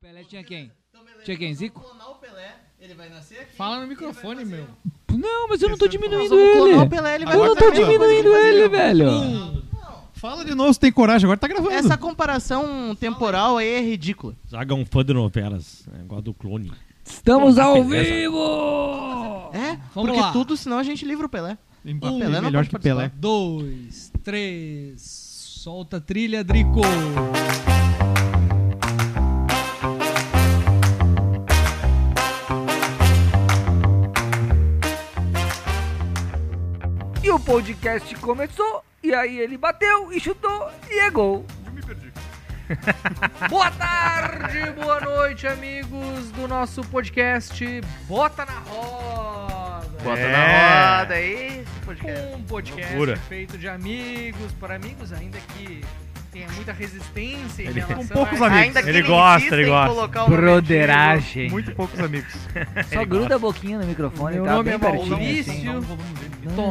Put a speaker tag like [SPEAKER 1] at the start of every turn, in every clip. [SPEAKER 1] Pelé tinha quem?
[SPEAKER 2] Então,
[SPEAKER 1] Tinha quem? Zico?
[SPEAKER 2] clonar o Pelé, ele vai nascer aqui.
[SPEAKER 3] Fala no
[SPEAKER 2] ele vai
[SPEAKER 3] microfone,
[SPEAKER 2] fazer
[SPEAKER 3] meu.
[SPEAKER 2] um-
[SPEAKER 1] Não, mas eu não tô
[SPEAKER 2] Nós
[SPEAKER 1] diminuindo
[SPEAKER 2] vamos clonar o
[SPEAKER 1] ele.
[SPEAKER 2] Pelé, ele vai
[SPEAKER 1] Eu não tô
[SPEAKER 2] fazer a mesma coisa que
[SPEAKER 1] diminuindo
[SPEAKER 2] fazia.
[SPEAKER 1] ele, velho.
[SPEAKER 2] Não,
[SPEAKER 3] Fala de novo se tem coragem, agora tá gravando.
[SPEAKER 2] Essa comparação temporal aí é ridícula.
[SPEAKER 4] Zaga é um fã de novelas. É igual do clone.
[SPEAKER 1] Estamos
[SPEAKER 4] Tá,
[SPEAKER 1] ao
[SPEAKER 4] beleza.
[SPEAKER 1] vivo!
[SPEAKER 2] É,
[SPEAKER 1] Vamos
[SPEAKER 2] porque
[SPEAKER 1] lá.
[SPEAKER 2] tudo, senão a gente livra o Pelé.
[SPEAKER 3] Mbappé
[SPEAKER 2] Pelé não
[SPEAKER 3] melhor
[SPEAKER 2] pode
[SPEAKER 3] que Pelé.
[SPEAKER 1] Dois, três, solta a trilha, Drico! E o podcast começou, e aí ele bateu e chutou e é gol. boa tarde, boa noite, amigos do nosso podcast Bota na Roda.
[SPEAKER 5] Bota
[SPEAKER 4] É.
[SPEAKER 5] na roda aí, esse podcast.
[SPEAKER 1] Um podcast
[SPEAKER 4] Loucura.
[SPEAKER 1] feito de amigos, para amigos, ainda que tenha muita resistência em
[SPEAKER 4] Ele- é um
[SPEAKER 1] relação
[SPEAKER 3] Com poucos
[SPEAKER 1] a...
[SPEAKER 3] amigos.
[SPEAKER 5] Ainda que
[SPEAKER 4] Ele gosta,
[SPEAKER 5] insista
[SPEAKER 4] ele
[SPEAKER 5] em
[SPEAKER 4] gosta.
[SPEAKER 5] colocar o nome antigo.
[SPEAKER 6] Broderagem.
[SPEAKER 3] Muito poucos amigos.
[SPEAKER 6] Só gruda a boquinha no microfone,
[SPEAKER 1] Meu
[SPEAKER 6] tá
[SPEAKER 1] nome
[SPEAKER 6] bem
[SPEAKER 1] é
[SPEAKER 6] pertinho.
[SPEAKER 1] Maurício.
[SPEAKER 6] assim. Não, não,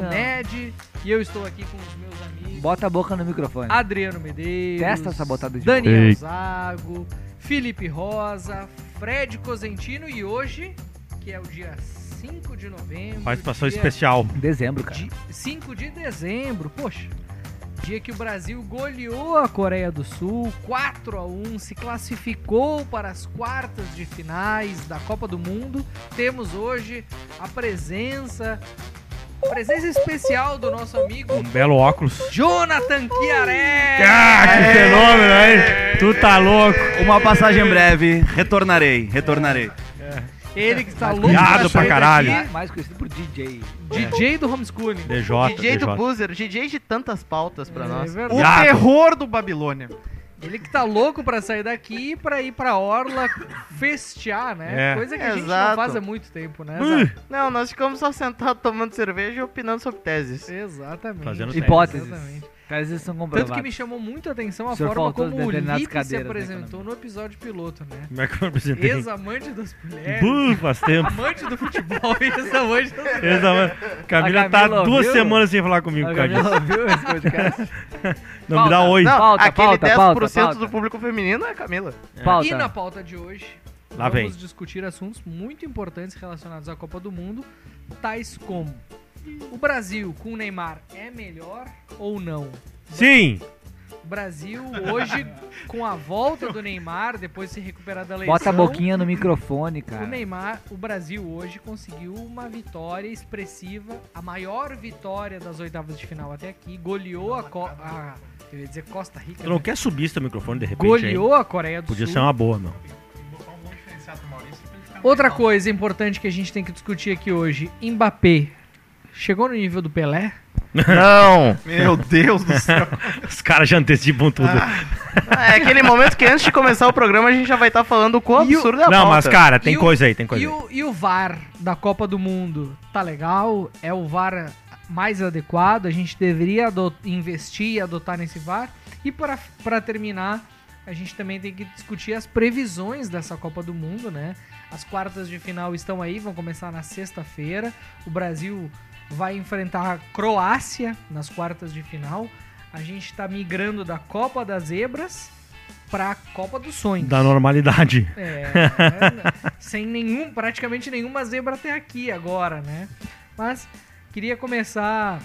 [SPEAKER 6] não.
[SPEAKER 1] Tomed, e eu estou aqui com os meus amigos.
[SPEAKER 6] Bota a boca no microfone.
[SPEAKER 1] Adriano Medeiros.
[SPEAKER 6] Testa essa botada de
[SPEAKER 1] Daniel
[SPEAKER 4] Ei.
[SPEAKER 1] Zago, Felipe Rosa, Fred Cosentino e hoje, que é o dia 5 de novembro.
[SPEAKER 4] Participação
[SPEAKER 1] dia
[SPEAKER 4] especial.
[SPEAKER 6] Dezembro, cara.
[SPEAKER 1] de 5 de dezembro, poxa. Dia que o Brasil goleou a Coreia do Sul 4 a 1, se classificou para as quartas de finais da Copa do Mundo. Temos hoje a presença a presença especial do nosso amigo
[SPEAKER 4] Um belo óculos.
[SPEAKER 1] Jonathan Chiaré.
[SPEAKER 4] Ah, que fenômeno, hein? Tu tá louco.
[SPEAKER 7] Uma passagem breve, retornarei, retornarei.
[SPEAKER 1] Ele que está louco
[SPEAKER 4] Viado pra
[SPEAKER 1] sair
[SPEAKER 4] caralho.
[SPEAKER 6] Ma-
[SPEAKER 1] daqui,
[SPEAKER 6] Mais conhecido por DJ.
[SPEAKER 1] DJ do homeschooling.
[SPEAKER 4] DJ,
[SPEAKER 2] DJ do
[SPEAKER 4] DJ.
[SPEAKER 2] Boozer, DJ de tantas pautas pra
[SPEAKER 1] É
[SPEAKER 2] nós.
[SPEAKER 1] verdade.
[SPEAKER 3] O
[SPEAKER 4] Gato.
[SPEAKER 3] terror do Babilônia.
[SPEAKER 1] Ele que tá louco pra sair daqui pra ir pra Orla festear, né?
[SPEAKER 4] É.
[SPEAKER 1] Coisa que a gente não
[SPEAKER 2] Exato.
[SPEAKER 1] faz há muito tempo, né?
[SPEAKER 4] Hum.
[SPEAKER 1] Exato.
[SPEAKER 2] Não, nós ficamos só sentados tomando cerveja e opinando sobre teses.
[SPEAKER 1] Exatamente.
[SPEAKER 4] Fazendo testes.
[SPEAKER 6] Hipóteses.
[SPEAKER 1] Exatamente.
[SPEAKER 6] Caso isso são comprovados.
[SPEAKER 1] Tanto que me chamou muito a atenção
[SPEAKER 6] O
[SPEAKER 1] a
[SPEAKER 6] senhor
[SPEAKER 1] forma
[SPEAKER 6] faltou
[SPEAKER 1] como o
[SPEAKER 6] determinadas
[SPEAKER 1] Lipe se
[SPEAKER 6] cadeiras né, na
[SPEAKER 1] apresentou no episódio piloto, né?
[SPEAKER 4] Como é que eu apresentei?
[SPEAKER 1] Ex-amante das mulheres,
[SPEAKER 4] Buh, faz tempo.
[SPEAKER 1] amante do futebol e ex-amante das mulheres.
[SPEAKER 4] Ex-amante. Camila,
[SPEAKER 6] A Camila
[SPEAKER 4] tá duas
[SPEAKER 6] ouviu?
[SPEAKER 4] semanas sem falar comigo,
[SPEAKER 6] Ah,
[SPEAKER 4] Camila.
[SPEAKER 6] já ouviu esse podcast?
[SPEAKER 4] Não me dá
[SPEAKER 6] Falta.
[SPEAKER 4] oi.
[SPEAKER 2] Não,
[SPEAKER 6] Pauta,
[SPEAKER 2] aquele
[SPEAKER 6] pauta,
[SPEAKER 2] 10%
[SPEAKER 6] pauta,
[SPEAKER 2] do
[SPEAKER 6] pauta.
[SPEAKER 2] público feminino é a Camila.
[SPEAKER 6] Pauta.
[SPEAKER 1] E na pauta de hoje,
[SPEAKER 4] Lá
[SPEAKER 1] vamos
[SPEAKER 4] vem.
[SPEAKER 1] discutir assuntos muito importantes relacionados à Copa do Mundo, tais como o Brasil com o Neymar é melhor ou não?
[SPEAKER 4] Sim.
[SPEAKER 1] O Brasil hoje, com a volta do Neymar, depois de se recuperar da lesão...
[SPEAKER 6] Bota a boquinha no microfone,
[SPEAKER 1] O
[SPEAKER 6] cara.
[SPEAKER 1] Neymar, o Brasil hoje conseguiu uma vitória expressiva, a maior vitória das oitavas de final até aqui, goleou a, Co a eu ia dizer Costa Rica,
[SPEAKER 4] Tu não
[SPEAKER 1] né?
[SPEAKER 4] quer subir esse teu microfone de repente, hein?
[SPEAKER 1] goleou a Coreia do
[SPEAKER 4] Podia
[SPEAKER 1] Sul.
[SPEAKER 4] ser uma boa, meu.
[SPEAKER 1] Outra coisa importante que a gente tem que discutir aqui hoje: Mbappé chegou no nível do Pelé?
[SPEAKER 5] Não.
[SPEAKER 3] Meu Deus do céu.
[SPEAKER 4] Os caras já antecipam tudo.
[SPEAKER 2] Ah, É aquele momento que antes de começar o programa a gente já vai estar falando o quão
[SPEAKER 1] E o-
[SPEAKER 2] absurdo é a
[SPEAKER 4] não,
[SPEAKER 2] pauta.
[SPEAKER 4] mas cara, tem
[SPEAKER 1] E o-
[SPEAKER 4] coisa aí, tem coisa
[SPEAKER 1] E
[SPEAKER 4] aí.
[SPEAKER 1] o, e o VAR da Copa do Mundo tá legal? É o VAR mais adequado? A gente deveria ado- investir e adotar nesse VAR? E pra pra terminar, a gente também tem que discutir as previsões dessa Copa do Mundo, né? As quartas de final estão aí, vão começar na sexta-feira. O Brasil vai enfrentar a Croácia nas quartas de final. A gente tá migrando da Copa das Zebras pra Copa dos Sonhos.
[SPEAKER 4] Da normalidade.
[SPEAKER 1] É, sem nenhum, praticamente nenhuma zebra até aqui agora, né? Mas queria começar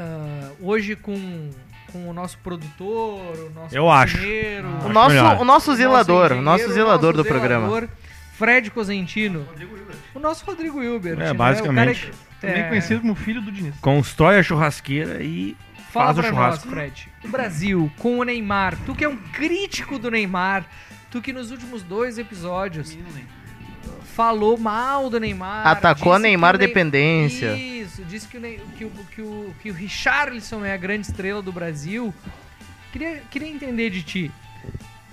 [SPEAKER 1] ah, hoje com, com o nosso produtor, o nosso
[SPEAKER 4] Eu acho.
[SPEAKER 1] cozinheiro,
[SPEAKER 2] O
[SPEAKER 4] Acho
[SPEAKER 2] nosso,
[SPEAKER 4] melhor.
[SPEAKER 2] o nosso zelador, o
[SPEAKER 1] engenheiro,
[SPEAKER 2] nosso zelador do programa.
[SPEAKER 1] zelador, Fred Cosentino. O nosso Rodrigo Hilbert.
[SPEAKER 4] É,
[SPEAKER 1] né? O
[SPEAKER 4] basicamente.
[SPEAKER 1] cara que-
[SPEAKER 3] Também
[SPEAKER 1] é,
[SPEAKER 3] conhecido como filho do Diniz.
[SPEAKER 4] Constrói a churrasqueira e
[SPEAKER 1] Fala
[SPEAKER 4] Faz o
[SPEAKER 1] pra nós, né?
[SPEAKER 4] churrasco.
[SPEAKER 1] Fred. O Brasil com o Neymar. Tu que é um crítico do Neymar. Tu que nos últimos dois episódios falou mal do Neymar.
[SPEAKER 2] Atacou
[SPEAKER 1] Ah, disse
[SPEAKER 2] a Neymar
[SPEAKER 1] que o Ney-
[SPEAKER 2] dependência.
[SPEAKER 1] Isso, disse que o, Ney- que, o, que, o, que o Richarlison é a grande estrela do Brasil. Queria, queria entender de ti.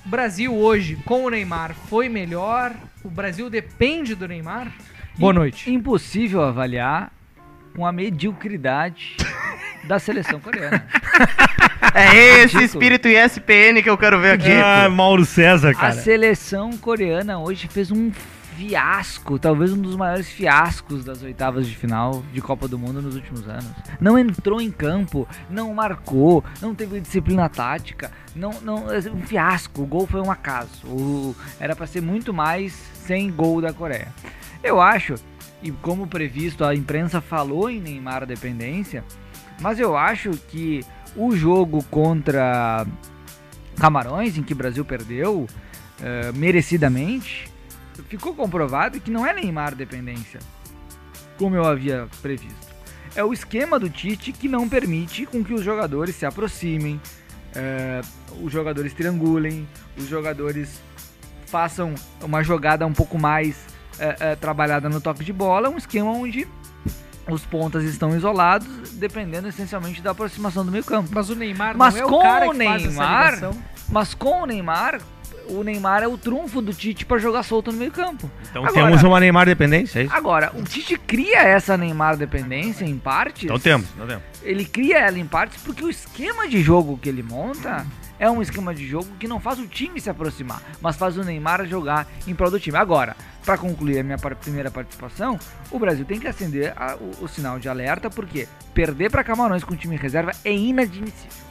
[SPEAKER 1] O Brasil hoje com o Neymar foi melhor? O Brasil depende do Neymar? Boa noite.
[SPEAKER 6] Impossível avaliar com a mediocridade da seleção coreana.
[SPEAKER 2] É esse
[SPEAKER 6] Ridículo.
[SPEAKER 2] espírito ESPN que eu quero ver aqui.
[SPEAKER 4] Ah, Mauro César,
[SPEAKER 6] A
[SPEAKER 4] cara.
[SPEAKER 6] seleção coreana hoje fez um fiasco, talvez um dos maiores fiascos das oitavas de final de Copa do Mundo nos últimos anos. Não entrou em campo, não marcou, não teve disciplina tática, não, não, é um fiasco. O gol foi um acaso. O- era pra ser muito mais sem gol da Coreia. Eu acho, e como previsto, a imprensa falou em Neymar dependência, mas eu acho que o jogo contra Camarões, em que o Brasil perdeu eh, merecidamente, ficou comprovado que não é Neymar dependência, como eu havia previsto. É o esquema do Tite que não permite com que os jogadores se aproximem, eh, os jogadores triangulem, os jogadores façam uma jogada um pouco mais eh, eh, trabalhada no toque de bola. É um esquema onde os pontas estão isolados, dependendo essencialmente da aproximação do meio campo.
[SPEAKER 1] Mas o Neymar
[SPEAKER 6] Mas
[SPEAKER 1] não é
[SPEAKER 6] com
[SPEAKER 1] o cara
[SPEAKER 6] o
[SPEAKER 1] que faz
[SPEAKER 6] Neymar-
[SPEAKER 1] essa ligação.
[SPEAKER 6] Mas com o Neymar, o Neymar é o trunfo do Tite para jogar solto no meio campo.
[SPEAKER 4] Então
[SPEAKER 6] Agora-
[SPEAKER 4] temos uma Neymar dependência, é isso?
[SPEAKER 6] Agora, o Tite cria essa Neymar dependência em partes.
[SPEAKER 4] Então temos, então temos.
[SPEAKER 6] Ele cria ela em partes porque o esquema de jogo que ele monta é um esquema de jogo que não faz o time se aproximar, mas faz o Neymar jogar em prol do time. Agora, para concluir a minha par- primeira participação, o Brasil tem que acender a- o, o sinal de alerta porque perder para Camarões com o time em reserva é inadmissível.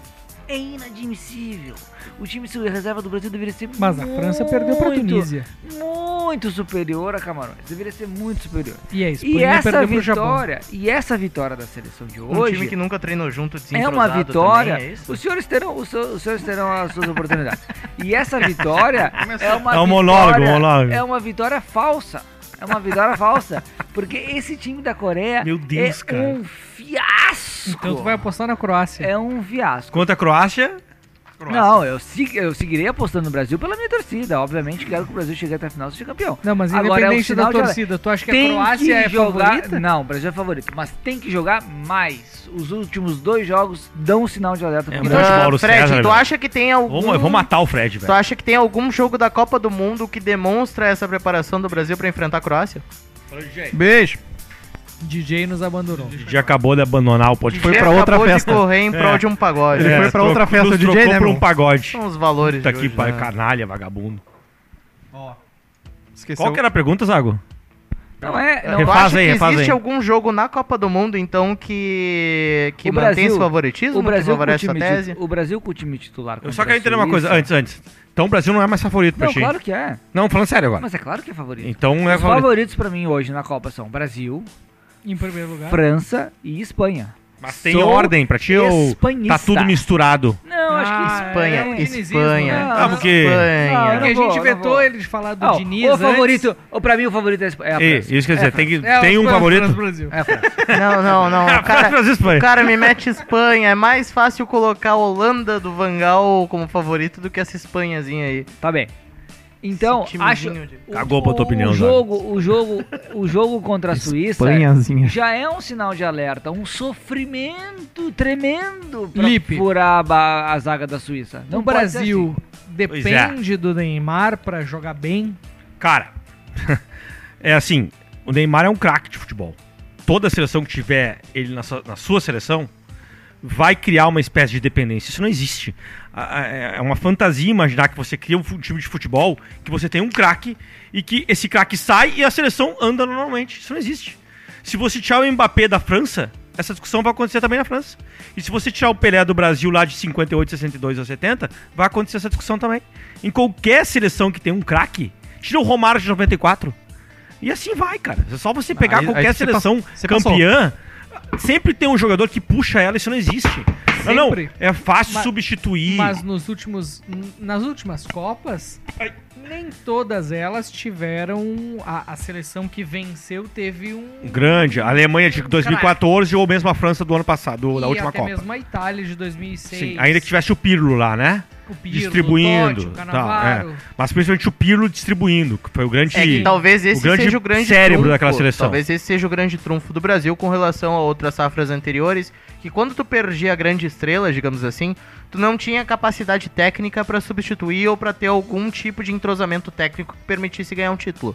[SPEAKER 6] É inadmissível. O time em reserva do Brasil deveria ser
[SPEAKER 1] Mas a França perdeu pra
[SPEAKER 6] muito,
[SPEAKER 1] Tunísia.
[SPEAKER 6] Muito superior a Camarões. Deveria ser muito superior.
[SPEAKER 1] E é isso.
[SPEAKER 6] E
[SPEAKER 1] Poderia
[SPEAKER 6] essa
[SPEAKER 1] perder pro Japão.
[SPEAKER 6] vitória, e essa vitória da seleção de
[SPEAKER 2] Um
[SPEAKER 6] hoje
[SPEAKER 2] time que nunca treinou junto,
[SPEAKER 6] é uma
[SPEAKER 2] desentrosado
[SPEAKER 6] vitória.
[SPEAKER 2] também, é isso?
[SPEAKER 6] os senhores terão, os, seus- os senhores terão as suas oportunidades. E essa vitória é uma
[SPEAKER 4] É um
[SPEAKER 6] vitória-
[SPEAKER 4] monólogo, um monólogo.
[SPEAKER 6] É uma vitória falsa. É uma vitória falsa, porque esse time da Coreia
[SPEAKER 4] Meu Deus,
[SPEAKER 6] é
[SPEAKER 4] cara.
[SPEAKER 6] um fiasco.
[SPEAKER 1] Então tu vai apostar na Croácia.
[SPEAKER 6] É um fiasco.
[SPEAKER 4] Contra a Croácia,
[SPEAKER 6] Não, eu, sig- eu seguirei apostando no Brasil pela minha torcida. Obviamente, quero que o Brasil chegue até a final e seja campeão.
[SPEAKER 1] Não, mas
[SPEAKER 6] Agora, é o
[SPEAKER 1] independente da
[SPEAKER 6] sinal de alerta.
[SPEAKER 1] torcida, tu acha que
[SPEAKER 6] tem
[SPEAKER 1] a Croácia
[SPEAKER 6] que
[SPEAKER 1] é
[SPEAKER 6] jogar...
[SPEAKER 1] favorita?
[SPEAKER 6] Não, o Brasil é favorito, mas tem que jogar mais. Os últimos dois jogos dão um sinal de alerta.
[SPEAKER 4] É,
[SPEAKER 6] pro
[SPEAKER 4] mas
[SPEAKER 2] Então,
[SPEAKER 6] Brasil.
[SPEAKER 4] acho que o Mauro
[SPEAKER 2] Fred,
[SPEAKER 4] César,
[SPEAKER 2] tu
[SPEAKER 4] velho.
[SPEAKER 2] acha que tem algum...
[SPEAKER 4] vamos, vamos matar o Fred,
[SPEAKER 2] Tu
[SPEAKER 4] velho.
[SPEAKER 2] acha que tem algum jogo da Copa do Mundo que demonstra essa preparação do Brasil pra enfrentar a Croácia?
[SPEAKER 3] Beijo.
[SPEAKER 1] DJ nos abandonou.
[SPEAKER 4] Já acabou de abandonar o podcast.
[SPEAKER 3] Foi pra
[SPEAKER 2] Acabou
[SPEAKER 3] outra
[SPEAKER 2] de
[SPEAKER 3] festa.
[SPEAKER 2] correr em prol
[SPEAKER 4] É.
[SPEAKER 2] de um pagode.
[SPEAKER 3] Ele
[SPEAKER 4] É,
[SPEAKER 3] foi pra outra
[SPEAKER 4] tro-
[SPEAKER 3] festa,
[SPEAKER 4] nos
[SPEAKER 3] o DJ,
[SPEAKER 4] trocou
[SPEAKER 3] né,
[SPEAKER 4] pra um
[SPEAKER 3] meu?
[SPEAKER 4] pagode.
[SPEAKER 2] São os valores
[SPEAKER 4] Puta
[SPEAKER 2] de
[SPEAKER 4] que
[SPEAKER 2] hoje,
[SPEAKER 4] pariu,
[SPEAKER 2] né?
[SPEAKER 4] canalha, vagabundo.
[SPEAKER 3] Esqueceu.
[SPEAKER 4] Qual que era a pergunta, Zago?
[SPEAKER 6] Não é, não
[SPEAKER 2] Tu
[SPEAKER 4] Refaz
[SPEAKER 2] acha
[SPEAKER 4] aí,
[SPEAKER 2] que
[SPEAKER 4] refaz
[SPEAKER 2] existe
[SPEAKER 4] aí.
[SPEAKER 2] algum jogo na Copa do Mundo, então, que, que
[SPEAKER 6] O
[SPEAKER 2] mantém
[SPEAKER 6] Brasil-
[SPEAKER 2] esse favoritismo,
[SPEAKER 6] O
[SPEAKER 2] que
[SPEAKER 6] Brasil, com o,
[SPEAKER 2] favorece a
[SPEAKER 6] time
[SPEAKER 2] tese?
[SPEAKER 6] ti- o Brasil com o time titular.
[SPEAKER 4] Eu
[SPEAKER 6] contra
[SPEAKER 4] só
[SPEAKER 6] a
[SPEAKER 4] quero entender uma
[SPEAKER 6] Suíça-
[SPEAKER 4] coisa, antes, antes. Então o Brasil não é mais favorito,
[SPEAKER 6] Não,
[SPEAKER 4] Peixinho.
[SPEAKER 6] claro que é.
[SPEAKER 4] Não, falando sério agora.
[SPEAKER 6] Mas é claro que é favorito.
[SPEAKER 4] Então é
[SPEAKER 6] Os
[SPEAKER 4] favorito.
[SPEAKER 6] favoritos pra mim hoje na Copa são Brasil,
[SPEAKER 1] Em primeiro lugar.
[SPEAKER 6] França e Espanha.
[SPEAKER 4] Mas tem
[SPEAKER 6] Sou
[SPEAKER 4] ordem pra ti ou
[SPEAKER 6] Espanhista.
[SPEAKER 4] É. tá tudo misturado?
[SPEAKER 6] Não, acho que
[SPEAKER 1] Ah,
[SPEAKER 6] Espanha.
[SPEAKER 2] Espanha,
[SPEAKER 1] é um dinizismo,
[SPEAKER 2] Espanha.
[SPEAKER 6] né? Ah,
[SPEAKER 4] porque-
[SPEAKER 6] Ah,
[SPEAKER 1] Porque
[SPEAKER 2] Espanha.
[SPEAKER 6] eu não
[SPEAKER 1] a
[SPEAKER 6] vou,
[SPEAKER 1] gente
[SPEAKER 6] eu não vou.
[SPEAKER 1] vetou ele de falar do
[SPEAKER 6] Ah,
[SPEAKER 1] Diniz
[SPEAKER 6] o
[SPEAKER 1] antes.
[SPEAKER 6] favorito, ou pra mim o favorito é a Espanha. É a
[SPEAKER 4] É,
[SPEAKER 6] França.
[SPEAKER 4] isso quer dizer, tem, que,
[SPEAKER 1] É,
[SPEAKER 4] tem um
[SPEAKER 1] Fran-
[SPEAKER 4] favorito?
[SPEAKER 1] Fran- Brasil.
[SPEAKER 6] É a França.
[SPEAKER 2] Não, não, não. O
[SPEAKER 4] Cara,
[SPEAKER 2] cara,
[SPEAKER 4] Brasil,
[SPEAKER 2] o
[SPEAKER 4] Espanha.
[SPEAKER 2] cara me mete Espanha. É mais fácil colocar a Holanda do Vangal como favorito do que essa Espanhazinha aí.
[SPEAKER 6] Tá bem. Então,
[SPEAKER 2] Esse
[SPEAKER 6] acho.
[SPEAKER 2] timezinho de-
[SPEAKER 6] o-
[SPEAKER 4] Cagou pra tua
[SPEAKER 6] o
[SPEAKER 4] opinião, Zago.
[SPEAKER 6] jogo, o jogo, o jogo contra a Suíça
[SPEAKER 3] Espanhazinha.
[SPEAKER 6] já é um sinal de alerta, um sofrimento tremendo pra
[SPEAKER 1] Lipe.
[SPEAKER 6] furar a, ba- a zaga da Suíça.
[SPEAKER 1] O
[SPEAKER 6] Não assim, pode ser
[SPEAKER 1] Brasil
[SPEAKER 4] Pois é.
[SPEAKER 1] depende do Neymar pra jogar bem.
[SPEAKER 4] Cara, é assim, o Neymar é um craque de futebol. Toda seleção que tiver ele na sua, na sua seleção vai criar uma espécie de dependência. Isso não existe. A- a- É uma fantasia imaginar que você cria um fu- time de futebol, que você tem um craque e que esse craque sai e a seleção anda normalmente. Isso não existe. Se você tirar o Mbappé da França, essa discussão vai acontecer também na França. E se você tirar o Pelé do Brasil lá de 58, 62 a 70, vai acontecer essa discussão também. Em qualquer seleção que tem um craque, tira o Romário de 94. E assim vai, cara. É só você pegar
[SPEAKER 3] aí-
[SPEAKER 4] qualquer
[SPEAKER 3] aí você tá
[SPEAKER 4] seleção
[SPEAKER 3] passou- você passou.
[SPEAKER 4] campeã. Sempre tem um jogador que puxa ela, isso não existe. Não, não,
[SPEAKER 1] Sempre.
[SPEAKER 4] é fácil
[SPEAKER 1] Mas-
[SPEAKER 4] substituir.
[SPEAKER 1] Mas nos últimos, nas últimas Copas, nem todas elas tiveram. A, a seleção que venceu teve um.
[SPEAKER 4] Grande, a Alemanha de 2014 ou mesmo a França do ano passado, da
[SPEAKER 1] e
[SPEAKER 4] última
[SPEAKER 1] até
[SPEAKER 4] Copa.
[SPEAKER 1] mesmo a Itália de 2006.
[SPEAKER 4] Sim, ainda que tivesse o Pirlo lá, né?
[SPEAKER 1] o Pirlo,
[SPEAKER 4] distribuindo.
[SPEAKER 1] O Totti, o
[SPEAKER 4] tal,
[SPEAKER 1] Cannavaro.
[SPEAKER 4] é. Mas principalmente o Pirlo distribuindo, que foi o grande.
[SPEAKER 2] É que talvez esse
[SPEAKER 4] grande
[SPEAKER 2] seja o grande
[SPEAKER 4] cérebro
[SPEAKER 2] trunfo,
[SPEAKER 4] daquela seleção.
[SPEAKER 2] Talvez esse seja o grande trunfo do Brasil com relação a outras safras anteriores, que quando tu perdia a grande estrela, digamos assim, tu não tinha capacidade técnica pra substituir ou pra ter algum tipo de entrosamento técnico que permitisse ganhar um título.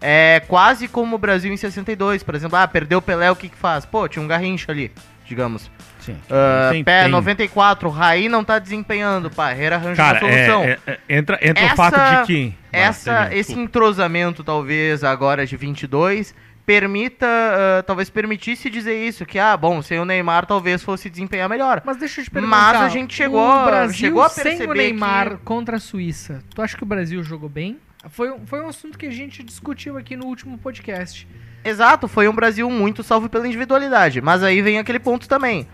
[SPEAKER 2] É quase como o Brasil em 62, por exemplo, ah, perdeu o Pelé, o que que faz? Pô, tinha um Garrincha ali. digamos.
[SPEAKER 4] Sim.
[SPEAKER 2] Ah,
[SPEAKER 4] Tem-
[SPEAKER 2] pé
[SPEAKER 4] tem-
[SPEAKER 2] 94, Raí não tá desempenhando, Parreira arranjou uma
[SPEAKER 4] Cara, é-
[SPEAKER 2] solução.
[SPEAKER 4] é- é- entra, entra
[SPEAKER 2] Essa-
[SPEAKER 4] o fato de que. Vai,
[SPEAKER 2] Essa,
[SPEAKER 4] termina,
[SPEAKER 2] esse
[SPEAKER 4] desculpa.
[SPEAKER 2] entrosamento, talvez, agora de 22, permita, ah, talvez permitisse dizer isso, que, ah, bom, sem o Neymar talvez fosse desempenhar melhor.
[SPEAKER 1] Mas deixa eu te
[SPEAKER 2] Mas
[SPEAKER 1] perguntar.
[SPEAKER 2] a gente chegou-
[SPEAKER 1] o Brasil
[SPEAKER 2] chegou a
[SPEAKER 1] sem
[SPEAKER 2] perceber
[SPEAKER 1] o Neymar
[SPEAKER 2] que-
[SPEAKER 1] contra a Suíça. Tu acha que o Brasil jogou bem? Foi, um- foi um assunto que a gente discutiu aqui no último podcast.
[SPEAKER 2] Exato, foi um Brasil muito salvo pela individualidade, mas aí vem aquele ponto também.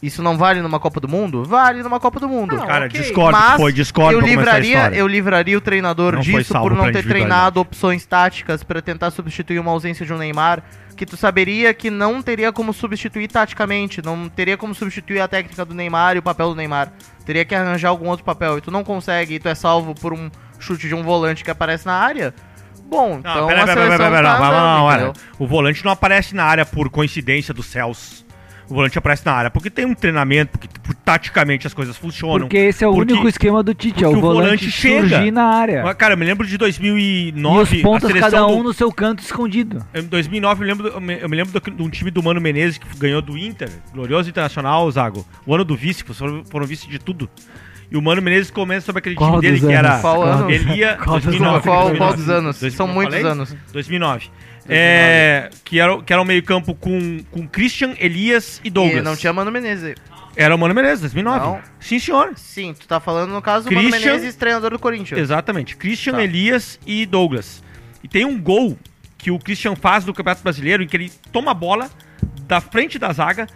[SPEAKER 2] Isso não vale numa Copa do Mundo? Vale numa Copa do Mundo.
[SPEAKER 1] Não,
[SPEAKER 4] Cara,
[SPEAKER 1] ok,
[SPEAKER 4] discordo,
[SPEAKER 2] mas
[SPEAKER 4] foi, discordo
[SPEAKER 2] eu
[SPEAKER 4] pra começar a
[SPEAKER 2] livraria,
[SPEAKER 4] história.
[SPEAKER 2] eu livraria o treinador
[SPEAKER 4] Não foi
[SPEAKER 2] disso
[SPEAKER 4] salvo
[SPEAKER 2] por não
[SPEAKER 4] pela
[SPEAKER 2] ter
[SPEAKER 4] individualidade.
[SPEAKER 2] treinado opções táticas pra tentar substituir uma ausência de um Neymar, que tu saberia que não teria como substituir taticamente, não teria como substituir a técnica do Neymar e o papel do Neymar. Teria que arranjar algum outro papel e tu não consegue, e tu é salvo por um chute de um volante que aparece na área. Bom,
[SPEAKER 4] Não,
[SPEAKER 2] então
[SPEAKER 4] peraí,
[SPEAKER 2] a
[SPEAKER 4] peraí,
[SPEAKER 2] seleção
[SPEAKER 4] peraí, peraí,
[SPEAKER 2] tá
[SPEAKER 4] não, não,
[SPEAKER 2] andando,
[SPEAKER 4] não, olha,
[SPEAKER 2] entendeu?
[SPEAKER 4] O volante não aparece na área por coincidência dos céus. O volante aparece na área porque tem um treinamento, porque por- taticamente as coisas funcionam.
[SPEAKER 6] Porque esse é o
[SPEAKER 4] Porque-
[SPEAKER 6] único esquema do Tite, é o
[SPEAKER 4] porque o
[SPEAKER 6] volante
[SPEAKER 4] volante chega.
[SPEAKER 6] surgir na área.
[SPEAKER 4] Mas, Cara, eu me lembro de
[SPEAKER 6] E
[SPEAKER 4] 2009,
[SPEAKER 6] os pontos,
[SPEAKER 4] a seleção
[SPEAKER 6] cada um
[SPEAKER 4] do,
[SPEAKER 6] no seu canto escondido.
[SPEAKER 4] em 2009 eu lembro, do- eu me- eu me lembro do- de um time do Mano Menezes que ganhou do Inter, glorioso Internacional, Zago. O ano do vice, que foram, foram vice de tudo. E o Mano Menezes comenta sobre aquele
[SPEAKER 6] Qual
[SPEAKER 4] time dele
[SPEAKER 6] dos
[SPEAKER 4] que era
[SPEAKER 6] anos?
[SPEAKER 2] Qual ano?
[SPEAKER 4] ele ia-
[SPEAKER 6] Qual dos
[SPEAKER 4] 2009,
[SPEAKER 2] Qual, qual
[SPEAKER 4] 2009,
[SPEAKER 2] dos anos? São
[SPEAKER 4] 2009,
[SPEAKER 2] muitos
[SPEAKER 4] falei?
[SPEAKER 2] anos.
[SPEAKER 4] 2009. É, que, era, o- que era o meio-campo com, com Christian, Elias e Douglas.
[SPEAKER 2] E não tinha Mano Menezes.
[SPEAKER 4] Era o Mano Menezes, 2009.
[SPEAKER 2] Não.
[SPEAKER 4] Sim, senhor.
[SPEAKER 2] Sim, tu tá falando no caso do Mano
[SPEAKER 4] Christian-
[SPEAKER 2] Menezes, treinador do Corinthians.
[SPEAKER 4] Exatamente. Christian,
[SPEAKER 2] Tá.
[SPEAKER 4] Elias e Douglas. E tem um gol que o Christian faz no Campeonato Brasileiro em que ele toma a bola da frente da zaga,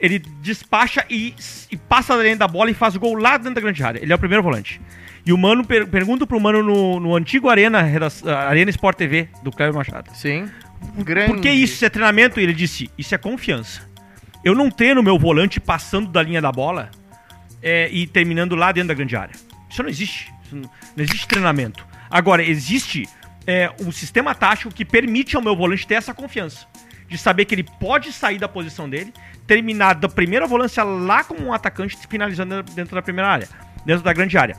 [SPEAKER 4] ele despacha e, e passa da linha da bola e faz o gol lá dentro da grande área. Ele é o primeiro volante. E o Mano per- pergunta pro Mano no, no antigo Arena, reda- Arena Sport TV do Cléber Machado.
[SPEAKER 2] Sim.
[SPEAKER 4] Por que isso? Isso é treinamento? E ele disse: Isso é confiança. Eu não treino meu volante passando da linha da bola é, e terminando lá dentro da grande área. Isso não existe. Isso não, não existe treinamento. Agora, existe é, um sistema tático que permite ao meu volante ter essa confiança. De saber que ele pode sair da posição dele, terminar da primeira volância lá como um atacante, finalizando dentro da primeira área, dentro da grande área.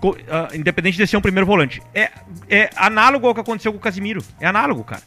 [SPEAKER 4] Co- ah, independente de ser um primeiro volante. É, é análogo ao que aconteceu com o Casimiro. É análogo, cara.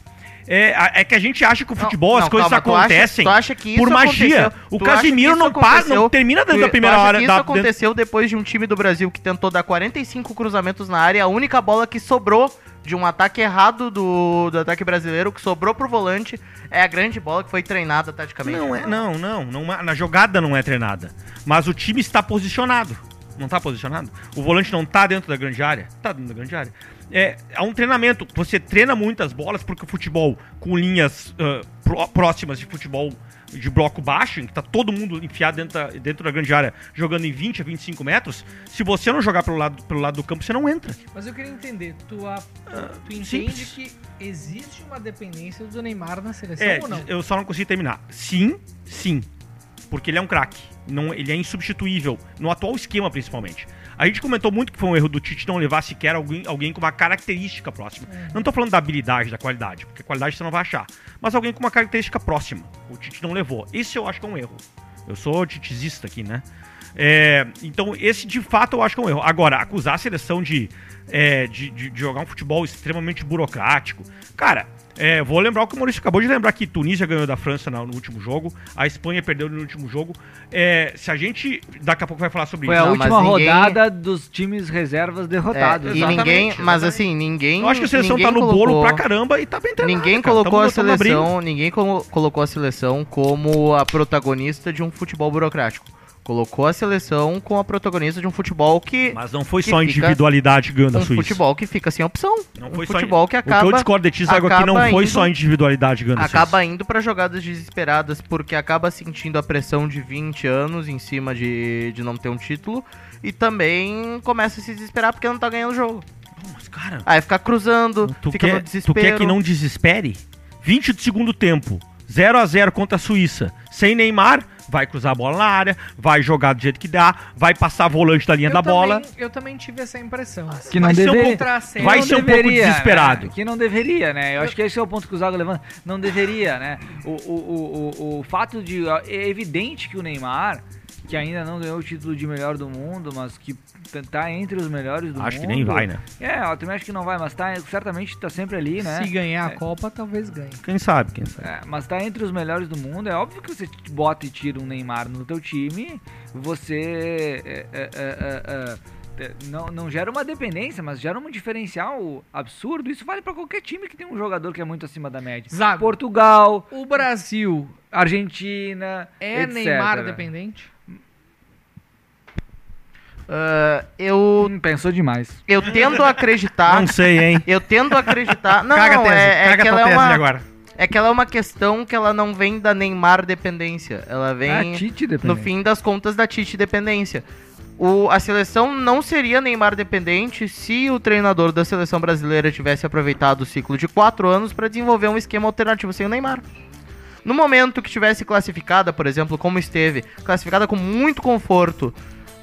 [SPEAKER 4] É, a- é que a gente acha que o
[SPEAKER 2] Não,
[SPEAKER 4] futebol, as
[SPEAKER 2] não,
[SPEAKER 4] coisas
[SPEAKER 2] calma, tu acha-
[SPEAKER 4] acontecem
[SPEAKER 2] tu acha que isso
[SPEAKER 4] por magia.
[SPEAKER 2] aconteceu?
[SPEAKER 4] O
[SPEAKER 2] Tu acha que
[SPEAKER 4] Casimiro
[SPEAKER 2] isso
[SPEAKER 4] não, para,
[SPEAKER 2] aconteceu?
[SPEAKER 4] não termina dentro
[SPEAKER 2] Tu-
[SPEAKER 4] da primeira
[SPEAKER 2] tu acha
[SPEAKER 4] hora.
[SPEAKER 2] que isso
[SPEAKER 4] da, dentro-
[SPEAKER 2] aconteceu depois de um time do Brasil que tentou dar 45 cruzamentos na área, a única bola que sobrou de um ataque errado do, do ataque brasileiro, que sobrou pro volante, é a grande bola que foi treinada taticamente.
[SPEAKER 4] Não, é, não, não, não é- Na jogada não é treinada. Mas o time está posicionado. Não está posicionado? O volante não está dentro da grande área? Está dentro da grande área. É, há um treinamento. Você treina muitas bolas porque o futebol com linhas ah, pró- próximas de futebol de bloco baixo, em que tá todo mundo enfiado dentro da, dentro da grande área, jogando em 20 a 25 metros, se você não jogar pelo lado, pelo lado do campo, você não entra.
[SPEAKER 1] Mas eu queria entender, tu, a- tu entende
[SPEAKER 4] simples.
[SPEAKER 1] que existe uma dependência do Neymar na seleção
[SPEAKER 4] É,
[SPEAKER 1] ou não?
[SPEAKER 4] eu só não consigo terminar. Sim, sim. Porque ele é um craque. Não, ele é insubstituível. No atual esquema, principalmente. A gente comentou muito que foi um erro do Tite não levar sequer alguém, alguém com uma característica próxima.
[SPEAKER 1] É.
[SPEAKER 4] Não tô falando da habilidade, da qualidade, porque qualidade você não vai achar. Mas alguém com uma característica próxima. O Tite não levou. Isso eu acho que é um erro. Eu sou titizista aqui, né? É, então, esse de fato eu acho que é um erro. Agora, acusar a seleção de, é, de, de- de jogar um futebol extremamente burocrático. Cara, é, vou lembrar o que o Maurício acabou de lembrar: que Tunísia ganhou da França na- no último jogo, a Espanha perdeu no último jogo. É, se a gente. Daqui a pouco vai falar sobre
[SPEAKER 6] Foi
[SPEAKER 4] isso.
[SPEAKER 6] a
[SPEAKER 2] Não, mas
[SPEAKER 6] última
[SPEAKER 2] ninguém-
[SPEAKER 6] rodada dos times reservas
[SPEAKER 4] É,
[SPEAKER 6] derrotados.
[SPEAKER 2] É,
[SPEAKER 6] tá?
[SPEAKER 2] e
[SPEAKER 6] Exatamente.
[SPEAKER 2] ninguém, mas
[SPEAKER 3] exatamente.
[SPEAKER 2] assim, ninguém.
[SPEAKER 4] Eu acho que a seleção
[SPEAKER 2] ninguém
[SPEAKER 4] tá no bolo
[SPEAKER 2] colocou-
[SPEAKER 4] pra caramba e tá bem treinada.
[SPEAKER 2] Ninguém
[SPEAKER 4] cara.
[SPEAKER 2] colocou
[SPEAKER 4] Tamo-
[SPEAKER 2] a
[SPEAKER 4] tamo na briga.
[SPEAKER 2] seleção, ninguém colo- colocou a seleção como a protagonista de um futebol burocrático. Colocou a seleção como a protagonista de um futebol que
[SPEAKER 4] Mas não foi
[SPEAKER 2] que
[SPEAKER 4] só a
[SPEAKER 2] fica
[SPEAKER 4] individualidade ganhando a
[SPEAKER 2] um
[SPEAKER 4] Suíça.
[SPEAKER 2] futebol que fica sem opção,
[SPEAKER 4] Não
[SPEAKER 2] um
[SPEAKER 4] foi só
[SPEAKER 2] futebol que
[SPEAKER 4] o que eu
[SPEAKER 2] acaba
[SPEAKER 4] discordo de ti, Zago, é que não
[SPEAKER 2] acaba
[SPEAKER 4] foi
[SPEAKER 2] indo-
[SPEAKER 4] só a individualidade ganhando a
[SPEAKER 2] acaba indo pra jogadas desesperadas porque acaba sentindo a pressão de 20 anos em cima de, de não ter um título e também começa a se desesperar porque não tá ganhando o jogo.
[SPEAKER 4] Suíça. Mas, cara,
[SPEAKER 2] Aí fica cruzando,
[SPEAKER 4] Tu
[SPEAKER 2] fica
[SPEAKER 4] quer,
[SPEAKER 2] no desespero.
[SPEAKER 4] tu quer que não desespere? 20 do segundo tempo, 0 a 0 contra a Suíça, sem Neymar, vai cruzar a bola na área, vai jogar do jeito que dá, vai passar volante da linha
[SPEAKER 1] Eu
[SPEAKER 4] da
[SPEAKER 1] também-
[SPEAKER 4] bola.
[SPEAKER 1] Eu também tive essa impressão.
[SPEAKER 6] que não
[SPEAKER 1] Mas
[SPEAKER 4] é
[SPEAKER 1] se eu
[SPEAKER 6] deveria-
[SPEAKER 1] encontrar a cena-
[SPEAKER 4] Vai
[SPEAKER 6] não
[SPEAKER 4] ser um pouco desesperado.
[SPEAKER 6] né? Que não deveria, né? Eu acho que esse é o ponto que o Zago levanta. Não deveria, né? O, o, o, o, o fato de. É evidente que o Neymar, que ainda não ganhou o título de melhor do mundo, mas que t- tá entre os melhores do mundo.
[SPEAKER 4] Acho que nem vai, né?
[SPEAKER 6] É, eu também acho que não vai, mas tá, certamente tá sempre ali, né?
[SPEAKER 1] Se ganhar a Copa, talvez ganhe.
[SPEAKER 4] Quem sabe, quem sabe.
[SPEAKER 6] É, mas tá entre os melhores do mundo. É óbvio que você bota e tira um Neymar no teu time, você é, é, é, é, é, é, não, não gera uma dependência, mas gera um diferencial absurdo. Isso vale pra qualquer time que tem um jogador que é muito acima da média.
[SPEAKER 1] Zago,
[SPEAKER 6] Portugal,
[SPEAKER 1] o Brasil
[SPEAKER 6] Argentina,
[SPEAKER 1] é
[SPEAKER 6] etc.
[SPEAKER 2] né?
[SPEAKER 1] Neymar dependente?
[SPEAKER 2] Ah, eu,
[SPEAKER 6] Hum, Pensou demais.
[SPEAKER 2] eu tendo a acreditar.
[SPEAKER 4] Não sei, hein?
[SPEAKER 2] Eu tendo a acreditar. Não,
[SPEAKER 3] caga a tese,
[SPEAKER 2] é, é
[SPEAKER 3] caga
[SPEAKER 2] que
[SPEAKER 3] tua
[SPEAKER 2] ela
[SPEAKER 3] tese
[SPEAKER 2] é uma,
[SPEAKER 3] agora.
[SPEAKER 2] é que ela é uma questão que ela não vem da Neymar dependência. Ela vem.
[SPEAKER 6] Ah, Tite
[SPEAKER 2] no
[SPEAKER 6] dependente.
[SPEAKER 3] né?
[SPEAKER 2] fim das contas da Tite dependência. O, a seleção não seria Neymar dependente se o treinador da seleção brasileira tivesse aproveitado o ciclo de quatro anos para desenvolver um esquema alternativo sem o Neymar. No momento que tivesse classificada, por exemplo, como esteve, classificada com muito conforto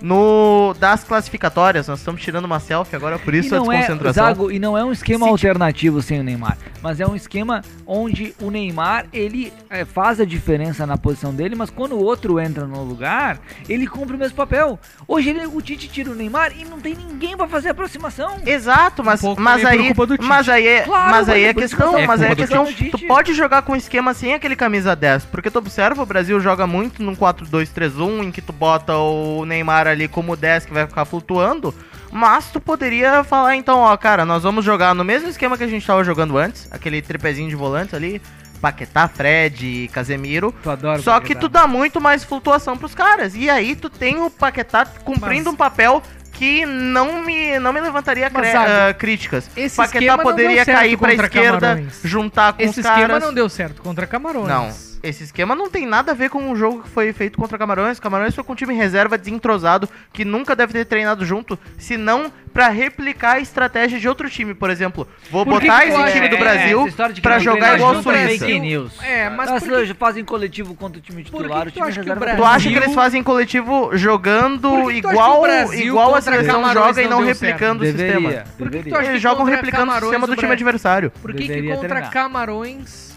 [SPEAKER 2] no das classificatórias, nós estamos tirando uma selfie agora, por isso
[SPEAKER 6] e
[SPEAKER 2] a
[SPEAKER 6] não é,
[SPEAKER 2] desconcentração.
[SPEAKER 6] Zago, e não é um esquema
[SPEAKER 2] Sim,
[SPEAKER 6] alternativo sem o Neymar, mas é um esquema onde o Neymar ele é, faz a diferença na posição dele, mas quando o outro entra no lugar, ele cumpre o mesmo papel. Hoje ele, o Tite tira o Neymar e não tem ninguém pra fazer a aproximação.
[SPEAKER 2] Exato, mas,
[SPEAKER 1] Um pouco
[SPEAKER 2] mas,
[SPEAKER 1] também por
[SPEAKER 2] aí,
[SPEAKER 1] culpa do Tite.
[SPEAKER 2] mas aí, é-
[SPEAKER 6] Claro,
[SPEAKER 2] mas aí
[SPEAKER 6] mas
[SPEAKER 2] é
[SPEAKER 6] por
[SPEAKER 2] questão,
[SPEAKER 6] culpa do-
[SPEAKER 2] mas aí
[SPEAKER 6] é
[SPEAKER 2] é
[SPEAKER 6] culpa do
[SPEAKER 2] questão,
[SPEAKER 6] Tite.
[SPEAKER 2] tu pode jogar com um esquema sem aquele camisa 10, porque tu observa, o Brasil joga muito num 4-2-3-1, em que tu bota o Neymar ali como 10, que vai ficar flutuando, mas tu poderia falar então, ó, cara, nós vamos jogar no mesmo esquema que a gente tava jogando antes, aquele tripezinho de volantes ali, Paquetá, Fred e Casemiro,
[SPEAKER 6] Tu adora
[SPEAKER 2] só que tu dá muito mais flutuação pros caras. E aí tu tem o Paquetá cumprindo
[SPEAKER 1] Mas-
[SPEAKER 2] um papel que não me, não me levantaria
[SPEAKER 1] Mas,
[SPEAKER 2] cre-
[SPEAKER 1] Zago,
[SPEAKER 2] ah, críticas.
[SPEAKER 1] esse esquema
[SPEAKER 2] Paquetá
[SPEAKER 1] não
[SPEAKER 2] poderia
[SPEAKER 1] deu certo
[SPEAKER 2] cair pra
[SPEAKER 1] contra
[SPEAKER 2] esquerda,
[SPEAKER 1] Camarões.
[SPEAKER 2] juntar com
[SPEAKER 1] Esse
[SPEAKER 2] os
[SPEAKER 1] esquema
[SPEAKER 2] caras.
[SPEAKER 1] não deu certo contra Camarões.
[SPEAKER 2] Não, esse esquema não tem nada a ver com o jogo que foi feito contra Camarões. Camarões foi com um time reserva desentrosado que nunca deve ter treinado junto, se não pra replicar a estratégia de outro time, por exemplo. Vou
[SPEAKER 1] Por que
[SPEAKER 2] botar
[SPEAKER 1] que tu
[SPEAKER 2] esse
[SPEAKER 1] acha-
[SPEAKER 2] time do
[SPEAKER 1] é,
[SPEAKER 2] Brasil
[SPEAKER 6] essa história de que
[SPEAKER 2] pra
[SPEAKER 6] não
[SPEAKER 2] jogar
[SPEAKER 6] treina
[SPEAKER 2] igual a
[SPEAKER 6] junto é
[SPEAKER 2] Suíça.
[SPEAKER 6] fake news.
[SPEAKER 1] É, mas
[SPEAKER 6] Mas
[SPEAKER 1] por que,
[SPEAKER 6] fazem coletivo contra o time
[SPEAKER 1] por que
[SPEAKER 6] titular,
[SPEAKER 1] que
[SPEAKER 6] o
[SPEAKER 1] tu
[SPEAKER 6] time
[SPEAKER 1] acha que o
[SPEAKER 6] reserva
[SPEAKER 1] Brasil-
[SPEAKER 2] Tu acha que
[SPEAKER 1] Brasil-
[SPEAKER 2] eles fazem coletivo
[SPEAKER 1] Por
[SPEAKER 2] jogando
[SPEAKER 1] que que tu acha que o
[SPEAKER 2] igual,
[SPEAKER 1] Brasil
[SPEAKER 2] igual a
[SPEAKER 1] contra
[SPEAKER 2] seleção
[SPEAKER 1] Camarões
[SPEAKER 2] joga e
[SPEAKER 1] não
[SPEAKER 2] não
[SPEAKER 1] deu certo?
[SPEAKER 2] replicando o
[SPEAKER 6] deveria,
[SPEAKER 2] sistema?
[SPEAKER 1] por que
[SPEAKER 6] deveria.
[SPEAKER 1] tu acha
[SPEAKER 2] Eles
[SPEAKER 1] que
[SPEAKER 2] jogam
[SPEAKER 1] contra
[SPEAKER 2] replicando o
[SPEAKER 1] Camarões
[SPEAKER 2] sistema
[SPEAKER 1] o
[SPEAKER 2] do time
[SPEAKER 1] Brasil-
[SPEAKER 2] adversário.
[SPEAKER 1] Por que, que
[SPEAKER 6] Deveria
[SPEAKER 1] contra
[SPEAKER 6] treinar.
[SPEAKER 1] Camarões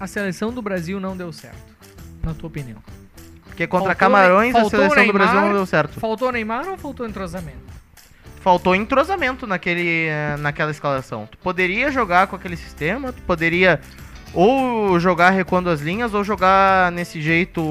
[SPEAKER 1] a seleção do Brasil não deu certo? Na tua opinião.
[SPEAKER 2] Porque contra
[SPEAKER 1] Faltou- um
[SPEAKER 2] Camarões a
[SPEAKER 1] faltou o
[SPEAKER 2] seleção do Brasil
[SPEAKER 1] Neymar.
[SPEAKER 2] não deu certo.
[SPEAKER 1] Faltou Neymar ou faltou entrosamento?
[SPEAKER 2] Faltou entrosamento naquele, eh, naquela escalação. Tu poderia jogar com aquele sistema, tu poderia ou jogar recuando as linhas, ou jogar nesse jeito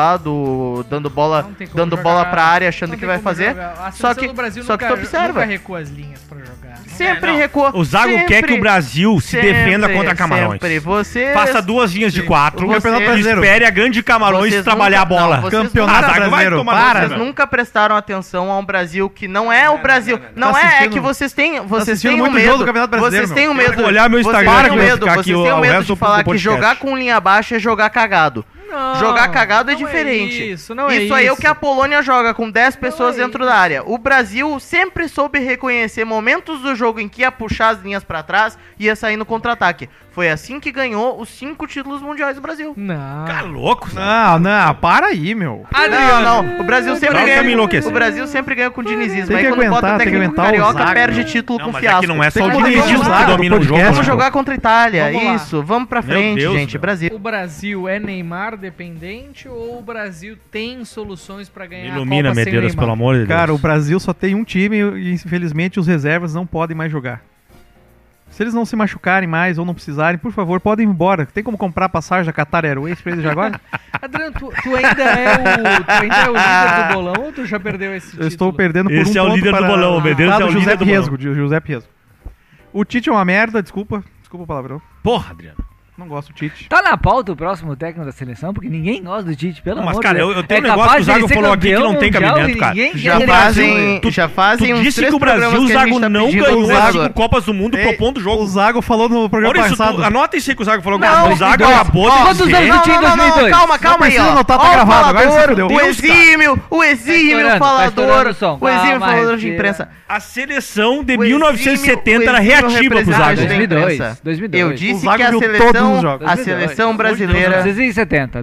[SPEAKER 2] atabalhoado, dando bola,
[SPEAKER 1] Não tem como
[SPEAKER 2] dando
[SPEAKER 1] jogar-
[SPEAKER 2] bola pra área,
[SPEAKER 1] Não
[SPEAKER 2] achando que
[SPEAKER 1] tem
[SPEAKER 2] vai
[SPEAKER 1] como
[SPEAKER 2] fazer.
[SPEAKER 1] jogar. A
[SPEAKER 2] Só
[SPEAKER 1] seleção
[SPEAKER 2] que-
[SPEAKER 1] do Brasil
[SPEAKER 2] só que tu
[SPEAKER 1] nunca-
[SPEAKER 2] observa.
[SPEAKER 1] nunca recua as linhas pra jogar. É,
[SPEAKER 2] Sempre recua.
[SPEAKER 4] O Zago quer que o Brasil se defenda contra Camarões.
[SPEAKER 2] Sempre. Você
[SPEAKER 4] Faça duas linhas de quatro.
[SPEAKER 2] Você-
[SPEAKER 4] e espere a grande Camarões
[SPEAKER 2] Vocês
[SPEAKER 4] trabalhar
[SPEAKER 2] nunca-
[SPEAKER 4] a bola.
[SPEAKER 2] não, vocês
[SPEAKER 4] Ah,
[SPEAKER 2] nunca-
[SPEAKER 4] Zago, vai
[SPEAKER 3] brasileiro,
[SPEAKER 4] tomar
[SPEAKER 2] Vocês
[SPEAKER 4] no cu, meu.
[SPEAKER 2] nunca prestaram atenção a um Brasil que não é o Brasil. Não,
[SPEAKER 3] Tá
[SPEAKER 2] é, é
[SPEAKER 3] assistindo-
[SPEAKER 2] que vocês
[SPEAKER 4] tá
[SPEAKER 2] têm, vocês
[SPEAKER 3] assistindo
[SPEAKER 2] têm um
[SPEAKER 3] muito jogo
[SPEAKER 2] medo.
[SPEAKER 3] do Campeonato Brasileiro,
[SPEAKER 2] vocês
[SPEAKER 3] meu.
[SPEAKER 2] têm um
[SPEAKER 4] Eu
[SPEAKER 2] medo.
[SPEAKER 4] vou olhar meu
[SPEAKER 2] vocês
[SPEAKER 4] Instagram
[SPEAKER 2] têm um
[SPEAKER 4] aqui, eu vou
[SPEAKER 2] medo,
[SPEAKER 4] ficar
[SPEAKER 2] vocês
[SPEAKER 4] aqui,
[SPEAKER 2] têm
[SPEAKER 4] ó,
[SPEAKER 2] um
[SPEAKER 4] o
[SPEAKER 2] medo
[SPEAKER 4] resto
[SPEAKER 2] de
[SPEAKER 4] do
[SPEAKER 2] falar que
[SPEAKER 4] podcast.
[SPEAKER 2] jogar com linha baixa é jogar cagado.
[SPEAKER 1] Não,
[SPEAKER 2] Jogar cagado é
[SPEAKER 1] não
[SPEAKER 2] diferente.
[SPEAKER 1] isso, não é
[SPEAKER 2] isso aí é o
[SPEAKER 1] isso.
[SPEAKER 2] que a Polônia joga com 10 pessoas
[SPEAKER 1] é
[SPEAKER 2] dentro da área. O Brasil sempre soube reconhecer momentos do jogo em que ia puxar as linhas pra trás e ia sair no contra-ataque. Foi assim que ganhou os cinco títulos mundiais do Brasil.
[SPEAKER 1] Não.
[SPEAKER 4] Tá louco, Zago?
[SPEAKER 3] Não, não, para aí, meu.
[SPEAKER 2] Não, não. O Brasil sempre
[SPEAKER 4] Brasil tá me
[SPEAKER 2] ganha. com-
[SPEAKER 4] enlouquecendo.
[SPEAKER 2] O Brasil sempre ganha com o dinizismo.
[SPEAKER 3] Tem
[SPEAKER 2] Aí
[SPEAKER 3] que
[SPEAKER 2] quando bota
[SPEAKER 3] aguentar,
[SPEAKER 2] o
[SPEAKER 3] tem que
[SPEAKER 2] técnico
[SPEAKER 3] aguentar o
[SPEAKER 2] carioca,
[SPEAKER 3] Zago.
[SPEAKER 2] perde título
[SPEAKER 4] Não,
[SPEAKER 2] com
[SPEAKER 4] mas
[SPEAKER 2] fiasco.
[SPEAKER 4] aqui não é só o
[SPEAKER 3] Tem que
[SPEAKER 4] Diniz
[SPEAKER 2] vamos lá,
[SPEAKER 4] que domina o jogo.
[SPEAKER 2] Vamos
[SPEAKER 4] né?
[SPEAKER 2] jogar contra a Itália.
[SPEAKER 1] Vamos lá.
[SPEAKER 2] Isso, vamos pra
[SPEAKER 4] Meu
[SPEAKER 2] frente,
[SPEAKER 4] Deus,
[SPEAKER 2] gente.
[SPEAKER 4] meu.
[SPEAKER 2] Brasil.
[SPEAKER 1] O Brasil é Neymar dependente ou o Brasil tem soluções pra ganhar a
[SPEAKER 4] Ilumina,
[SPEAKER 1] Copa sem
[SPEAKER 4] Medeiros,
[SPEAKER 1] Neymar?
[SPEAKER 4] pelo amor de Deus.
[SPEAKER 3] Cara, o Brasil só tem um time e infelizmente os reservas não podem mais jogar. Se eles não se machucarem mais ou não precisarem, por favor, podem ir embora. Tem como comprar passagem da Qatar Airways pra eles já agora?
[SPEAKER 1] Adriano, tu, tu ainda é o, tu ainda é o líder do bolão ou tu já perdeu esse título?
[SPEAKER 3] Eu estou perdendo por
[SPEAKER 4] Esse
[SPEAKER 3] um
[SPEAKER 4] é o
[SPEAKER 3] ponto
[SPEAKER 4] líder do
[SPEAKER 3] para...
[SPEAKER 4] bolão, o Medeiros
[SPEAKER 3] Dado
[SPEAKER 4] é o
[SPEAKER 3] José
[SPEAKER 4] líder do bolão.
[SPEAKER 3] Riesgo, de José Riesgo. O Tite é uma merda, desculpa. Desculpa o palavrão.
[SPEAKER 4] Porra, Adriano.
[SPEAKER 3] Não gosto do Tite.
[SPEAKER 6] Tá na pauta o próximo técnico da seleção, porque ninguém gosta do Tite, pelo
[SPEAKER 4] Não, mas,
[SPEAKER 6] amor
[SPEAKER 4] cara,
[SPEAKER 6] de Deus.
[SPEAKER 4] eu- eu tenho um
[SPEAKER 6] capaz
[SPEAKER 4] negócio que o
[SPEAKER 6] de ele
[SPEAKER 4] Zago
[SPEAKER 6] ser
[SPEAKER 4] falou aqui que
[SPEAKER 6] campeão
[SPEAKER 4] não tem
[SPEAKER 6] mundial
[SPEAKER 4] cabimento,
[SPEAKER 6] e
[SPEAKER 4] cara.
[SPEAKER 6] ninguém
[SPEAKER 2] Já
[SPEAKER 6] quer
[SPEAKER 2] fazem,
[SPEAKER 4] tu-
[SPEAKER 2] já fazem
[SPEAKER 4] Tu
[SPEAKER 2] uns
[SPEAKER 4] disse
[SPEAKER 2] três
[SPEAKER 4] que o Brasil,
[SPEAKER 2] programas
[SPEAKER 4] o
[SPEAKER 2] que a
[SPEAKER 4] Zago
[SPEAKER 2] gente tá
[SPEAKER 4] não
[SPEAKER 2] pedindo
[SPEAKER 4] ganhou
[SPEAKER 2] pro
[SPEAKER 4] as
[SPEAKER 2] Zago.
[SPEAKER 4] cinco Copas do Mundo propondo o
[SPEAKER 3] O
[SPEAKER 4] jogo.
[SPEAKER 3] Zago falou no programa
[SPEAKER 4] Olha isso,
[SPEAKER 3] passado.
[SPEAKER 4] tu, anota isso aí que o Zago falou.
[SPEAKER 2] Não,
[SPEAKER 4] agora. o
[SPEAKER 2] não,
[SPEAKER 4] Zago
[SPEAKER 2] não.
[SPEAKER 4] acabou de
[SPEAKER 6] Quantos
[SPEAKER 4] dizer-
[SPEAKER 6] anos não tinha em
[SPEAKER 2] não, não,
[SPEAKER 6] 2002?
[SPEAKER 2] calma, calma aí,
[SPEAKER 3] precisa
[SPEAKER 2] ó.
[SPEAKER 3] anotar, tá
[SPEAKER 2] Ó, o
[SPEAKER 3] gravado, agora
[SPEAKER 2] falador,
[SPEAKER 3] se fudeu.
[SPEAKER 2] o exímio, o exímio
[SPEAKER 6] estourando, tá
[SPEAKER 2] falador,
[SPEAKER 6] estourando o som.
[SPEAKER 2] o exímio
[SPEAKER 6] Calma,
[SPEAKER 2] falador de
[SPEAKER 6] respira.
[SPEAKER 2] imprensa.
[SPEAKER 4] A seleção de
[SPEAKER 2] O exímio-
[SPEAKER 4] 1970 era
[SPEAKER 2] o exímio
[SPEAKER 4] reativa pro
[SPEAKER 2] representante
[SPEAKER 4] Zago.
[SPEAKER 2] da
[SPEAKER 6] 2002,
[SPEAKER 2] imprensa.
[SPEAKER 6] 2002.
[SPEAKER 2] Eu
[SPEAKER 3] O
[SPEAKER 2] disse
[SPEAKER 3] Zago
[SPEAKER 2] que a
[SPEAKER 3] viu
[SPEAKER 2] seleção
[SPEAKER 3] todos nos
[SPEAKER 2] seleção,
[SPEAKER 3] jogos.
[SPEAKER 2] a seleção brasileira.
[SPEAKER 6] 1970,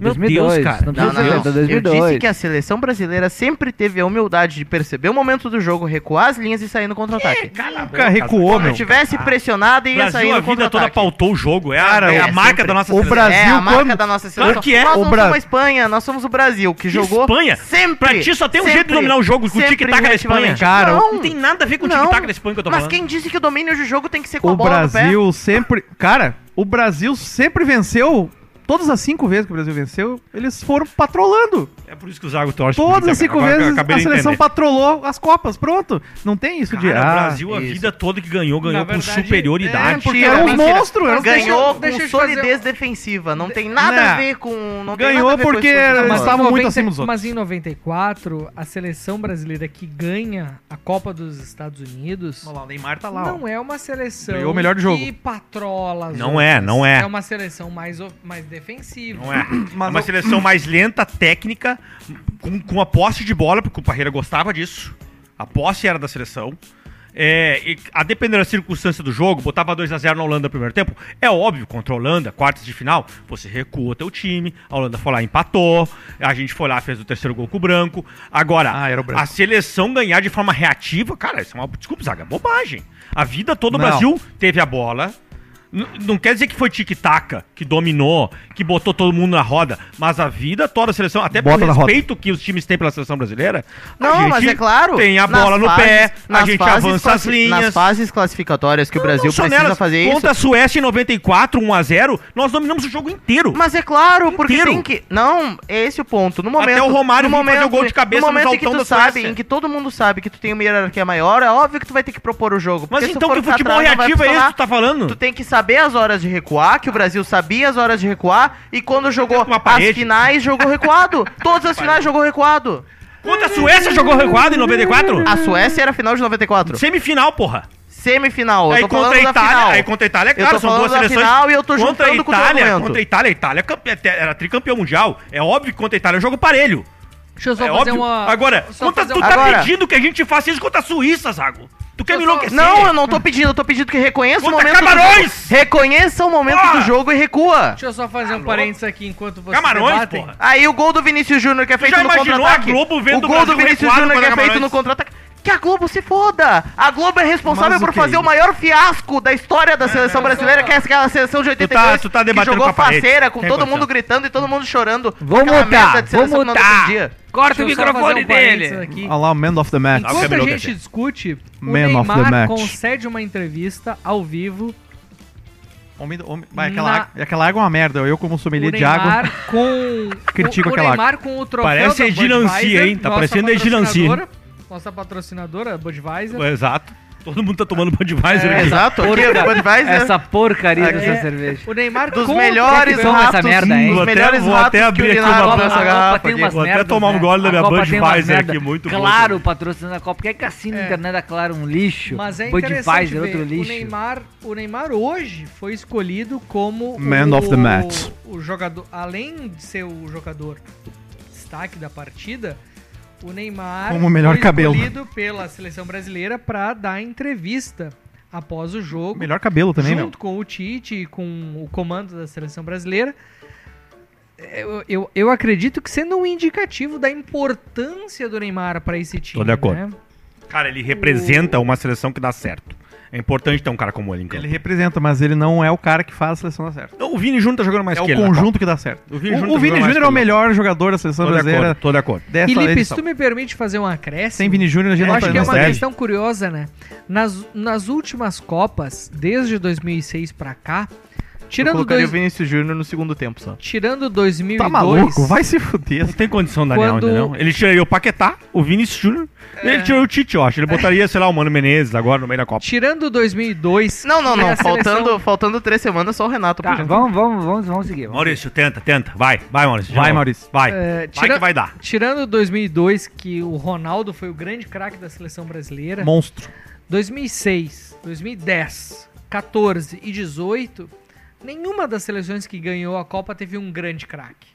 [SPEAKER 4] Meu
[SPEAKER 6] 2002.
[SPEAKER 4] Deus, cara.
[SPEAKER 6] Não
[SPEAKER 2] Não,
[SPEAKER 6] precisa
[SPEAKER 2] não,
[SPEAKER 6] ser
[SPEAKER 2] não.
[SPEAKER 6] 2002.
[SPEAKER 2] Eu disse que a seleção brasileira sempre teve a humildade de perceber o momento do jogo, recuar as linhas e sair no contra-ataque.
[SPEAKER 3] Nunca recuou,
[SPEAKER 2] Se
[SPEAKER 3] meu.
[SPEAKER 2] eu tivesse pressionado, ia sair
[SPEAKER 4] Brasil, a
[SPEAKER 2] no
[SPEAKER 4] vida toda
[SPEAKER 2] contra-ataque.
[SPEAKER 4] pautou o jogo. É a, é a
[SPEAKER 2] é,
[SPEAKER 4] marca
[SPEAKER 2] sempre.
[SPEAKER 4] da nossa
[SPEAKER 3] O
[SPEAKER 4] seleção.
[SPEAKER 3] Brasil,
[SPEAKER 2] é a marca
[SPEAKER 3] quando-
[SPEAKER 2] da nossa
[SPEAKER 4] Claro
[SPEAKER 2] seleção.
[SPEAKER 4] que é.
[SPEAKER 2] Nós
[SPEAKER 3] O
[SPEAKER 2] não
[SPEAKER 3] Bra-
[SPEAKER 2] somos a Espanha, nós somos o Brasil, que jogou
[SPEAKER 4] Espanha?
[SPEAKER 2] sempre.
[SPEAKER 4] Pra ti só tem um
[SPEAKER 2] sempre,
[SPEAKER 4] jeito de dominar o jogo, com o
[SPEAKER 2] sempre
[SPEAKER 4] tic-tac da Espanha.
[SPEAKER 2] relativamente.
[SPEAKER 3] Cara,
[SPEAKER 2] não,
[SPEAKER 4] Não tem nada a ver com o
[SPEAKER 2] Não.
[SPEAKER 4] tic-tac da Espanha que eu tô
[SPEAKER 2] Mas
[SPEAKER 4] falando.
[SPEAKER 2] quem disse que o domínio do jogo tem que ser com
[SPEAKER 3] O
[SPEAKER 2] a bola no pé?
[SPEAKER 3] Brasil sempre. Cara, o Brasil sempre venceu. Todas as cinco vezes que o Brasil venceu, eles foram patrolando.
[SPEAKER 4] É por isso que o Zago torce. pro
[SPEAKER 3] Todas
[SPEAKER 4] Inter,
[SPEAKER 3] as cinco
[SPEAKER 4] agora que eu
[SPEAKER 3] vezes
[SPEAKER 4] acabei
[SPEAKER 3] a
[SPEAKER 4] de
[SPEAKER 3] seleção
[SPEAKER 4] entender.
[SPEAKER 3] patrolou as Copas. Pronto. Não tem isso de.
[SPEAKER 4] Cara,
[SPEAKER 3] ah,
[SPEAKER 4] o Brasil, a vida toda que ganhou, ganhou
[SPEAKER 1] Na
[SPEAKER 4] com
[SPEAKER 1] verdade,
[SPEAKER 4] superioridade.
[SPEAKER 2] é, porque
[SPEAKER 3] Era um
[SPEAKER 2] Mentira.
[SPEAKER 3] monstro. Era um
[SPEAKER 2] Ganhou
[SPEAKER 1] deixa- deixa
[SPEAKER 2] com
[SPEAKER 1] eu te fazer
[SPEAKER 2] solidez defensiva, não tem nada
[SPEAKER 3] Não.
[SPEAKER 2] a ver com... Não
[SPEAKER 3] Ganhou
[SPEAKER 2] tem nada a ver com
[SPEAKER 3] porque
[SPEAKER 2] isso que eu tô
[SPEAKER 3] eles
[SPEAKER 2] falando.
[SPEAKER 3] estavam-
[SPEAKER 1] em
[SPEAKER 3] muito acima dos outros.
[SPEAKER 1] Mas em 94, a seleção brasileira que ganha a Copa dos Estados Unidos
[SPEAKER 3] Olha lá, o Neymar tá lá. ó.
[SPEAKER 1] não é uma seleção
[SPEAKER 3] Ganhou o melhor de
[SPEAKER 1] que
[SPEAKER 3] jogo.
[SPEAKER 1] patrola as
[SPEAKER 4] Não é,
[SPEAKER 1] outras.
[SPEAKER 4] não é.
[SPEAKER 1] É uma seleção mais, o- mais defensiva.
[SPEAKER 4] Não é. É uma seleção mais lenta, técnica, com, com a posse de bola, porque o Parreira gostava disso. A posse era da seleção. É, e a depender da circunstância do jogo, botava 2 a 0 na Holanda no primeiro tempo. É óbvio, contra a Holanda, quartas de final, você recuou teu time, a Holanda foi lá, e empatou, a gente foi lá, fez o terceiro gol com o branco. Agora,
[SPEAKER 3] Ah, era o branco.
[SPEAKER 4] a seleção ganhar de forma reativa, cara, isso é uma. Desculpa, Zaga, é bobagem. A vida toda o
[SPEAKER 3] Não.
[SPEAKER 4] Brasil teve a bola, N- Não quer dizer que foi tic-tac, que dominou, que botou todo mundo na roda, mas a vida toda a seleção, até
[SPEAKER 3] Bota
[SPEAKER 4] pelo
[SPEAKER 3] na roda.
[SPEAKER 4] respeito que os times têm pela seleção brasileira, a
[SPEAKER 2] Não, mas
[SPEAKER 4] gente
[SPEAKER 2] é claro.
[SPEAKER 4] Tem a
[SPEAKER 2] nas
[SPEAKER 4] bola no
[SPEAKER 2] fases-
[SPEAKER 4] pé, a
[SPEAKER 2] nas
[SPEAKER 4] gente
[SPEAKER 2] fases
[SPEAKER 4] avança as
[SPEAKER 2] classi-
[SPEAKER 4] linhas.
[SPEAKER 2] Nas fases classificatórias que o Brasil
[SPEAKER 4] Não só
[SPEAKER 2] precisa
[SPEAKER 4] nelas,
[SPEAKER 2] fazer isso,
[SPEAKER 4] Contra a Suécia em 94, 1 a 0, nós dominamos o jogo inteiro.
[SPEAKER 2] Mas é claro, porque
[SPEAKER 4] Inteiro.
[SPEAKER 2] tem que. Não, é esse o ponto. No momento,
[SPEAKER 4] Até o Romário
[SPEAKER 2] no
[SPEAKER 4] vir fazer o gol de cabeça
[SPEAKER 2] no momento
[SPEAKER 4] no
[SPEAKER 2] em que
[SPEAKER 4] Altão
[SPEAKER 2] tu
[SPEAKER 4] da
[SPEAKER 2] sabe,
[SPEAKER 4] Suécia.
[SPEAKER 2] em que todo mundo sabe que tu tem uma hierarquia maior, é óbvio que tu vai ter que propor o jogo.
[SPEAKER 4] Mas
[SPEAKER 2] porque se
[SPEAKER 4] então
[SPEAKER 2] for
[SPEAKER 4] que
[SPEAKER 2] ficar
[SPEAKER 4] futebol
[SPEAKER 2] atrás, não vai
[SPEAKER 4] reativo é esse que
[SPEAKER 2] funcionar.
[SPEAKER 4] tu tá falando?
[SPEAKER 2] Tu tem que saber as horas de recuar, que o Brasil sabia as horas de recuar, e quando jogou
[SPEAKER 4] com uma
[SPEAKER 2] as
[SPEAKER 4] parede.
[SPEAKER 2] finais, jogou recuado. Todas as finais jogou recuado.
[SPEAKER 4] Contra a Suécia jogou recuado em 94?
[SPEAKER 2] A Suécia era a final de 94.
[SPEAKER 4] Semifinal, porra.
[SPEAKER 2] Semifinal. Eu
[SPEAKER 4] aí
[SPEAKER 2] tô
[SPEAKER 4] contra a
[SPEAKER 2] falando da
[SPEAKER 4] Itália,
[SPEAKER 2] final.
[SPEAKER 4] aí contra a Itália, é
[SPEAKER 2] Eu tô
[SPEAKER 4] claro, são
[SPEAKER 2] falando
[SPEAKER 4] duas
[SPEAKER 2] da
[SPEAKER 4] seleções.
[SPEAKER 2] final e eu tô
[SPEAKER 4] contra a
[SPEAKER 2] juntando com o teu
[SPEAKER 4] Itália,
[SPEAKER 2] argumento.
[SPEAKER 4] contra a Itália, a Itália é campe- até- era tricampeão mundial. É óbvio que contra a Itália é jogo parelho.
[SPEAKER 1] Deixa eu só
[SPEAKER 4] É
[SPEAKER 1] fazer
[SPEAKER 4] óbvio.
[SPEAKER 1] uma.
[SPEAKER 4] Agora,
[SPEAKER 1] só
[SPEAKER 4] conta,
[SPEAKER 1] fazer
[SPEAKER 4] tu
[SPEAKER 1] um-
[SPEAKER 4] tá
[SPEAKER 2] Agora-
[SPEAKER 4] pedindo que a gente faça isso contra a Suíça, Zago. Tu quer
[SPEAKER 1] Eu
[SPEAKER 4] me
[SPEAKER 1] só-
[SPEAKER 4] enlouquecer?
[SPEAKER 2] Não, eu não tô pedindo, eu tô pedindo que reconheça
[SPEAKER 4] Contra
[SPEAKER 2] o momento do
[SPEAKER 4] Camarões!
[SPEAKER 2] jogo. Reconheça o momento
[SPEAKER 4] Porra!
[SPEAKER 2] do jogo e recua.
[SPEAKER 1] Deixa eu só fazer um parênteses aqui enquanto vocês
[SPEAKER 4] Camarões,
[SPEAKER 1] debatem.
[SPEAKER 4] porra.
[SPEAKER 2] Aí o gol do Vinícius Júnior que é feito no
[SPEAKER 4] já imaginou
[SPEAKER 2] contra-ataque.
[SPEAKER 4] a Globo vendo
[SPEAKER 2] o
[SPEAKER 4] o
[SPEAKER 2] gol do
[SPEAKER 4] Brasil
[SPEAKER 2] Vinícius
[SPEAKER 4] recuado
[SPEAKER 2] Júnior que é
[SPEAKER 4] contra
[SPEAKER 2] feito
[SPEAKER 4] Camarões?
[SPEAKER 2] no contra-ataque. Que a Globo se foda! A Globo é responsável
[SPEAKER 3] Mas o
[SPEAKER 2] por
[SPEAKER 3] que é
[SPEAKER 2] fazer o
[SPEAKER 3] isso?
[SPEAKER 2] maior fiasco da história da seleção brasileira, que é aquela seleção de 82
[SPEAKER 4] tu tá
[SPEAKER 2] que
[SPEAKER 4] debatendo
[SPEAKER 2] jogou
[SPEAKER 4] com a parede.
[SPEAKER 2] faceira, com
[SPEAKER 4] Tem
[SPEAKER 2] todo
[SPEAKER 4] condição.
[SPEAKER 2] mundo gritando e todo mundo chorando.
[SPEAKER 6] Vou
[SPEAKER 2] Aquela
[SPEAKER 6] mutar,
[SPEAKER 2] merda de
[SPEAKER 6] vou
[SPEAKER 2] seleção que não
[SPEAKER 6] mutar.
[SPEAKER 2] defendia.
[SPEAKER 6] Corta o
[SPEAKER 1] Deixa eu só fazer
[SPEAKER 6] microfone
[SPEAKER 1] um parênteses
[SPEAKER 6] dele.
[SPEAKER 1] Aqui.
[SPEAKER 3] Olha lá, o man of the match.
[SPEAKER 4] Ah, o
[SPEAKER 1] Enquanto a
[SPEAKER 4] Camilo
[SPEAKER 1] gente
[SPEAKER 4] Café.
[SPEAKER 1] discute, o
[SPEAKER 3] Man of the
[SPEAKER 1] Neymar
[SPEAKER 3] match.
[SPEAKER 1] concede uma entrevista ao vivo.
[SPEAKER 3] Homem, do- homem- Vai, aquela,
[SPEAKER 1] Na-
[SPEAKER 3] água, aquela água é uma merda. Eu, como sommelier
[SPEAKER 1] o
[SPEAKER 3] de água.
[SPEAKER 1] Neymar com
[SPEAKER 3] Critico
[SPEAKER 1] o, o
[SPEAKER 3] aquela
[SPEAKER 1] Neymar com o troféu
[SPEAKER 4] Parece
[SPEAKER 1] da
[SPEAKER 4] Edir Lanci,
[SPEAKER 1] Budweiser,
[SPEAKER 4] hein? Tá
[SPEAKER 1] nossa
[SPEAKER 4] parecendo Edir Lanci.
[SPEAKER 1] patrocinadora- Nossa patrocinadora, Budweiser.
[SPEAKER 4] Exato. Todo mundo tá tomando Budweiser aqui.
[SPEAKER 2] É,
[SPEAKER 4] né?
[SPEAKER 2] Exato, aqui o Budweiser
[SPEAKER 6] Essa porcaria
[SPEAKER 2] Aqui.
[SPEAKER 6] dessa cerveja.
[SPEAKER 1] O Neymar
[SPEAKER 2] dos
[SPEAKER 1] com o
[SPEAKER 2] melhores
[SPEAKER 6] que toma essa
[SPEAKER 2] ratos,
[SPEAKER 6] merda, hein?
[SPEAKER 4] Vou
[SPEAKER 2] dos
[SPEAKER 4] até-
[SPEAKER 2] melhores
[SPEAKER 4] vou
[SPEAKER 2] ratos que
[SPEAKER 4] até abrir aqui uma
[SPEAKER 2] urinaram
[SPEAKER 4] Copa-
[SPEAKER 2] nessa garrafa.
[SPEAKER 6] tem
[SPEAKER 2] aqui.
[SPEAKER 6] umas
[SPEAKER 4] Vou até
[SPEAKER 6] merdas,
[SPEAKER 4] tomar um gole da
[SPEAKER 6] A
[SPEAKER 4] minha
[SPEAKER 6] Copa tem umas
[SPEAKER 4] Budweiser
[SPEAKER 6] merda.
[SPEAKER 4] aqui, muito boa,
[SPEAKER 6] Claro, o patrocínio da Copa, porque é cassino
[SPEAKER 1] É.
[SPEAKER 6] internet da Claro, um lixo.
[SPEAKER 1] Mas é interessante
[SPEAKER 6] Budweiser,
[SPEAKER 1] ver,
[SPEAKER 6] outro
[SPEAKER 1] O,
[SPEAKER 6] lixo.
[SPEAKER 1] Neymar, o Neymar hoje foi escolhido como
[SPEAKER 3] Man
[SPEAKER 1] o,
[SPEAKER 3] of the match.
[SPEAKER 1] o jogador, além de ser o jogador destaque da partida, o Neymar
[SPEAKER 3] Como o melhor
[SPEAKER 1] foi
[SPEAKER 3] cabelo.
[SPEAKER 1] escolhido pela seleção brasileira para dar entrevista após o jogo,
[SPEAKER 3] Melhor cabelo também,
[SPEAKER 1] junto
[SPEAKER 3] meu.
[SPEAKER 1] com o Tite e com o comando da seleção brasileira. Eu, eu, eu acredito que sendo um indicativo da importância do Neymar para esse time.
[SPEAKER 4] de acordo.
[SPEAKER 1] né?
[SPEAKER 4] Cara, ele representa uma seleção que dá certo. É importante ter um cara como ele, então.
[SPEAKER 3] Ele representa, mas ele não é o cara que faz a seleção dar certo.
[SPEAKER 4] O Vini Júnior tá jogando mais
[SPEAKER 3] é o
[SPEAKER 4] que ele. na
[SPEAKER 3] conjunto que dá certo.
[SPEAKER 4] Copa. O
[SPEAKER 3] O,
[SPEAKER 4] Vini Júnior
[SPEAKER 3] o
[SPEAKER 4] tá
[SPEAKER 3] Vini
[SPEAKER 4] jogando
[SPEAKER 3] Júnior é
[SPEAKER 4] mais
[SPEAKER 3] o
[SPEAKER 4] que ele.
[SPEAKER 3] melhor jogador da seleção
[SPEAKER 4] Tô de
[SPEAKER 3] brasileira
[SPEAKER 4] acordo, tô de acordo.
[SPEAKER 3] dessa
[SPEAKER 1] Felipe, se
[SPEAKER 3] edição.
[SPEAKER 1] tu me permite fazer um acréscimo.
[SPEAKER 3] Sem Vini Júnior, a gente
[SPEAKER 1] Eu
[SPEAKER 3] não
[SPEAKER 1] acho
[SPEAKER 3] faz
[SPEAKER 1] que é uma
[SPEAKER 3] nada.
[SPEAKER 4] deve.
[SPEAKER 1] questão curiosa, né? Nas, nas últimas Copas, desde 2006 pra cá,
[SPEAKER 2] Eu
[SPEAKER 1] tirando,
[SPEAKER 2] colocaria
[SPEAKER 1] dois,
[SPEAKER 2] o Vinícius Júnior no segundo tempo só.
[SPEAKER 1] tirando 2002...
[SPEAKER 3] Tá maluco? Vai se fuder.
[SPEAKER 4] Não tem condição, Daniel,
[SPEAKER 1] Quando- É.
[SPEAKER 4] ainda não. Ele tiraria o Paquetá, o Vinícius Júnior, ele tiraria o Tite, eu acho. Ele botaria, sei lá, o Mano Menezes agora no meio da Copa.
[SPEAKER 1] Tirando 2002...
[SPEAKER 2] Não, não,
[SPEAKER 1] que é
[SPEAKER 2] não.
[SPEAKER 1] a seleção-
[SPEAKER 2] Faltando, faltando três semanas, só o Renato.
[SPEAKER 6] Tá,
[SPEAKER 2] por exemplo.
[SPEAKER 6] vamos, vamos, vamos, vamos seguir. vamos.
[SPEAKER 4] Maurício, tenta, tenta. Vai, vai, Maurício.
[SPEAKER 3] Vai,
[SPEAKER 4] Já-
[SPEAKER 3] Maurício.
[SPEAKER 4] Vai.
[SPEAKER 1] É,
[SPEAKER 4] vai
[SPEAKER 1] tira-
[SPEAKER 4] que vai dar.
[SPEAKER 1] Tirando 2002, que o Ronaldo foi o grande craque da seleção brasileira,
[SPEAKER 3] Monstro.
[SPEAKER 1] 2006, 2010, 14 e 18, nenhuma das seleções que ganhou a Copa teve um grande craque.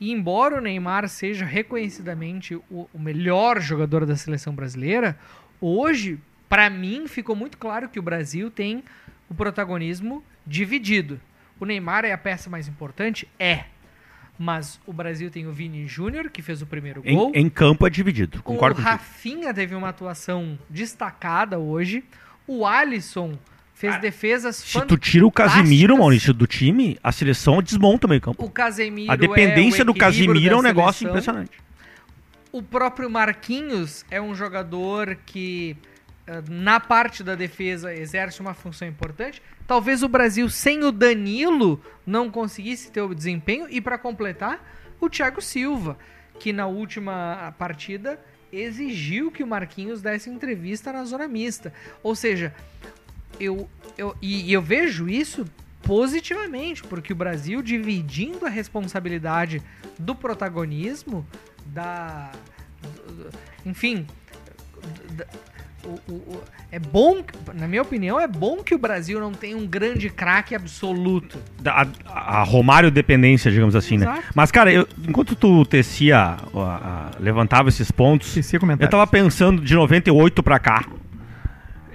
[SPEAKER 1] E embora o Neymar seja reconhecidamente o, o melhor jogador da seleção brasileira, hoje, para mim, ficou muito claro que o Brasil tem o protagonismo dividido. O Neymar é a peça mais importante? É. Mas o Brasil tem o Vini Júnior, que fez o primeiro
[SPEAKER 4] Em,
[SPEAKER 1] gol.
[SPEAKER 4] em campo é dividido, concordo
[SPEAKER 1] o
[SPEAKER 4] com
[SPEAKER 1] Rafinha teve uma atuação destacada hoje. O Alisson fez defesas
[SPEAKER 4] Se tu tira o Casimiro,
[SPEAKER 1] assim.
[SPEAKER 4] Maurício, do time, a seleção desmonta o meio campo.
[SPEAKER 1] O Casemiro
[SPEAKER 4] A
[SPEAKER 1] é
[SPEAKER 4] dependência
[SPEAKER 1] o
[SPEAKER 4] do
[SPEAKER 1] equilíbrio
[SPEAKER 4] Casimiro é
[SPEAKER 1] da
[SPEAKER 4] um negócio
[SPEAKER 1] seleção.
[SPEAKER 4] impressionante.
[SPEAKER 1] O próprio Marquinhos é um jogador que, eh, na parte da defesa, exerce uma função importante. Talvez o Brasil, sem o Danilo, não conseguisse ter o desempenho. E, para completar, o Thiago Silva, que na última partida exigiu que o Marquinhos desse entrevista na zona mista. Ou seja, eu, eu, e e eu vejo isso positivamente, porque o Brasil dividindo a responsabilidade do protagonismo, da. do- do- enfim. da- o- o- o- é bom, que- na minha opinião, é bom que o Brasil não tenha um grande craque absoluto.
[SPEAKER 4] Da- a, a Romário dependência, digamos assim, né?
[SPEAKER 1] Exato.
[SPEAKER 4] Mas, cara, eu- enquanto tu tecia, a- a- levantava esses pontos,
[SPEAKER 3] Esqueci o
[SPEAKER 4] eu
[SPEAKER 3] comentário.
[SPEAKER 4] tava pensando de 98 pra cá.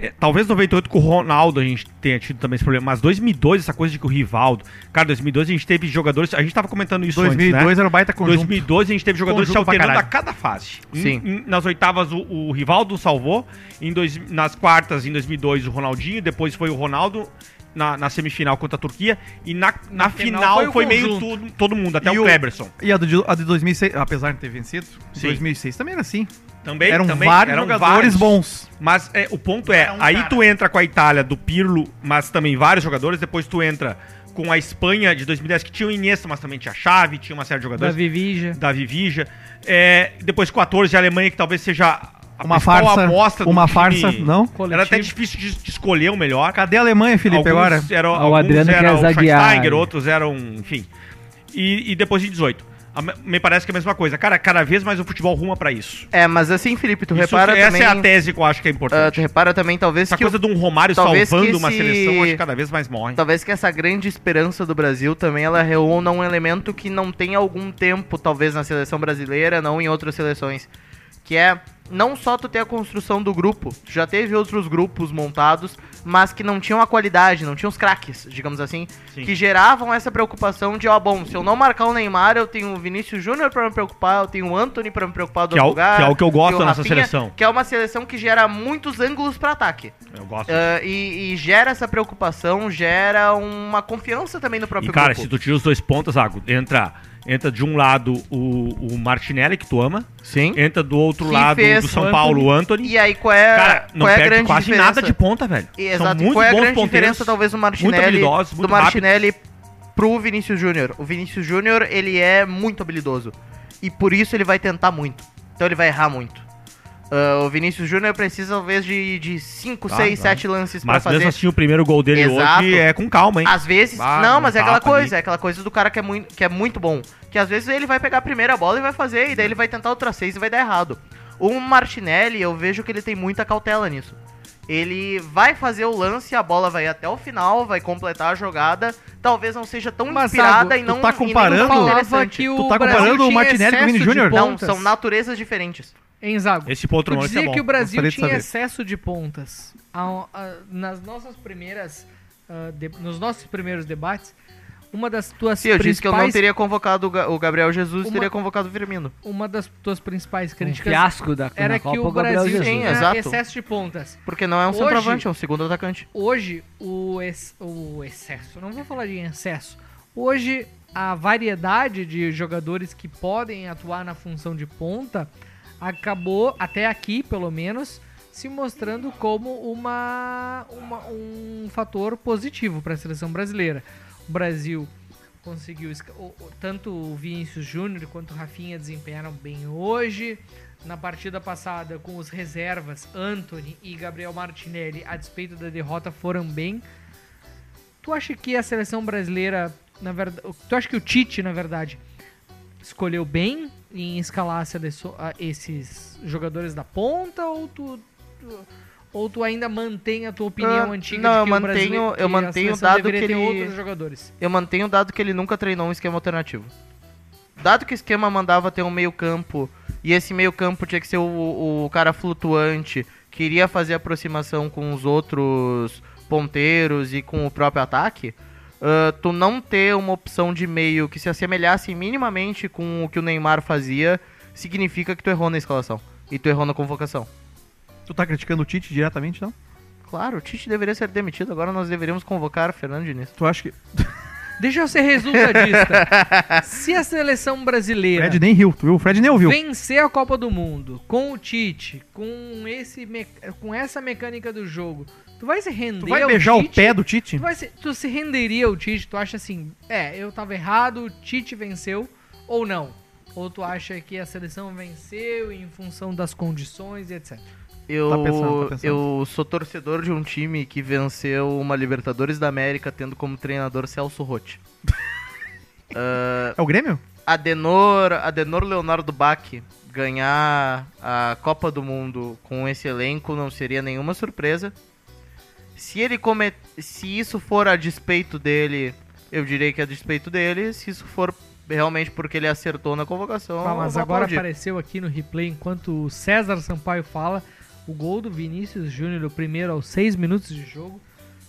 [SPEAKER 4] É, Talvez 98 com o Ronaldo a gente tenha tido também esse problema, mas 2002 essa coisa de que o Rivaldo. Cara, 2002 a gente teve jogadores. A gente tava comentando isso antes, né?
[SPEAKER 3] 2002 era o baita é conjunto.
[SPEAKER 4] 2002 a gente teve jogadores se
[SPEAKER 3] Conjunto pra
[SPEAKER 4] alternando a
[SPEAKER 3] caralho.
[SPEAKER 4] cada fase. Em-
[SPEAKER 2] Sim.
[SPEAKER 4] em- nas oitavas o, o Rivaldo salvou, em dois, nas quartas em 2002 o Ronaldinho, depois foi o Ronaldo na, na semifinal contra a Turquia e na, na,
[SPEAKER 1] Na
[SPEAKER 4] final
[SPEAKER 1] final
[SPEAKER 4] foi,
[SPEAKER 1] foi o
[SPEAKER 4] meio
[SPEAKER 1] conjunto.
[SPEAKER 4] tudo, todo mundo, até
[SPEAKER 3] E
[SPEAKER 4] o
[SPEAKER 3] o-
[SPEAKER 4] Kleberson.
[SPEAKER 3] E a do de- a de 2006, apesar de ter vencido,
[SPEAKER 4] Sim.
[SPEAKER 3] 2006 também era assim.
[SPEAKER 4] Também,
[SPEAKER 3] Eram
[SPEAKER 4] também,
[SPEAKER 3] vários
[SPEAKER 4] eram
[SPEAKER 3] jogadores
[SPEAKER 4] vários.
[SPEAKER 3] bons.
[SPEAKER 4] Mas é, o ponto é,
[SPEAKER 3] Era um
[SPEAKER 4] aí
[SPEAKER 3] cara.
[SPEAKER 4] tu entra com a Itália do Pirlo, mas também vários jogadores, depois tu entra com a Espanha de 2010, que tinha o Iniesta, mas também tinha a Chave, tinha uma série de jogadores.
[SPEAKER 1] Vivija.
[SPEAKER 4] Davi Vija. É, depois 14 a Alemanha, que talvez seja a
[SPEAKER 3] Uma
[SPEAKER 4] principal
[SPEAKER 3] farsa,
[SPEAKER 4] amostra do
[SPEAKER 3] uma
[SPEAKER 4] time.
[SPEAKER 3] farsa, não?
[SPEAKER 4] Era
[SPEAKER 1] Coletivo.
[SPEAKER 4] até difícil de, de escolher o melhor.
[SPEAKER 3] Cadê a Alemanha, Felipe, agora?
[SPEAKER 4] Alguns é. eram,
[SPEAKER 6] Ah, o
[SPEAKER 4] alguns
[SPEAKER 6] Adriano
[SPEAKER 3] é
[SPEAKER 4] eram
[SPEAKER 6] quer zaguear.
[SPEAKER 4] Schweinsteiger, outros eram, enfim. E, e depois de 18. A me- Me parece que é a mesma coisa. Cara, cada vez mais o futebol ruma pra isso.
[SPEAKER 2] É, mas assim, Felipe, tu
[SPEAKER 4] Isso-
[SPEAKER 2] repara
[SPEAKER 4] essa
[SPEAKER 2] também...
[SPEAKER 4] é a tese que eu acho que é
[SPEAKER 2] ah,
[SPEAKER 4] importante.
[SPEAKER 2] tu repara também, talvez,
[SPEAKER 4] Essa
[SPEAKER 2] que o-
[SPEAKER 4] coisa de um Romário
[SPEAKER 2] talvez que
[SPEAKER 4] salvando uma
[SPEAKER 2] esse-
[SPEAKER 4] seleção, eu acho que cada vez mais morre.
[SPEAKER 2] Talvez que essa grande esperança do Brasil também ela reúna um elemento que não tem há algum tempo, talvez na seleção brasileira, não em outras seleções, que é não só tu ter a construção do grupo, tu já teve outros grupos montados, mas que não tinham a qualidade, não tinham os craques, digamos assim,
[SPEAKER 4] Sim.
[SPEAKER 2] que geravam essa preocupação de, ó, bom, se eu não marcar o Neymar, eu tenho o Vinícius Júnior pra me preocupar, eu tenho o Anthony pra me preocupar do
[SPEAKER 4] Que é o-
[SPEAKER 2] outro lugar,
[SPEAKER 4] que é o que eu gosto
[SPEAKER 2] tenho o
[SPEAKER 4] nessa seleção.
[SPEAKER 2] Que é uma seleção que gera muitos ângulos pra ataque.
[SPEAKER 4] Eu gosto.
[SPEAKER 2] Ah, e, e gera essa preocupação, gera uma confiança também no
[SPEAKER 4] E
[SPEAKER 2] próprio
[SPEAKER 4] cara, se
[SPEAKER 2] grupo.
[SPEAKER 4] tu tira os dois pontos, Zago, entra, entra de um lado o, o Martinelli, que tu ama,
[SPEAKER 2] Sim.
[SPEAKER 4] entra do outro
[SPEAKER 2] Que
[SPEAKER 4] lado
[SPEAKER 2] fez
[SPEAKER 4] do São
[SPEAKER 2] o Antony.
[SPEAKER 4] Paulo, o Anthony.
[SPEAKER 2] E aí qual é,
[SPEAKER 4] cara, não
[SPEAKER 2] qual é a
[SPEAKER 4] perde
[SPEAKER 2] grande
[SPEAKER 4] quase
[SPEAKER 2] diferença?
[SPEAKER 4] nada de ponta, velho.
[SPEAKER 2] E- Exato.
[SPEAKER 4] São muito
[SPEAKER 2] qual é a
[SPEAKER 4] bons
[SPEAKER 2] grande
[SPEAKER 4] ponteiros,
[SPEAKER 2] diferença talvez do Martinelli,
[SPEAKER 4] habilidosos,
[SPEAKER 2] do
[SPEAKER 4] muito rápidos.
[SPEAKER 2] Martinelli pro Vinícius Júnior? O Vinícius Júnior, ele é muito habilidoso. E por isso ele vai tentar muito. Então ele vai errar muito. Ah, o Vinícius Júnior precisa talvez de 5, 6,
[SPEAKER 4] Vai, vai.
[SPEAKER 2] 7 lances pra
[SPEAKER 4] Mas
[SPEAKER 2] fazer.
[SPEAKER 4] mesmo assim, o primeiro gol dele
[SPEAKER 2] Exato.
[SPEAKER 4] hoje é com calma, hein?
[SPEAKER 2] Às vezes,
[SPEAKER 4] Ah,
[SPEAKER 2] não, mas é
[SPEAKER 4] um
[SPEAKER 2] aquela
[SPEAKER 4] tapa ali.
[SPEAKER 2] coisa, é aquela coisa do cara que é, muito, que é muito bom. Que às vezes ele vai pegar a primeira bola e vai fazer, e daí ele vai tentar outra seis e vai dar errado. O Martinelli, eu vejo que ele tem muita cautela nisso. Ele vai fazer o lance, a bola vai até o final, vai completar a jogada. Talvez não seja tão
[SPEAKER 1] Mas,
[SPEAKER 2] inspirada
[SPEAKER 1] Sago,
[SPEAKER 2] e não
[SPEAKER 3] tá
[SPEAKER 2] e nem
[SPEAKER 3] comparando?
[SPEAKER 2] tão
[SPEAKER 3] Falava
[SPEAKER 2] interessante.
[SPEAKER 3] Tu tá comparando o Martinelli com o Vini Júnior?
[SPEAKER 2] Não, são naturezas diferentes.
[SPEAKER 1] Em Zago.
[SPEAKER 4] Esse ponto
[SPEAKER 1] Tu
[SPEAKER 4] não
[SPEAKER 1] dizia
[SPEAKER 4] é bom.
[SPEAKER 1] que o Brasil
[SPEAKER 3] Gostaria de
[SPEAKER 1] tinha
[SPEAKER 3] saber.
[SPEAKER 1] excesso de pontas. A- a- nas nossas primeiras, ah, de- nos nossos primeiros debates, uma das tuas
[SPEAKER 2] Sim, eu disse que eu não
[SPEAKER 1] principais-
[SPEAKER 2] teria convocado o Ga- o Gabriel Jesus e
[SPEAKER 1] Uma-
[SPEAKER 2] teria convocado o Firmino.
[SPEAKER 1] uma das tuas principais
[SPEAKER 6] Um
[SPEAKER 1] críticas
[SPEAKER 6] fiasco da
[SPEAKER 1] assim. era
[SPEAKER 6] na
[SPEAKER 1] que
[SPEAKER 6] Copa,
[SPEAKER 1] o
[SPEAKER 6] Gabriel
[SPEAKER 1] Brasil
[SPEAKER 6] Jesus.
[SPEAKER 2] Sim,
[SPEAKER 1] tinha
[SPEAKER 2] exato.
[SPEAKER 1] excesso de pontas.
[SPEAKER 2] Porque não é um
[SPEAKER 1] Hoje-
[SPEAKER 2] centroavante, é um segundo atacante.
[SPEAKER 1] Hoje, o, ex- o excesso, não vou falar de excesso. Hoje, a variedade de jogadores que podem atuar na função de ponta acabou, até aqui pelo menos, se mostrando como uma, uma- um fator positivo para a seleção brasileira. O Brasil conseguiu. esca- o- o- Tanto o Vinícius Júnior quanto o Rafinha desempenharam bem hoje. Na partida passada, com os reservas, Anthony e Gabriel Martinelli, a despeito da derrota, foram bem. Tu acha que a seleção brasileira, na verdade. Tu acha que o Tite, na verdade, escolheu bem em escalar a seleção- a esses jogadores da ponta? Ou tu. tu- ou tu ainda mantém a tua opinião
[SPEAKER 2] Ah,
[SPEAKER 1] antiga
[SPEAKER 2] não,
[SPEAKER 1] de
[SPEAKER 2] eu
[SPEAKER 1] que o
[SPEAKER 2] mantenho-
[SPEAKER 1] brasileiro-
[SPEAKER 2] eu
[SPEAKER 1] que a
[SPEAKER 2] mantenho
[SPEAKER 1] seleção
[SPEAKER 2] o dado
[SPEAKER 1] deveria
[SPEAKER 2] que
[SPEAKER 1] ter
[SPEAKER 2] ele-
[SPEAKER 1] outros jogadores?
[SPEAKER 2] Eu mantenho o dado que ele nunca treinou um esquema alternativo. Dado que o esquema mandava ter um meio campo, e esse meio campo tinha que ser o, o cara flutuante, que iria fazer aproximação com os outros ponteiros e com o próprio ataque, ah, tu não ter uma opção de meio que se assemelhasse minimamente com o que o Neymar fazia, significa que tu errou na escalação. E tu errou na convocação.
[SPEAKER 3] Tu tá criticando o Tite diretamente, não?
[SPEAKER 2] Claro, o Tite deveria ser demitido, agora nós deveríamos convocar Fernando Diniz.
[SPEAKER 3] Tu acha que.
[SPEAKER 1] Deixa eu ser resultadista. Se a seleção brasileira
[SPEAKER 3] Fred nem riu, tu viu? O Fred nem ouviu.
[SPEAKER 1] vencer a Copa do Mundo com o Tite, com, esse me- com essa mecânica do jogo, tu vai se render
[SPEAKER 3] Tu vai
[SPEAKER 1] ao
[SPEAKER 3] beijar o
[SPEAKER 1] Tite?
[SPEAKER 3] pé do Tite?
[SPEAKER 1] Tu, vai se, tu se renderia ao Tite? Tu acha assim, é, eu tava errado, o Tite venceu ou não? Ou tu acha que a seleção venceu em função das condições e etc?
[SPEAKER 2] Eu,
[SPEAKER 3] Tá pensando, tá pensando.
[SPEAKER 2] eu sou torcedor de um time que venceu uma Libertadores da América tendo como treinador Celso Rotti.
[SPEAKER 3] É o Grêmio?
[SPEAKER 2] Adenor, Adenor Leonardo Bach ganhar a Copa do Mundo com esse elenco não seria nenhuma surpresa. Se ele come... se isso for a despeito dele, eu direi que é a despeito dele. Se isso for realmente porque ele acertou na convocação,
[SPEAKER 3] Ah,
[SPEAKER 1] Pá, mas
[SPEAKER 2] eu vou
[SPEAKER 1] agora
[SPEAKER 2] aplaudir.
[SPEAKER 1] apareceu aqui no replay, enquanto o César Sampaio fala, o gol do Vinícius Júnior, o primeiro aos seis minutos de jogo,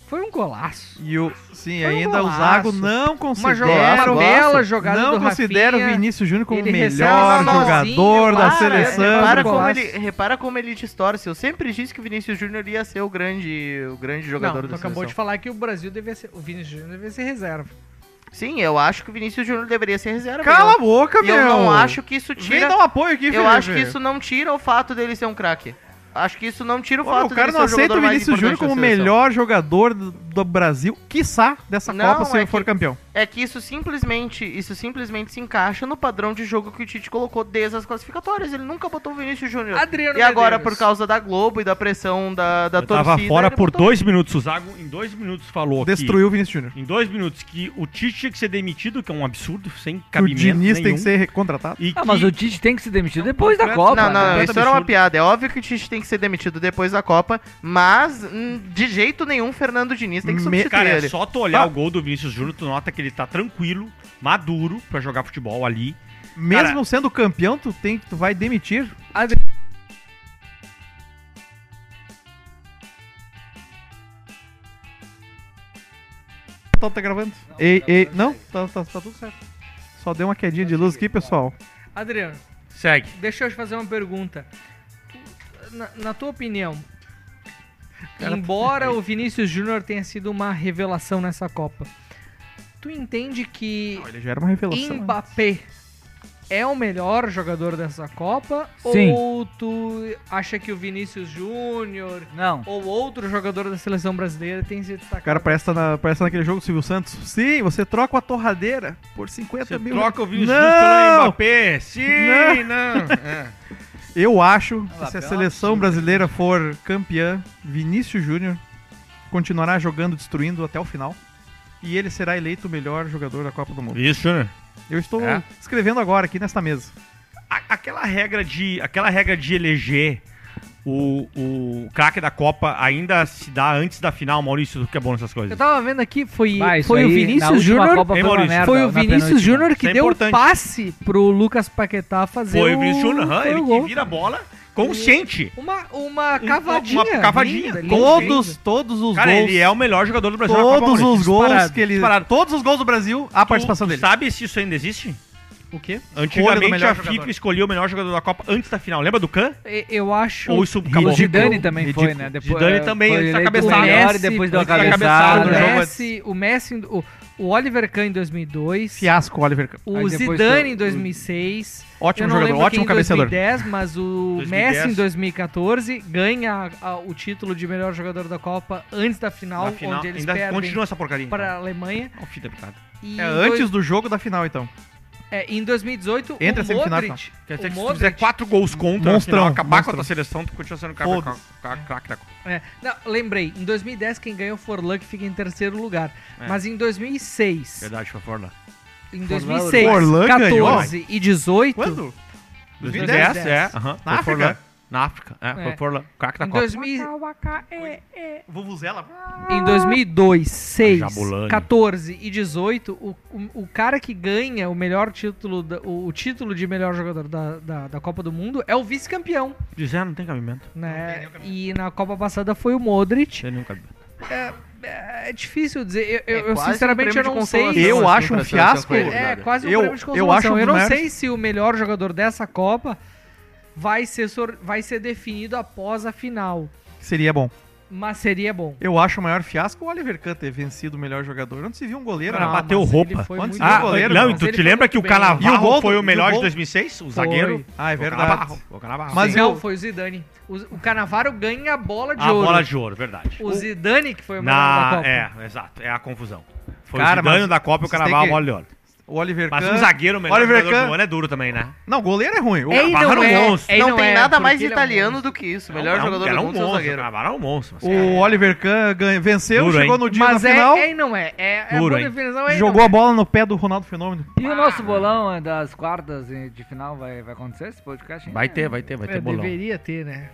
[SPEAKER 1] foi um golaço.
[SPEAKER 3] E o. Sim,
[SPEAKER 1] Foi um
[SPEAKER 3] ainda o
[SPEAKER 1] golaço.
[SPEAKER 3] Zago não
[SPEAKER 1] Uma,
[SPEAKER 3] considera.
[SPEAKER 1] jogada, uma bela jogada
[SPEAKER 3] não
[SPEAKER 1] do
[SPEAKER 3] considera o
[SPEAKER 1] Rafinha.
[SPEAKER 3] Vinícius Júnior como o
[SPEAKER 1] ele
[SPEAKER 3] melhor
[SPEAKER 1] recebe a mãozinha,
[SPEAKER 3] jogador da
[SPEAKER 1] para,
[SPEAKER 3] seleção.
[SPEAKER 2] Repara como,
[SPEAKER 1] Golaço.
[SPEAKER 2] ele, repara como ele distorce. Eu sempre disse que o Vinícius Júnior ia ser o grande, o grande
[SPEAKER 1] Não,
[SPEAKER 2] jogador
[SPEAKER 1] tu
[SPEAKER 2] da
[SPEAKER 1] acabou
[SPEAKER 2] seleção.
[SPEAKER 1] de falar que o Brasil devia ser, o Vinícius Júnior devia ser reserva.
[SPEAKER 2] Sim, eu acho que o Vinícius Júnior deveria ser reserva.
[SPEAKER 3] Cala
[SPEAKER 2] eu-
[SPEAKER 3] a boca,
[SPEAKER 2] e
[SPEAKER 3] meu.
[SPEAKER 2] eu não acho que isso
[SPEAKER 3] Vem
[SPEAKER 2] tira.
[SPEAKER 3] dar um apoio aqui,
[SPEAKER 2] Eu
[SPEAKER 3] Felipe.
[SPEAKER 2] acho que isso não tira o fato dele ser um craque. Acho que isso não tira o
[SPEAKER 3] Pô,
[SPEAKER 2] fato
[SPEAKER 3] o cara
[SPEAKER 2] dele
[SPEAKER 3] não
[SPEAKER 2] ser o
[SPEAKER 3] aceita o
[SPEAKER 2] jogador mais
[SPEAKER 3] Vinícius Júnior
[SPEAKER 2] importante da
[SPEAKER 3] como o
[SPEAKER 2] seleção.
[SPEAKER 3] melhor jogador do, do Brasil, quiçá, dessa
[SPEAKER 2] Não,
[SPEAKER 3] Copa se
[SPEAKER 2] é
[SPEAKER 3] ele for
[SPEAKER 2] que-
[SPEAKER 3] campeão.
[SPEAKER 2] É que isso simplesmente, isso simplesmente se encaixa no padrão de jogo que o Tite colocou desde as classificatórias. Ele nunca botou o Vinícius Júnior.
[SPEAKER 1] Adriano
[SPEAKER 2] E agora,
[SPEAKER 1] Medeiros.
[SPEAKER 2] por causa da Globo e da pressão da, da
[SPEAKER 4] Eu
[SPEAKER 2] torcida.
[SPEAKER 4] tava fora
[SPEAKER 2] ele
[SPEAKER 4] por
[SPEAKER 2] botou.
[SPEAKER 4] dois minutos. O Zago, em dois minutos, falou aqui.
[SPEAKER 3] Destruiu o Vinícius Júnior.
[SPEAKER 4] Em dois minutos, que o Tite tinha que ser demitido, que é um absurdo, sem
[SPEAKER 3] Que O
[SPEAKER 4] cabimento
[SPEAKER 3] Diniz
[SPEAKER 4] nenhum.
[SPEAKER 3] tem que ser recontratado.
[SPEAKER 4] E
[SPEAKER 6] Ah,
[SPEAKER 4] que-
[SPEAKER 6] mas o Tite tem que se demitir depois da
[SPEAKER 3] Não,
[SPEAKER 6] Copa.
[SPEAKER 2] Não, não, não,
[SPEAKER 6] né?
[SPEAKER 2] isso era uma
[SPEAKER 4] absurdo.
[SPEAKER 2] piada. É óbvio que o Tite tem que ser demitido depois da Copa, mas hum, de jeito nenhum Fernando Diniz tem que
[SPEAKER 3] Me-
[SPEAKER 2] substituir
[SPEAKER 4] Cara,
[SPEAKER 2] ele.
[SPEAKER 4] é só tu olhar
[SPEAKER 3] Ah.
[SPEAKER 4] o gol do Vinícius Júnior, tu nota que ele tá tranquilo, maduro pra jogar futebol ali.
[SPEAKER 3] Mesmo
[SPEAKER 4] Cara-
[SPEAKER 3] sendo campeão, tu, tem, tu vai demitir. Tá, tá gravando? Não, ei, ei, não tá, tá- tá tudo certo. Só deu uma quedinha de luz aqui, pessoal.
[SPEAKER 1] Adriano,
[SPEAKER 4] Segue.
[SPEAKER 1] deixa eu te fazer uma pergunta. Tu- Na, na tua opinião, embora o Vinícius Júnior tenha sido uma revelação nessa Copa, tu entende que
[SPEAKER 3] Não, ele já era uma revelação. né?
[SPEAKER 1] Mbappé é o melhor jogador dessa Copa?
[SPEAKER 6] Sim.
[SPEAKER 1] Ou tu acha que o Vinícius Júnior
[SPEAKER 6] Não.
[SPEAKER 1] ou outro jogador da seleção brasileira tem se
[SPEAKER 3] O
[SPEAKER 1] destacado?
[SPEAKER 3] cara parece tá na, parece tá naquele jogo do Silvio Santos. Sim, você troca a torradeira por 50
[SPEAKER 4] Você
[SPEAKER 3] mil.
[SPEAKER 4] troca o Vinícius Júnior pelo
[SPEAKER 3] não!
[SPEAKER 4] Mbappé. Sim, não. É.
[SPEAKER 3] Eu acho que
[SPEAKER 6] lá,
[SPEAKER 3] se a
[SPEAKER 6] pelo
[SPEAKER 3] seleção brasileira for campeã, Vinícius Júnior continuará jogando, destruindo até o final. E ele será eleito o melhor jogador da Copa do Mundo.
[SPEAKER 4] Vinícius Júnior.
[SPEAKER 3] Eu estou
[SPEAKER 4] É.
[SPEAKER 3] escrevendo agora aqui nesta mesa.
[SPEAKER 4] A- aquela regra de aquela regra de eleger o, o craque da Copa ainda se dá antes da final, Maurício, que é bom nessas
[SPEAKER 1] Eu
[SPEAKER 4] coisas.
[SPEAKER 1] tava vendo aqui, foi,
[SPEAKER 6] Bah, isso
[SPEAKER 1] foi o
[SPEAKER 6] aí, na
[SPEAKER 1] Vinícius
[SPEAKER 6] última
[SPEAKER 1] Júnior
[SPEAKER 6] Copa
[SPEAKER 4] Hein,
[SPEAKER 6] foi, uma
[SPEAKER 4] Maurício?
[SPEAKER 6] merda,
[SPEAKER 1] Foi o
[SPEAKER 6] na penúltima.
[SPEAKER 1] Vinícius Júnior que
[SPEAKER 4] Isso é
[SPEAKER 1] deu o
[SPEAKER 4] importante.
[SPEAKER 1] passe pro Lucas Paquetá fazer
[SPEAKER 4] Foi
[SPEAKER 1] o
[SPEAKER 4] o Vinícius Júnior, aham,
[SPEAKER 1] foi o
[SPEAKER 4] ele
[SPEAKER 1] gol.
[SPEAKER 4] que vira a bola consciente.
[SPEAKER 1] Uma, uma
[SPEAKER 4] Um-
[SPEAKER 1] cavadinha.
[SPEAKER 4] uma cavadinha.
[SPEAKER 1] linda, linda,
[SPEAKER 3] Todos,
[SPEAKER 1] linda.
[SPEAKER 3] todos os
[SPEAKER 4] Cara,
[SPEAKER 3] gols.
[SPEAKER 4] ele é o melhor jogador do Brasil na Copa,
[SPEAKER 3] Todos
[SPEAKER 4] Maurício.
[SPEAKER 3] os gols
[SPEAKER 4] Disparado,
[SPEAKER 3] que ele.
[SPEAKER 4] disparado.
[SPEAKER 3] Todos os gols do Brasil, a participação
[SPEAKER 4] tu,
[SPEAKER 3] dele.
[SPEAKER 4] Tu sabe se isso ainda existe?
[SPEAKER 1] O quê?
[SPEAKER 3] do
[SPEAKER 4] Antigamente
[SPEAKER 3] melhor
[SPEAKER 4] a
[SPEAKER 3] jogador.
[SPEAKER 4] FIFA escolhia o melhor jogador da Copa antes da final. Lembra do Kahn?
[SPEAKER 1] E- Eu acho.
[SPEAKER 4] Ou isso
[SPEAKER 6] E
[SPEAKER 4] acabou?
[SPEAKER 6] o Zidane também foi,
[SPEAKER 3] ridículo.
[SPEAKER 6] né?
[SPEAKER 4] Zidane também,
[SPEAKER 6] foi
[SPEAKER 4] antes da
[SPEAKER 6] eleito o
[SPEAKER 4] cabeçada.
[SPEAKER 6] melhor e
[SPEAKER 1] Messi,
[SPEAKER 6] depois deu a
[SPEAKER 4] antes da
[SPEAKER 1] o
[SPEAKER 4] cabeçada,
[SPEAKER 6] cabeçada. né?
[SPEAKER 4] do jogo. é
[SPEAKER 1] Messi, o Messi, o, o Oliver Kahn em 2002,
[SPEAKER 3] Fiasco, Oliver Kahn.
[SPEAKER 1] o
[SPEAKER 6] Aí depois
[SPEAKER 1] Zidane
[SPEAKER 6] o-
[SPEAKER 1] em 2006.
[SPEAKER 3] Ótimo
[SPEAKER 1] eu não
[SPEAKER 3] jogador,
[SPEAKER 1] lembro
[SPEAKER 3] ótimo
[SPEAKER 1] quem
[SPEAKER 3] cabeceador.
[SPEAKER 1] Em 2010, mas o
[SPEAKER 4] 2010.
[SPEAKER 1] Messi em 2014 ganha a- o título de melhor jogador da Copa antes da final,
[SPEAKER 4] Na final,
[SPEAKER 1] onde eles
[SPEAKER 4] ainda
[SPEAKER 1] perdem
[SPEAKER 4] continua assim, essa porcaria.
[SPEAKER 1] para a Alemanha.
[SPEAKER 4] Ó, fita picada.
[SPEAKER 1] E
[SPEAKER 3] É
[SPEAKER 1] em
[SPEAKER 3] antes
[SPEAKER 1] dois-
[SPEAKER 3] do jogo da final, então.
[SPEAKER 1] é, em 2018
[SPEAKER 3] Entre a
[SPEAKER 1] o
[SPEAKER 3] semifinal e
[SPEAKER 1] Modric,
[SPEAKER 4] Quer dizer
[SPEAKER 1] o
[SPEAKER 4] que se tu fizer
[SPEAKER 1] Modric
[SPEAKER 4] quatro gols contra,
[SPEAKER 3] Monstrão,
[SPEAKER 4] afinal, acabar
[SPEAKER 3] monstrão.
[SPEAKER 4] com a tua seleção, tu continua sendo craque
[SPEAKER 3] Foda-se.
[SPEAKER 4] cra- craque da Copa.
[SPEAKER 1] É, não, lembrei, em 2010 quem ganhou foi o Forlan que fica em terceiro lugar.
[SPEAKER 4] É.
[SPEAKER 1] Mas em 2006,
[SPEAKER 4] Verdade, por favor, lá.
[SPEAKER 1] em 2006,
[SPEAKER 3] Forlan ganhou?
[SPEAKER 1] 14 e 18,
[SPEAKER 3] Quando?
[SPEAKER 4] 2010,
[SPEAKER 1] 2010.
[SPEAKER 4] é. aham.
[SPEAKER 3] Na
[SPEAKER 4] Foi por
[SPEAKER 3] África?
[SPEAKER 4] lá. Na África, é.
[SPEAKER 1] É.
[SPEAKER 4] Foi por lá. Craque da
[SPEAKER 1] em,
[SPEAKER 4] Copa.
[SPEAKER 1] 2000
[SPEAKER 3] Vuvuzela.
[SPEAKER 1] em 2002, 6,
[SPEAKER 4] Jabulani.
[SPEAKER 1] 14 e 18, o, o, o cara que ganha o melhor título, da- o, o título de melhor jogador da, da, da Copa do Mundo é o vice-campeão,
[SPEAKER 4] Dizer, não tem cabimento.
[SPEAKER 1] né? E na Copa passada foi o Modric.
[SPEAKER 4] Tem nenhum cabimento.
[SPEAKER 1] É difícil dizer. Eu, eu-
[SPEAKER 2] É
[SPEAKER 1] eu,
[SPEAKER 2] quase um
[SPEAKER 1] sinceramente eu
[SPEAKER 2] prêmio de
[SPEAKER 1] não sei.
[SPEAKER 2] consolação,
[SPEAKER 3] Eu
[SPEAKER 2] assim,
[SPEAKER 3] acho um
[SPEAKER 2] pra seleção
[SPEAKER 3] fiasco.
[SPEAKER 2] com ele,
[SPEAKER 1] É,
[SPEAKER 2] cara.
[SPEAKER 1] quase um
[SPEAKER 3] Eu-
[SPEAKER 1] prêmio de
[SPEAKER 3] eu
[SPEAKER 1] consolação. Eu,
[SPEAKER 3] acho um dos
[SPEAKER 1] não
[SPEAKER 3] maiores-
[SPEAKER 1] sei se o melhor jogador dessa Copa vai ser, sor- vai ser definido após a final.
[SPEAKER 3] Seria bom.
[SPEAKER 1] Mas seria bom.
[SPEAKER 3] Eu acho o maior fiasco o Oliver Kahn ter vencido o melhor jogador. Onde se viu um goleiro?
[SPEAKER 1] Ah,
[SPEAKER 3] né?
[SPEAKER 4] bateu
[SPEAKER 1] mas
[SPEAKER 4] roupa.
[SPEAKER 1] ele foi
[SPEAKER 3] Quando
[SPEAKER 1] muito
[SPEAKER 3] se viu
[SPEAKER 4] Ah,
[SPEAKER 1] bom.
[SPEAKER 3] goleiro,
[SPEAKER 4] não,
[SPEAKER 1] mas
[SPEAKER 4] e tu
[SPEAKER 1] ele
[SPEAKER 4] te
[SPEAKER 1] foi
[SPEAKER 4] lembra
[SPEAKER 1] muito
[SPEAKER 4] que o
[SPEAKER 1] bem.
[SPEAKER 3] E o
[SPEAKER 4] Canavarro
[SPEAKER 3] gol
[SPEAKER 4] foi
[SPEAKER 3] do-
[SPEAKER 4] o melhor
[SPEAKER 3] e o
[SPEAKER 4] de
[SPEAKER 3] gol-
[SPEAKER 4] 2006? O
[SPEAKER 1] Foi.
[SPEAKER 4] zagueiro?
[SPEAKER 3] Ah, é
[SPEAKER 4] O
[SPEAKER 3] verdade.
[SPEAKER 4] Cannavaro, o Cannavaro.
[SPEAKER 3] Mas
[SPEAKER 4] Sim.
[SPEAKER 3] eu-
[SPEAKER 1] Não, foi o Zidane. O, o Canavaro ganha a bola é de
[SPEAKER 4] a
[SPEAKER 1] ouro.
[SPEAKER 4] bola de ouro, verdade.
[SPEAKER 1] O Zidane que foi o melhor da
[SPEAKER 4] Na,
[SPEAKER 1] Copa.
[SPEAKER 4] é, exato. É a confusão. Foi
[SPEAKER 3] Cara,
[SPEAKER 4] o Zidane
[SPEAKER 3] mas
[SPEAKER 4] da Copa e o
[SPEAKER 3] vocês
[SPEAKER 4] Cannavaro a
[SPEAKER 3] têm que-
[SPEAKER 4] bola de ouro.
[SPEAKER 3] O Oliver
[SPEAKER 4] Mas
[SPEAKER 3] Kahn.
[SPEAKER 4] um zagueiro, o melhor
[SPEAKER 3] Oliver
[SPEAKER 4] jogador
[SPEAKER 3] Kahn-
[SPEAKER 4] do ano é duro também, né?
[SPEAKER 3] Não, goleiro é ruim. O
[SPEAKER 1] Ei,
[SPEAKER 4] Cannavaro
[SPEAKER 1] não
[SPEAKER 4] é um
[SPEAKER 1] é,
[SPEAKER 4] monstro.
[SPEAKER 1] ei,
[SPEAKER 2] não,
[SPEAKER 1] não
[SPEAKER 2] tem
[SPEAKER 1] é,
[SPEAKER 2] nada
[SPEAKER 1] porque
[SPEAKER 2] mais
[SPEAKER 1] ele é um
[SPEAKER 2] italiano
[SPEAKER 1] monstro.
[SPEAKER 2] do que isso. Melhor
[SPEAKER 4] Era um-
[SPEAKER 2] jogador
[SPEAKER 4] era
[SPEAKER 2] do
[SPEAKER 4] um
[SPEAKER 2] mundo, seu
[SPEAKER 4] monstro. O
[SPEAKER 2] zagueiro.
[SPEAKER 4] Cannavaro é um monstro. mas, cara,
[SPEAKER 3] O Oliver Kahn ganha- venceu,
[SPEAKER 4] Duro,
[SPEAKER 3] chegou
[SPEAKER 4] hein?
[SPEAKER 3] no dia
[SPEAKER 1] Mas
[SPEAKER 3] na
[SPEAKER 1] é,
[SPEAKER 3] final,
[SPEAKER 1] é e não é. É, é
[SPEAKER 4] Duro,
[SPEAKER 1] boa
[SPEAKER 4] hein?
[SPEAKER 1] definição, é e
[SPEAKER 3] jogou
[SPEAKER 1] não
[SPEAKER 3] a bola no pé do Ronaldo Fenômeno.
[SPEAKER 6] E o nosso bolão é das quartas eh, de final vai, vai acontecer esse podcast? ainda?
[SPEAKER 4] Vai ter, vai ter, vai
[SPEAKER 1] é.
[SPEAKER 4] ter
[SPEAKER 1] É,
[SPEAKER 4] bolão.
[SPEAKER 1] deveria ter, né?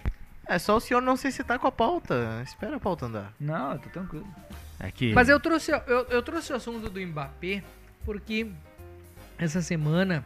[SPEAKER 2] É só o senhor não se citar com a pauta. Espera a pauta andar.
[SPEAKER 6] Não, eu tô tranquilo.
[SPEAKER 4] É que...
[SPEAKER 1] Mas eu trouxe, eu, eu trouxe o assunto do Mbappé porque essa semana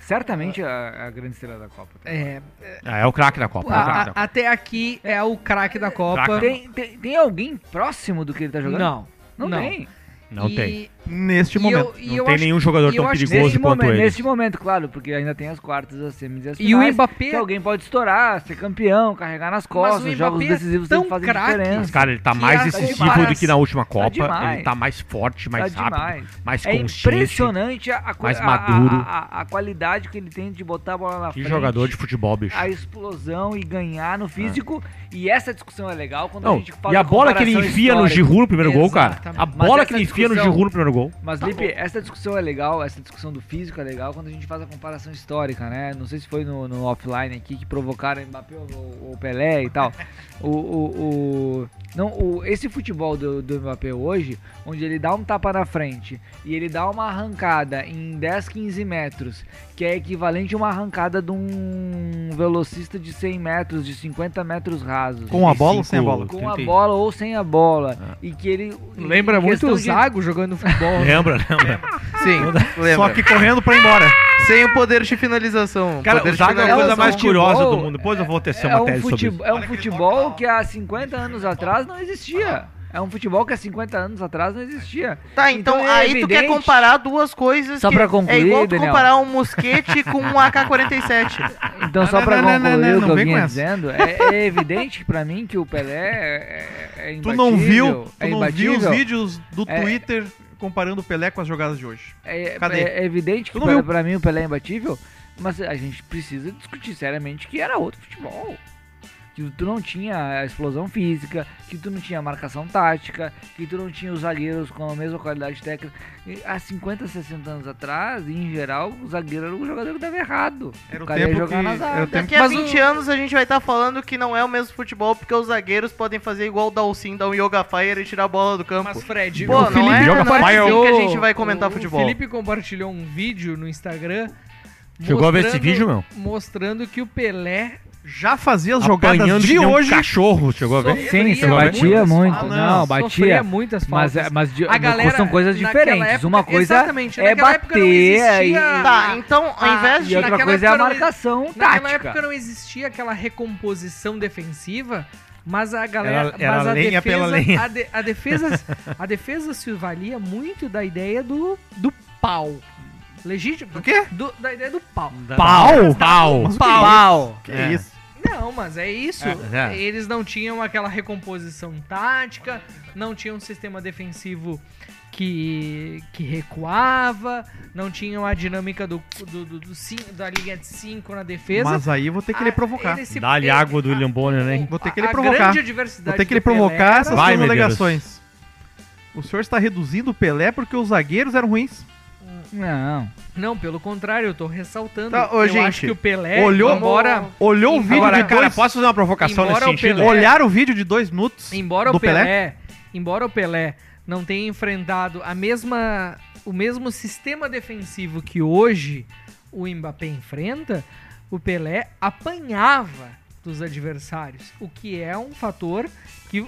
[SPEAKER 6] Certamente a, a grande estrela da Copa. tá?
[SPEAKER 1] é,
[SPEAKER 4] Ah, é o craque da Copa. é o
[SPEAKER 1] a-
[SPEAKER 4] craque
[SPEAKER 1] a-
[SPEAKER 4] da Copa.
[SPEAKER 1] até aqui é o craque da Copa.
[SPEAKER 4] Craque. tá
[SPEAKER 6] Tem, tem, tem alguém próximo do que ele tá jogando?
[SPEAKER 1] Não,
[SPEAKER 6] Não,
[SPEAKER 1] não.
[SPEAKER 6] tem.
[SPEAKER 4] Não
[SPEAKER 1] ah, E-
[SPEAKER 4] tem.
[SPEAKER 3] Neste
[SPEAKER 1] e
[SPEAKER 3] momento.
[SPEAKER 1] eu- e
[SPEAKER 4] Não
[SPEAKER 1] eu
[SPEAKER 4] tem
[SPEAKER 1] acho-
[SPEAKER 4] nenhum jogador
[SPEAKER 1] e eu
[SPEAKER 4] tão
[SPEAKER 1] acho que
[SPEAKER 4] perigoso
[SPEAKER 6] Neste
[SPEAKER 4] quanto
[SPEAKER 6] momento,
[SPEAKER 4] ele.
[SPEAKER 6] neste momento, claro, porque ainda tem as quartas, as semis e as
[SPEAKER 1] E o
[SPEAKER 6] finais,
[SPEAKER 4] é
[SPEAKER 1] Mbappé-
[SPEAKER 6] Que alguém pode estourar, ser campeão, carregar nas costas,
[SPEAKER 1] o
[SPEAKER 6] os jogos
[SPEAKER 1] Mbappé é
[SPEAKER 6] decisivos
[SPEAKER 1] tão
[SPEAKER 6] sempre fazem
[SPEAKER 1] craque.
[SPEAKER 4] Mas,
[SPEAKER 6] diferença.
[SPEAKER 4] cara, ele tá
[SPEAKER 1] Que
[SPEAKER 4] mais
[SPEAKER 1] tá
[SPEAKER 4] decisivo
[SPEAKER 1] demais.
[SPEAKER 4] do que na última Copa.
[SPEAKER 6] demais.
[SPEAKER 4] ele tá mais forte, mais
[SPEAKER 6] Tá
[SPEAKER 4] rápido,
[SPEAKER 6] demais.
[SPEAKER 4] mais
[SPEAKER 6] É
[SPEAKER 4] consciente.
[SPEAKER 6] impressionante a, a, co-
[SPEAKER 4] mais
[SPEAKER 6] a-
[SPEAKER 4] maduro.
[SPEAKER 6] A, a- a qualidade que ele tem de botar a bola na
[SPEAKER 4] Que
[SPEAKER 6] frente.
[SPEAKER 4] jogador de futebol, bicho.
[SPEAKER 6] a explosão e ganhar no físico. E essa discussão é legal quando a
[SPEAKER 4] Não,
[SPEAKER 6] gente faz
[SPEAKER 4] e a
[SPEAKER 6] uma
[SPEAKER 4] bola que ele
[SPEAKER 6] comparação
[SPEAKER 4] enfia no
[SPEAKER 6] histórica.
[SPEAKER 4] Giroud no primeiro gol, cara. A
[SPEAKER 1] Exatamente.
[SPEAKER 6] Mas
[SPEAKER 4] bola
[SPEAKER 6] essa
[SPEAKER 4] que ele enfia no
[SPEAKER 6] discussão-
[SPEAKER 4] Giroud no primeiro gol.
[SPEAKER 6] Mas,
[SPEAKER 1] Tá
[SPEAKER 6] Lipe, essa discussão é legal, essa discussão do físico é legal quando a gente faz a comparação histórica, né? Não sei se foi no, no offline aqui que provocaram Mbappé ou, ou Pelé e tal. O, o- o- não, o- esse futebol do, do Mbappé hoje, onde ele dá um tapa na frente e ele dá uma arrancada em 10, 15 metros, que é equivalente a uma arrancada de um velocista de 100 metros, de 50 metros rasos.
[SPEAKER 3] Com a bola ou sem a bola?
[SPEAKER 6] Com a
[SPEAKER 4] 30.
[SPEAKER 6] bola ou sem a bola. E que ele.
[SPEAKER 1] Lembra
[SPEAKER 6] em
[SPEAKER 1] muito
[SPEAKER 6] questão
[SPEAKER 1] o
[SPEAKER 6] de-
[SPEAKER 1] Zago jogando futebol.
[SPEAKER 4] Lembra, lembra?
[SPEAKER 2] Sim, lembra.
[SPEAKER 3] Só que correndo pra ir embora.
[SPEAKER 2] Sem o poder de finalização.
[SPEAKER 4] Cara,
[SPEAKER 2] poder um
[SPEAKER 4] o
[SPEAKER 2] de
[SPEAKER 4] Zaga é a coisa
[SPEAKER 2] finalização.
[SPEAKER 4] mais
[SPEAKER 6] futebol
[SPEAKER 4] curiosa do mundo. Depois eu vou tecer
[SPEAKER 6] É
[SPEAKER 4] uma
[SPEAKER 6] um,
[SPEAKER 4] tese sobre
[SPEAKER 6] futebol,
[SPEAKER 4] isso.
[SPEAKER 6] é um futebol que há 50 anos atrás não existia. É um futebol que há 50 anos atrás não existia.
[SPEAKER 2] Tá, então,
[SPEAKER 6] Então é
[SPEAKER 2] aí tu quer
[SPEAKER 6] evidente.
[SPEAKER 2] comparar duas coisas
[SPEAKER 6] Só
[SPEAKER 2] que
[SPEAKER 6] pra concluir,
[SPEAKER 2] é igual tu
[SPEAKER 6] Daniel.
[SPEAKER 2] comparar um mosquete com um AK-47.
[SPEAKER 6] Então, só
[SPEAKER 3] Não,
[SPEAKER 6] pra
[SPEAKER 3] não, não, não,
[SPEAKER 6] concluir
[SPEAKER 3] não,
[SPEAKER 6] o que eu
[SPEAKER 3] vem com
[SPEAKER 6] vinha
[SPEAKER 3] essa.
[SPEAKER 6] dizendo, é, é evidente que pra mim que o Pelé é,
[SPEAKER 3] Tu
[SPEAKER 6] é, é imbatível.
[SPEAKER 3] não viu, tu
[SPEAKER 6] é
[SPEAKER 3] não viu os
[SPEAKER 6] imbatível,
[SPEAKER 3] vídeos do
[SPEAKER 6] É.
[SPEAKER 3] Twitter comparando o Pelé com as jogadas de hoje.
[SPEAKER 6] É,
[SPEAKER 3] Cadê?
[SPEAKER 6] é- é evidente que
[SPEAKER 3] Tu não
[SPEAKER 6] pra,
[SPEAKER 3] viu?
[SPEAKER 6] pra mim o Pelé é imbatível, mas a gente precisa discutir seriamente que era outro futebol. Que tu não tinha a explosão física, que tu não tinha a marcação tática, que tu não tinha os zagueiros com a mesma qualidade técnica. E há 50, 60 anos atrás, em geral, o zagueiro era o jogador que dava errado.
[SPEAKER 3] Era o
[SPEAKER 6] cara ia
[SPEAKER 3] tempo
[SPEAKER 6] jogar
[SPEAKER 3] que-
[SPEAKER 6] nas
[SPEAKER 3] era o
[SPEAKER 6] áreas.
[SPEAKER 3] tempo
[SPEAKER 2] Daqui a
[SPEAKER 1] Mas o-
[SPEAKER 2] 20 anos a gente vai estar falando que não é o mesmo futebol, porque os zagueiros podem fazer igual o Dalcin, dar um yoga fire e tirar a bola do campo.
[SPEAKER 1] Mas Fred,
[SPEAKER 2] Pô,
[SPEAKER 1] o
[SPEAKER 2] não
[SPEAKER 1] Felipe
[SPEAKER 2] é-
[SPEAKER 4] joga
[SPEAKER 1] compartilhou-
[SPEAKER 4] fire.
[SPEAKER 2] assim que a gente vai comentar
[SPEAKER 1] o-
[SPEAKER 2] futebol.
[SPEAKER 1] O Felipe compartilhou um vídeo no Instagram.
[SPEAKER 4] Chegou a ver esse vídeo, meu?
[SPEAKER 1] Mostrando que o Pelé
[SPEAKER 3] Já fazia as
[SPEAKER 4] Apanhando
[SPEAKER 3] jogadas
[SPEAKER 4] que
[SPEAKER 3] de
[SPEAKER 4] nem um
[SPEAKER 3] hoje.
[SPEAKER 4] cachorro, chegou a ver?
[SPEAKER 1] sofria
[SPEAKER 6] sim, batia
[SPEAKER 1] muitas
[SPEAKER 6] muito.
[SPEAKER 1] faltas.
[SPEAKER 3] Não,
[SPEAKER 1] Sofria muitas faltas.
[SPEAKER 6] Mas, é- mas de-
[SPEAKER 1] A galera,
[SPEAKER 6] são coisas
[SPEAKER 1] naquela
[SPEAKER 6] diferentes.
[SPEAKER 1] época-
[SPEAKER 6] Uma coisa
[SPEAKER 1] exatamente,
[SPEAKER 6] é
[SPEAKER 1] naquela época não
[SPEAKER 6] bater
[SPEAKER 1] existia-
[SPEAKER 6] e-
[SPEAKER 2] Tá, então ao
[SPEAKER 1] Ah,
[SPEAKER 2] invés
[SPEAKER 6] e
[SPEAKER 2] de.
[SPEAKER 6] outra
[SPEAKER 1] naquela
[SPEAKER 6] coisa é a
[SPEAKER 1] época não-
[SPEAKER 6] marcação
[SPEAKER 1] Naquela
[SPEAKER 6] tática.
[SPEAKER 1] época não existia aquela recomposição defensiva, mas a
[SPEAKER 4] Era-
[SPEAKER 1] galera.
[SPEAKER 4] era
[SPEAKER 1] mas a
[SPEAKER 4] lenha
[SPEAKER 1] defesa,
[SPEAKER 4] pela lenha.
[SPEAKER 1] A, de- a defesa, a defesa se valia muito da ideia do, do pau. Legítimo? Do
[SPEAKER 3] quê?
[SPEAKER 1] da ideia do pau.
[SPEAKER 4] Pau? Pau.
[SPEAKER 6] Pau.
[SPEAKER 3] Que
[SPEAKER 4] É.
[SPEAKER 3] isso?
[SPEAKER 1] Não, mas é isso.
[SPEAKER 4] É, é.
[SPEAKER 1] Eles não tinham aquela recomposição tática, não tinham um sistema defensivo que, que recuava, não tinham a dinâmica do, do, do- do cin- da linha de 5 na defesa.
[SPEAKER 3] Mas aí eu vou ter que
[SPEAKER 1] Ah,
[SPEAKER 3] ele provocar.
[SPEAKER 1] ele se-
[SPEAKER 4] Dá-lhe
[SPEAKER 1] ele-
[SPEAKER 4] água do
[SPEAKER 1] a-
[SPEAKER 4] William Bonner, né? hein?
[SPEAKER 3] Vou ter que
[SPEAKER 1] a-
[SPEAKER 3] ele
[SPEAKER 1] a
[SPEAKER 3] provocar.
[SPEAKER 1] grande diversidade
[SPEAKER 3] Vou ter que ele
[SPEAKER 1] do Pelé
[SPEAKER 3] provocar
[SPEAKER 1] era-
[SPEAKER 3] essas
[SPEAKER 4] Vai,
[SPEAKER 3] suas
[SPEAKER 4] Medeiros.
[SPEAKER 3] alegações. O senhor está reduzindo o Pelé porque os zagueiros eram ruins.
[SPEAKER 6] Não.
[SPEAKER 1] Não, pelo contrário, eu tô ressaltando.
[SPEAKER 3] Tá, ô,
[SPEAKER 1] eu
[SPEAKER 3] gente,
[SPEAKER 1] acho que o Pelé,
[SPEAKER 3] olhou-
[SPEAKER 1] embora,
[SPEAKER 3] Olhou o vídeo
[SPEAKER 1] Agora,
[SPEAKER 3] de
[SPEAKER 4] cara,
[SPEAKER 3] dois...
[SPEAKER 4] posso fazer uma provocação
[SPEAKER 1] Embora
[SPEAKER 4] nesse
[SPEAKER 1] o
[SPEAKER 4] sentido?
[SPEAKER 1] Pelé-
[SPEAKER 3] Olharam o vídeo de dois minutos
[SPEAKER 1] embora
[SPEAKER 3] do
[SPEAKER 1] o Pelé, embora o Pelé não tenha enfrentado a mesma o mesmo sistema defensivo que hoje o Mbappé enfrenta, o Pelé apanhava dos adversários, o que é um fator que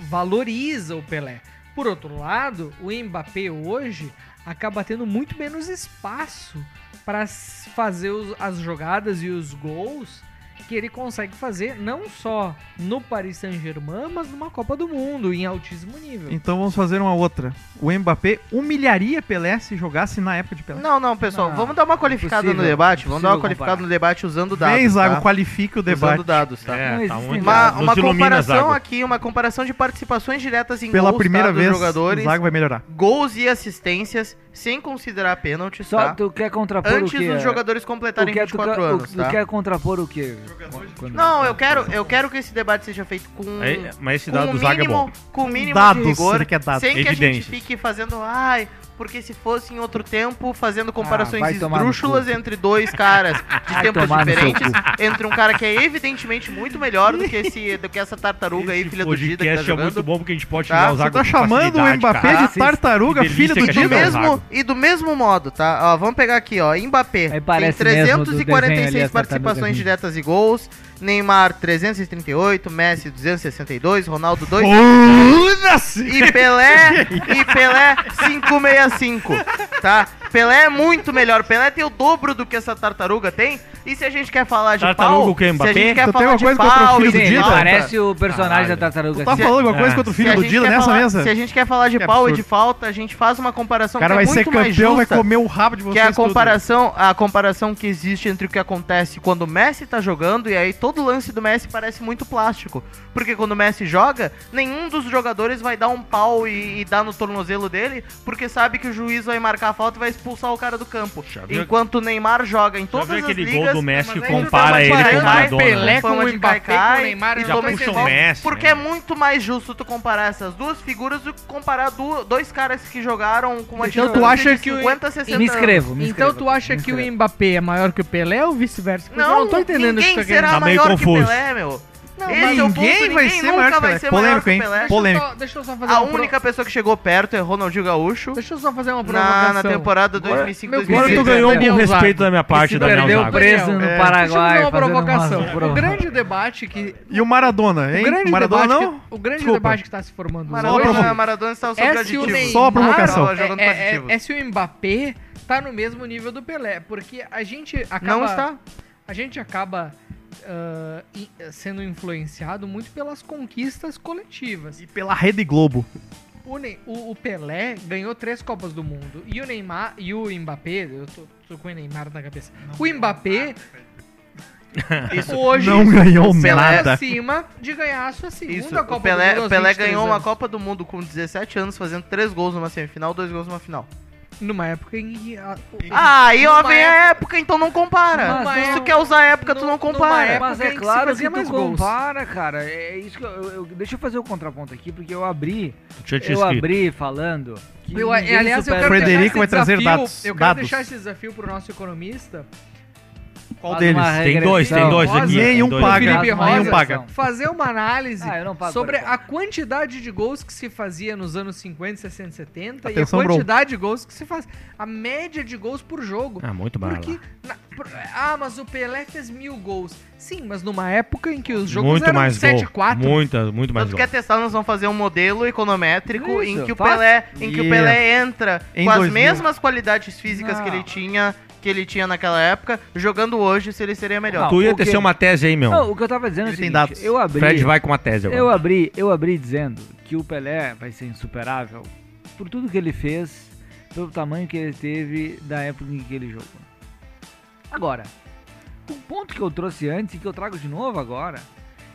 [SPEAKER 1] valoriza o Pelé. Por outro lado, o Mbappé hoje acaba tendo muito menos espaço para fazer os- as jogadas e os gols que ele consegue fazer não só no Paris Saint-Germain, mas numa Copa do Mundo, em altíssimo nível.
[SPEAKER 3] Então vamos fazer uma outra. O Mbappé humilharia Pelé se jogasse na época de Pelé.
[SPEAKER 2] Não, não, pessoal,
[SPEAKER 6] Não,
[SPEAKER 2] vamos dar uma qualificada no
[SPEAKER 6] impossível,
[SPEAKER 2] debate. Vamos dar uma
[SPEAKER 6] impossível
[SPEAKER 2] qualificada no debate usando dados.
[SPEAKER 3] Vem, Zago,
[SPEAKER 2] tá?
[SPEAKER 3] qualifique o debate.
[SPEAKER 2] Usando dados, tá?
[SPEAKER 4] É, tá
[SPEAKER 6] existem
[SPEAKER 4] muito
[SPEAKER 2] Uma,
[SPEAKER 4] nos
[SPEAKER 2] uma
[SPEAKER 4] ilumina,
[SPEAKER 2] comparação
[SPEAKER 4] Zago.
[SPEAKER 2] aqui, uma comparação de participações diretas em
[SPEAKER 3] Pela
[SPEAKER 2] gols, tá,
[SPEAKER 3] primeira
[SPEAKER 2] dos
[SPEAKER 3] vez,
[SPEAKER 2] jogadores,
[SPEAKER 3] o Zago vai melhorar.
[SPEAKER 2] gols e assistências, sem considerar pênaltis,
[SPEAKER 6] Só
[SPEAKER 2] tá?
[SPEAKER 6] tu quer contrapor
[SPEAKER 2] Antes
[SPEAKER 6] o quê?
[SPEAKER 2] dos jogadores
[SPEAKER 6] tu
[SPEAKER 2] completarem
[SPEAKER 6] quer, tu,
[SPEAKER 2] 24
[SPEAKER 6] quer-
[SPEAKER 2] anos,
[SPEAKER 6] tu
[SPEAKER 2] tá?
[SPEAKER 6] quer contrapor o quê? Quando-
[SPEAKER 2] Não, eu quero, eu quero que esse debate seja feito com,
[SPEAKER 4] É, mas esse
[SPEAKER 2] com
[SPEAKER 4] dado
[SPEAKER 2] o
[SPEAKER 4] do Zaga é bom.
[SPEAKER 2] mínimo, com o mínimo
[SPEAKER 3] Dados,
[SPEAKER 2] de rigor,
[SPEAKER 3] ele
[SPEAKER 6] é
[SPEAKER 3] quer dados.
[SPEAKER 2] sem que a gente
[SPEAKER 4] Evidências.
[SPEAKER 2] fique fazendo, ai, porque se fosse em outro tempo, fazendo comparações
[SPEAKER 6] Ah, vai tomar no
[SPEAKER 2] esdrúxulas
[SPEAKER 6] cu.
[SPEAKER 2] entre dois caras de
[SPEAKER 6] Vai
[SPEAKER 2] tempos
[SPEAKER 6] tomar no seu
[SPEAKER 2] diferentes, entre um cara que é evidentemente muito melhor do que, esse, do que essa tartaruga aí,
[SPEAKER 4] Esse
[SPEAKER 2] filha do Dida, que tá
[SPEAKER 4] podcast é muito
[SPEAKER 2] jogando.
[SPEAKER 4] bom porque a gente pode
[SPEAKER 2] Tá?
[SPEAKER 4] tirar o
[SPEAKER 2] Você
[SPEAKER 4] Zago
[SPEAKER 3] Você tá
[SPEAKER 4] com
[SPEAKER 3] chamando o
[SPEAKER 4] facilidade,
[SPEAKER 3] Mbappé
[SPEAKER 4] cara.
[SPEAKER 3] de tartaruga,
[SPEAKER 4] Que
[SPEAKER 3] filho do
[SPEAKER 4] delícia que a
[SPEAKER 2] Do
[SPEAKER 6] é
[SPEAKER 4] gente
[SPEAKER 3] Dida.
[SPEAKER 4] faz.
[SPEAKER 2] mesmo, e do mesmo modo, tá? Ó, vamos pegar aqui, ó. Mbappé
[SPEAKER 6] Aí parece
[SPEAKER 2] tem
[SPEAKER 6] mesmo do desenho
[SPEAKER 2] 346
[SPEAKER 6] ali, a tartaruga
[SPEAKER 2] participações
[SPEAKER 6] ninja.
[SPEAKER 2] diretas e gols. Neymar 338, Messi 262, Ronaldo 2
[SPEAKER 3] Foda-se!
[SPEAKER 2] e Pelé e Pelé 565, tá? Pelé é muito melhor. Pelé tem o dobro do que essa tartaruga tem. E se a gente quer falar de
[SPEAKER 4] Tartaruga
[SPEAKER 2] pau,
[SPEAKER 4] o quê,
[SPEAKER 2] se a
[SPEAKER 4] Mbappé?
[SPEAKER 2] gente quer
[SPEAKER 3] Tu Então tem
[SPEAKER 2] falar
[SPEAKER 3] uma
[SPEAKER 2] de
[SPEAKER 3] coisa contra o
[SPEAKER 2] pau,
[SPEAKER 3] filho
[SPEAKER 2] e
[SPEAKER 3] do
[SPEAKER 2] de
[SPEAKER 6] Sim,
[SPEAKER 3] Dida?
[SPEAKER 6] não,
[SPEAKER 2] falta,
[SPEAKER 6] parece o personagem
[SPEAKER 4] Caralho.
[SPEAKER 6] da tartaruga.
[SPEAKER 3] Tu tá
[SPEAKER 6] Sim.
[SPEAKER 3] falando alguma coisa
[SPEAKER 4] É.
[SPEAKER 3] contra o
[SPEAKER 2] se a
[SPEAKER 3] filho do
[SPEAKER 2] gente
[SPEAKER 3] Dida
[SPEAKER 2] quer
[SPEAKER 3] nessa
[SPEAKER 2] falar-
[SPEAKER 3] mesa?
[SPEAKER 2] Se a gente quer falar de
[SPEAKER 3] Que
[SPEAKER 2] pau e de
[SPEAKER 3] absurdo.
[SPEAKER 2] falta, a gente faz uma comparação
[SPEAKER 3] O cara
[SPEAKER 2] que é
[SPEAKER 3] vai
[SPEAKER 2] muito
[SPEAKER 3] ser
[SPEAKER 2] mais
[SPEAKER 3] campeão, vai
[SPEAKER 2] justa.
[SPEAKER 3] comer o rabo de vocês
[SPEAKER 2] Que é a
[SPEAKER 3] tudo.
[SPEAKER 2] comparação, a comparação que existe entre o que acontece quando o Messi tá jogando e aí todo lance do Messi parece muito plástico. Porque quando o Messi joga, nenhum dos jogadores vai dar um pau e, e dar no tornozelo dele, porque sabe que o juiz vai marcar a falta e vai expulsar o cara do campo.
[SPEAKER 4] Já viu-
[SPEAKER 2] Enquanto o Neymar joga em
[SPEAKER 4] Já
[SPEAKER 2] todas
[SPEAKER 4] viu
[SPEAKER 2] as
[SPEAKER 4] aquele
[SPEAKER 2] ligas...
[SPEAKER 4] gol do Messi que
[SPEAKER 2] mas aí tu
[SPEAKER 4] compara
[SPEAKER 2] tá
[SPEAKER 4] ele com o
[SPEAKER 2] comparando
[SPEAKER 4] Maradona?
[SPEAKER 2] Pelé
[SPEAKER 4] né?
[SPEAKER 2] com o Mbappé, com o Neymar
[SPEAKER 1] e
[SPEAKER 2] e
[SPEAKER 1] já
[SPEAKER 2] toma
[SPEAKER 1] puxa
[SPEAKER 2] esse
[SPEAKER 1] o
[SPEAKER 2] gol.
[SPEAKER 4] Messi,
[SPEAKER 2] Porque
[SPEAKER 4] né?
[SPEAKER 2] é muito mais justo tu comparar essas duas figuras do que comparar du- dois caras que jogaram com uma
[SPEAKER 1] Então tu
[SPEAKER 2] distância
[SPEAKER 1] acha
[SPEAKER 2] de
[SPEAKER 1] que o-
[SPEAKER 2] 50, 60
[SPEAKER 6] Me
[SPEAKER 2] anos.
[SPEAKER 6] inscrevo, me
[SPEAKER 1] Então
[SPEAKER 6] inscrevo.
[SPEAKER 1] tu acha
[SPEAKER 6] me
[SPEAKER 1] que
[SPEAKER 6] inscrevo.
[SPEAKER 1] o Mbappé é maior que o Pelé ou vice-versa? Porque eu não tô entendendo o que
[SPEAKER 2] ninguém
[SPEAKER 1] tu tá
[SPEAKER 2] será
[SPEAKER 1] querendo.
[SPEAKER 4] Tá meio
[SPEAKER 2] maior
[SPEAKER 4] confuso.
[SPEAKER 2] que Pelé, meu. é Não,
[SPEAKER 3] mas ninguém vai ser maior que Pelé. Polêmico, hein?
[SPEAKER 1] Deixa
[SPEAKER 2] Pelé.
[SPEAKER 3] Pol-
[SPEAKER 1] eu,
[SPEAKER 3] Polêmico.
[SPEAKER 1] só, deixa eu só fazer
[SPEAKER 2] A
[SPEAKER 1] uma pro-
[SPEAKER 2] única pessoa que chegou perto é Ronaldinho Gaúcho
[SPEAKER 1] Deixa eu só fazer uma
[SPEAKER 2] na,
[SPEAKER 1] provocação.
[SPEAKER 2] na temporada 2005
[SPEAKER 1] meu
[SPEAKER 4] Agora tu
[SPEAKER 2] 2006.
[SPEAKER 4] ganhou um
[SPEAKER 1] Perdeu
[SPEAKER 4] bom
[SPEAKER 1] o Zago.
[SPEAKER 4] respeito da minha parte,
[SPEAKER 6] Se
[SPEAKER 4] Daniel
[SPEAKER 6] perdeu
[SPEAKER 4] Zago.
[SPEAKER 6] preso
[SPEAKER 1] Daniel.
[SPEAKER 6] no
[SPEAKER 1] Deixa eu fazer
[SPEAKER 6] Paraguai.
[SPEAKER 1] uma
[SPEAKER 6] fazendo
[SPEAKER 1] provocação.
[SPEAKER 6] umas-
[SPEAKER 1] O grande debate que
[SPEAKER 3] E o Maradona,
[SPEAKER 1] o
[SPEAKER 3] hein?
[SPEAKER 1] grande
[SPEAKER 3] O Maradona
[SPEAKER 1] debate é
[SPEAKER 3] não?
[SPEAKER 1] que, o grande
[SPEAKER 3] Desculpa.
[SPEAKER 1] debate que tá se formando
[SPEAKER 3] uma
[SPEAKER 1] hoje
[SPEAKER 2] Maradona,
[SPEAKER 3] provocação.
[SPEAKER 2] Maradona estava sob
[SPEAKER 1] é se o
[SPEAKER 2] aditivo.
[SPEAKER 1] Neymar,
[SPEAKER 3] Só a provocação.
[SPEAKER 2] Tava jogando
[SPEAKER 1] É, é-
[SPEAKER 2] aditivo.
[SPEAKER 1] é se o Mbappé tá no mesmo nível do Pelé, porque a gente é acaba
[SPEAKER 2] Não está.
[SPEAKER 1] a gente acaba ah, i- sendo influenciado muito pelas conquistas coletivas.
[SPEAKER 3] E pela Rede Globo.
[SPEAKER 1] O, Ney- o- o Pelé ganhou três Copas do Mundo e o Neymar e o Mbappé, eu tô, tô com o Neymar na cabeça. o Mbappé hoje
[SPEAKER 3] Não ganhou
[SPEAKER 4] um
[SPEAKER 1] está
[SPEAKER 3] nada.
[SPEAKER 1] acima de ganhar a sua segunda
[SPEAKER 2] Isso,
[SPEAKER 1] Copa
[SPEAKER 2] o
[SPEAKER 1] do
[SPEAKER 2] Pelé,
[SPEAKER 1] Mundo. aos
[SPEAKER 2] Pelé
[SPEAKER 1] 23
[SPEAKER 2] ganhou uma
[SPEAKER 1] anos.
[SPEAKER 2] Copa do Mundo com 17 anos, fazendo 3 gols numa semifinal, 2 gols numa final.
[SPEAKER 1] numa época em que a- o-
[SPEAKER 2] Ah, aí ó,
[SPEAKER 1] Numa
[SPEAKER 2] vem a época, então não compara.
[SPEAKER 6] Mas
[SPEAKER 2] Se
[SPEAKER 6] não-
[SPEAKER 2] tu quer usar a época, tu
[SPEAKER 1] num- numa
[SPEAKER 2] não compara.
[SPEAKER 1] época
[SPEAKER 6] Mas
[SPEAKER 1] em
[SPEAKER 6] é
[SPEAKER 1] que se
[SPEAKER 6] claro que
[SPEAKER 1] fazia mais
[SPEAKER 6] tu
[SPEAKER 1] gols.
[SPEAKER 6] compara, cara. É isso que eu, eu- eu- Deixa eu fazer o contraponto aqui, porque eu abri.
[SPEAKER 4] Tu tinha te
[SPEAKER 6] Eu
[SPEAKER 4] escrito.
[SPEAKER 6] abri falando. Que
[SPEAKER 1] Eu,
[SPEAKER 6] ninguém
[SPEAKER 1] aliás, eu
[SPEAKER 6] supera
[SPEAKER 1] quero
[SPEAKER 6] o
[SPEAKER 3] Frederico
[SPEAKER 1] deixar
[SPEAKER 3] vai
[SPEAKER 1] esse
[SPEAKER 3] trazer
[SPEAKER 1] desafio-
[SPEAKER 3] dados.
[SPEAKER 1] Eu quero
[SPEAKER 3] Dados.
[SPEAKER 1] deixar esse desafio pro nosso economista,
[SPEAKER 3] Qual
[SPEAKER 6] Faz
[SPEAKER 3] deles?
[SPEAKER 6] uma
[SPEAKER 4] Tem dois, tem
[SPEAKER 6] regressão.
[SPEAKER 4] dois aqui.
[SPEAKER 1] Rosa,
[SPEAKER 4] tem
[SPEAKER 3] nenhum
[SPEAKER 4] dois
[SPEAKER 3] paga.
[SPEAKER 1] Felipe
[SPEAKER 3] Nenhum
[SPEAKER 1] Rosa.
[SPEAKER 3] paga.
[SPEAKER 1] fazer uma análise
[SPEAKER 6] Ah, eu não pago
[SPEAKER 1] sobre
[SPEAKER 6] agora.
[SPEAKER 1] a quantidade de gols que se fazia nos anos 50, 60, 70
[SPEAKER 3] Atenção,
[SPEAKER 1] e a
[SPEAKER 3] Bro.
[SPEAKER 1] quantidade de gols que se faz. A média de gols por jogo.
[SPEAKER 4] Ah, muito bala.
[SPEAKER 1] Porque. na- por- ah, mas o Pelé fez mil gols. Sim, mas numa época em que os jogos
[SPEAKER 4] Muito
[SPEAKER 1] eram
[SPEAKER 4] mais gol.
[SPEAKER 1] 7-4.
[SPEAKER 4] Muito, muito mais
[SPEAKER 2] Tanto
[SPEAKER 4] gol.
[SPEAKER 2] que a testar, nós vamos fazer um modelo econométrico
[SPEAKER 6] Isso,
[SPEAKER 2] em que o
[SPEAKER 6] fácil.
[SPEAKER 2] Pelé, em que o
[SPEAKER 3] Yeah.
[SPEAKER 2] Pelé entra
[SPEAKER 3] Em
[SPEAKER 2] com
[SPEAKER 3] 2000.
[SPEAKER 2] as mesmas qualidades físicas que
[SPEAKER 6] Não.
[SPEAKER 2] ele tinha, que ele tinha naquela época, jogando hoje se ele seria melhor.
[SPEAKER 6] Não.
[SPEAKER 4] Tu ia
[SPEAKER 6] porque-
[SPEAKER 4] tecer uma tese aí, meu.
[SPEAKER 6] Não, o que eu tava dizendo é o
[SPEAKER 3] Ele tem
[SPEAKER 6] seguinte,
[SPEAKER 3] dados.
[SPEAKER 6] eu abri.
[SPEAKER 4] Fred vai com uma tese
[SPEAKER 6] Eu
[SPEAKER 4] agora.
[SPEAKER 6] abri, eu abri dizendo que o Pelé vai ser insuperável por tudo que ele fez, pelo tamanho que ele teve da época em que ele jogou. Agora, o ponto que eu trouxe antes e que eu trago de novo agora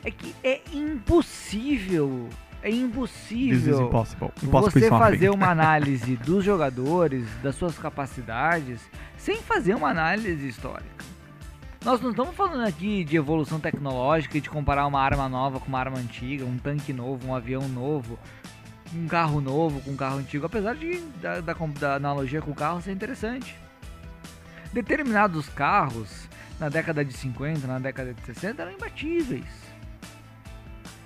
[SPEAKER 6] é que é impossível, é
[SPEAKER 3] This is
[SPEAKER 6] impossível
[SPEAKER 3] impossible. Impossible é
[SPEAKER 6] você
[SPEAKER 3] is nothing.
[SPEAKER 6] fazer uma análise dos jogadores, das suas capacidades, sem fazer uma análise histórica. Nós não estamos falando aqui de evolução tecnológica e de comparar uma arma nova com uma arma antiga, um tanque novo, um avião novo, um carro novo com um carro antigo, apesar de da, da com- da analogia com o carro ser interessante. Determinados carros, na década de 50, na década de 60, eram imbatíveis.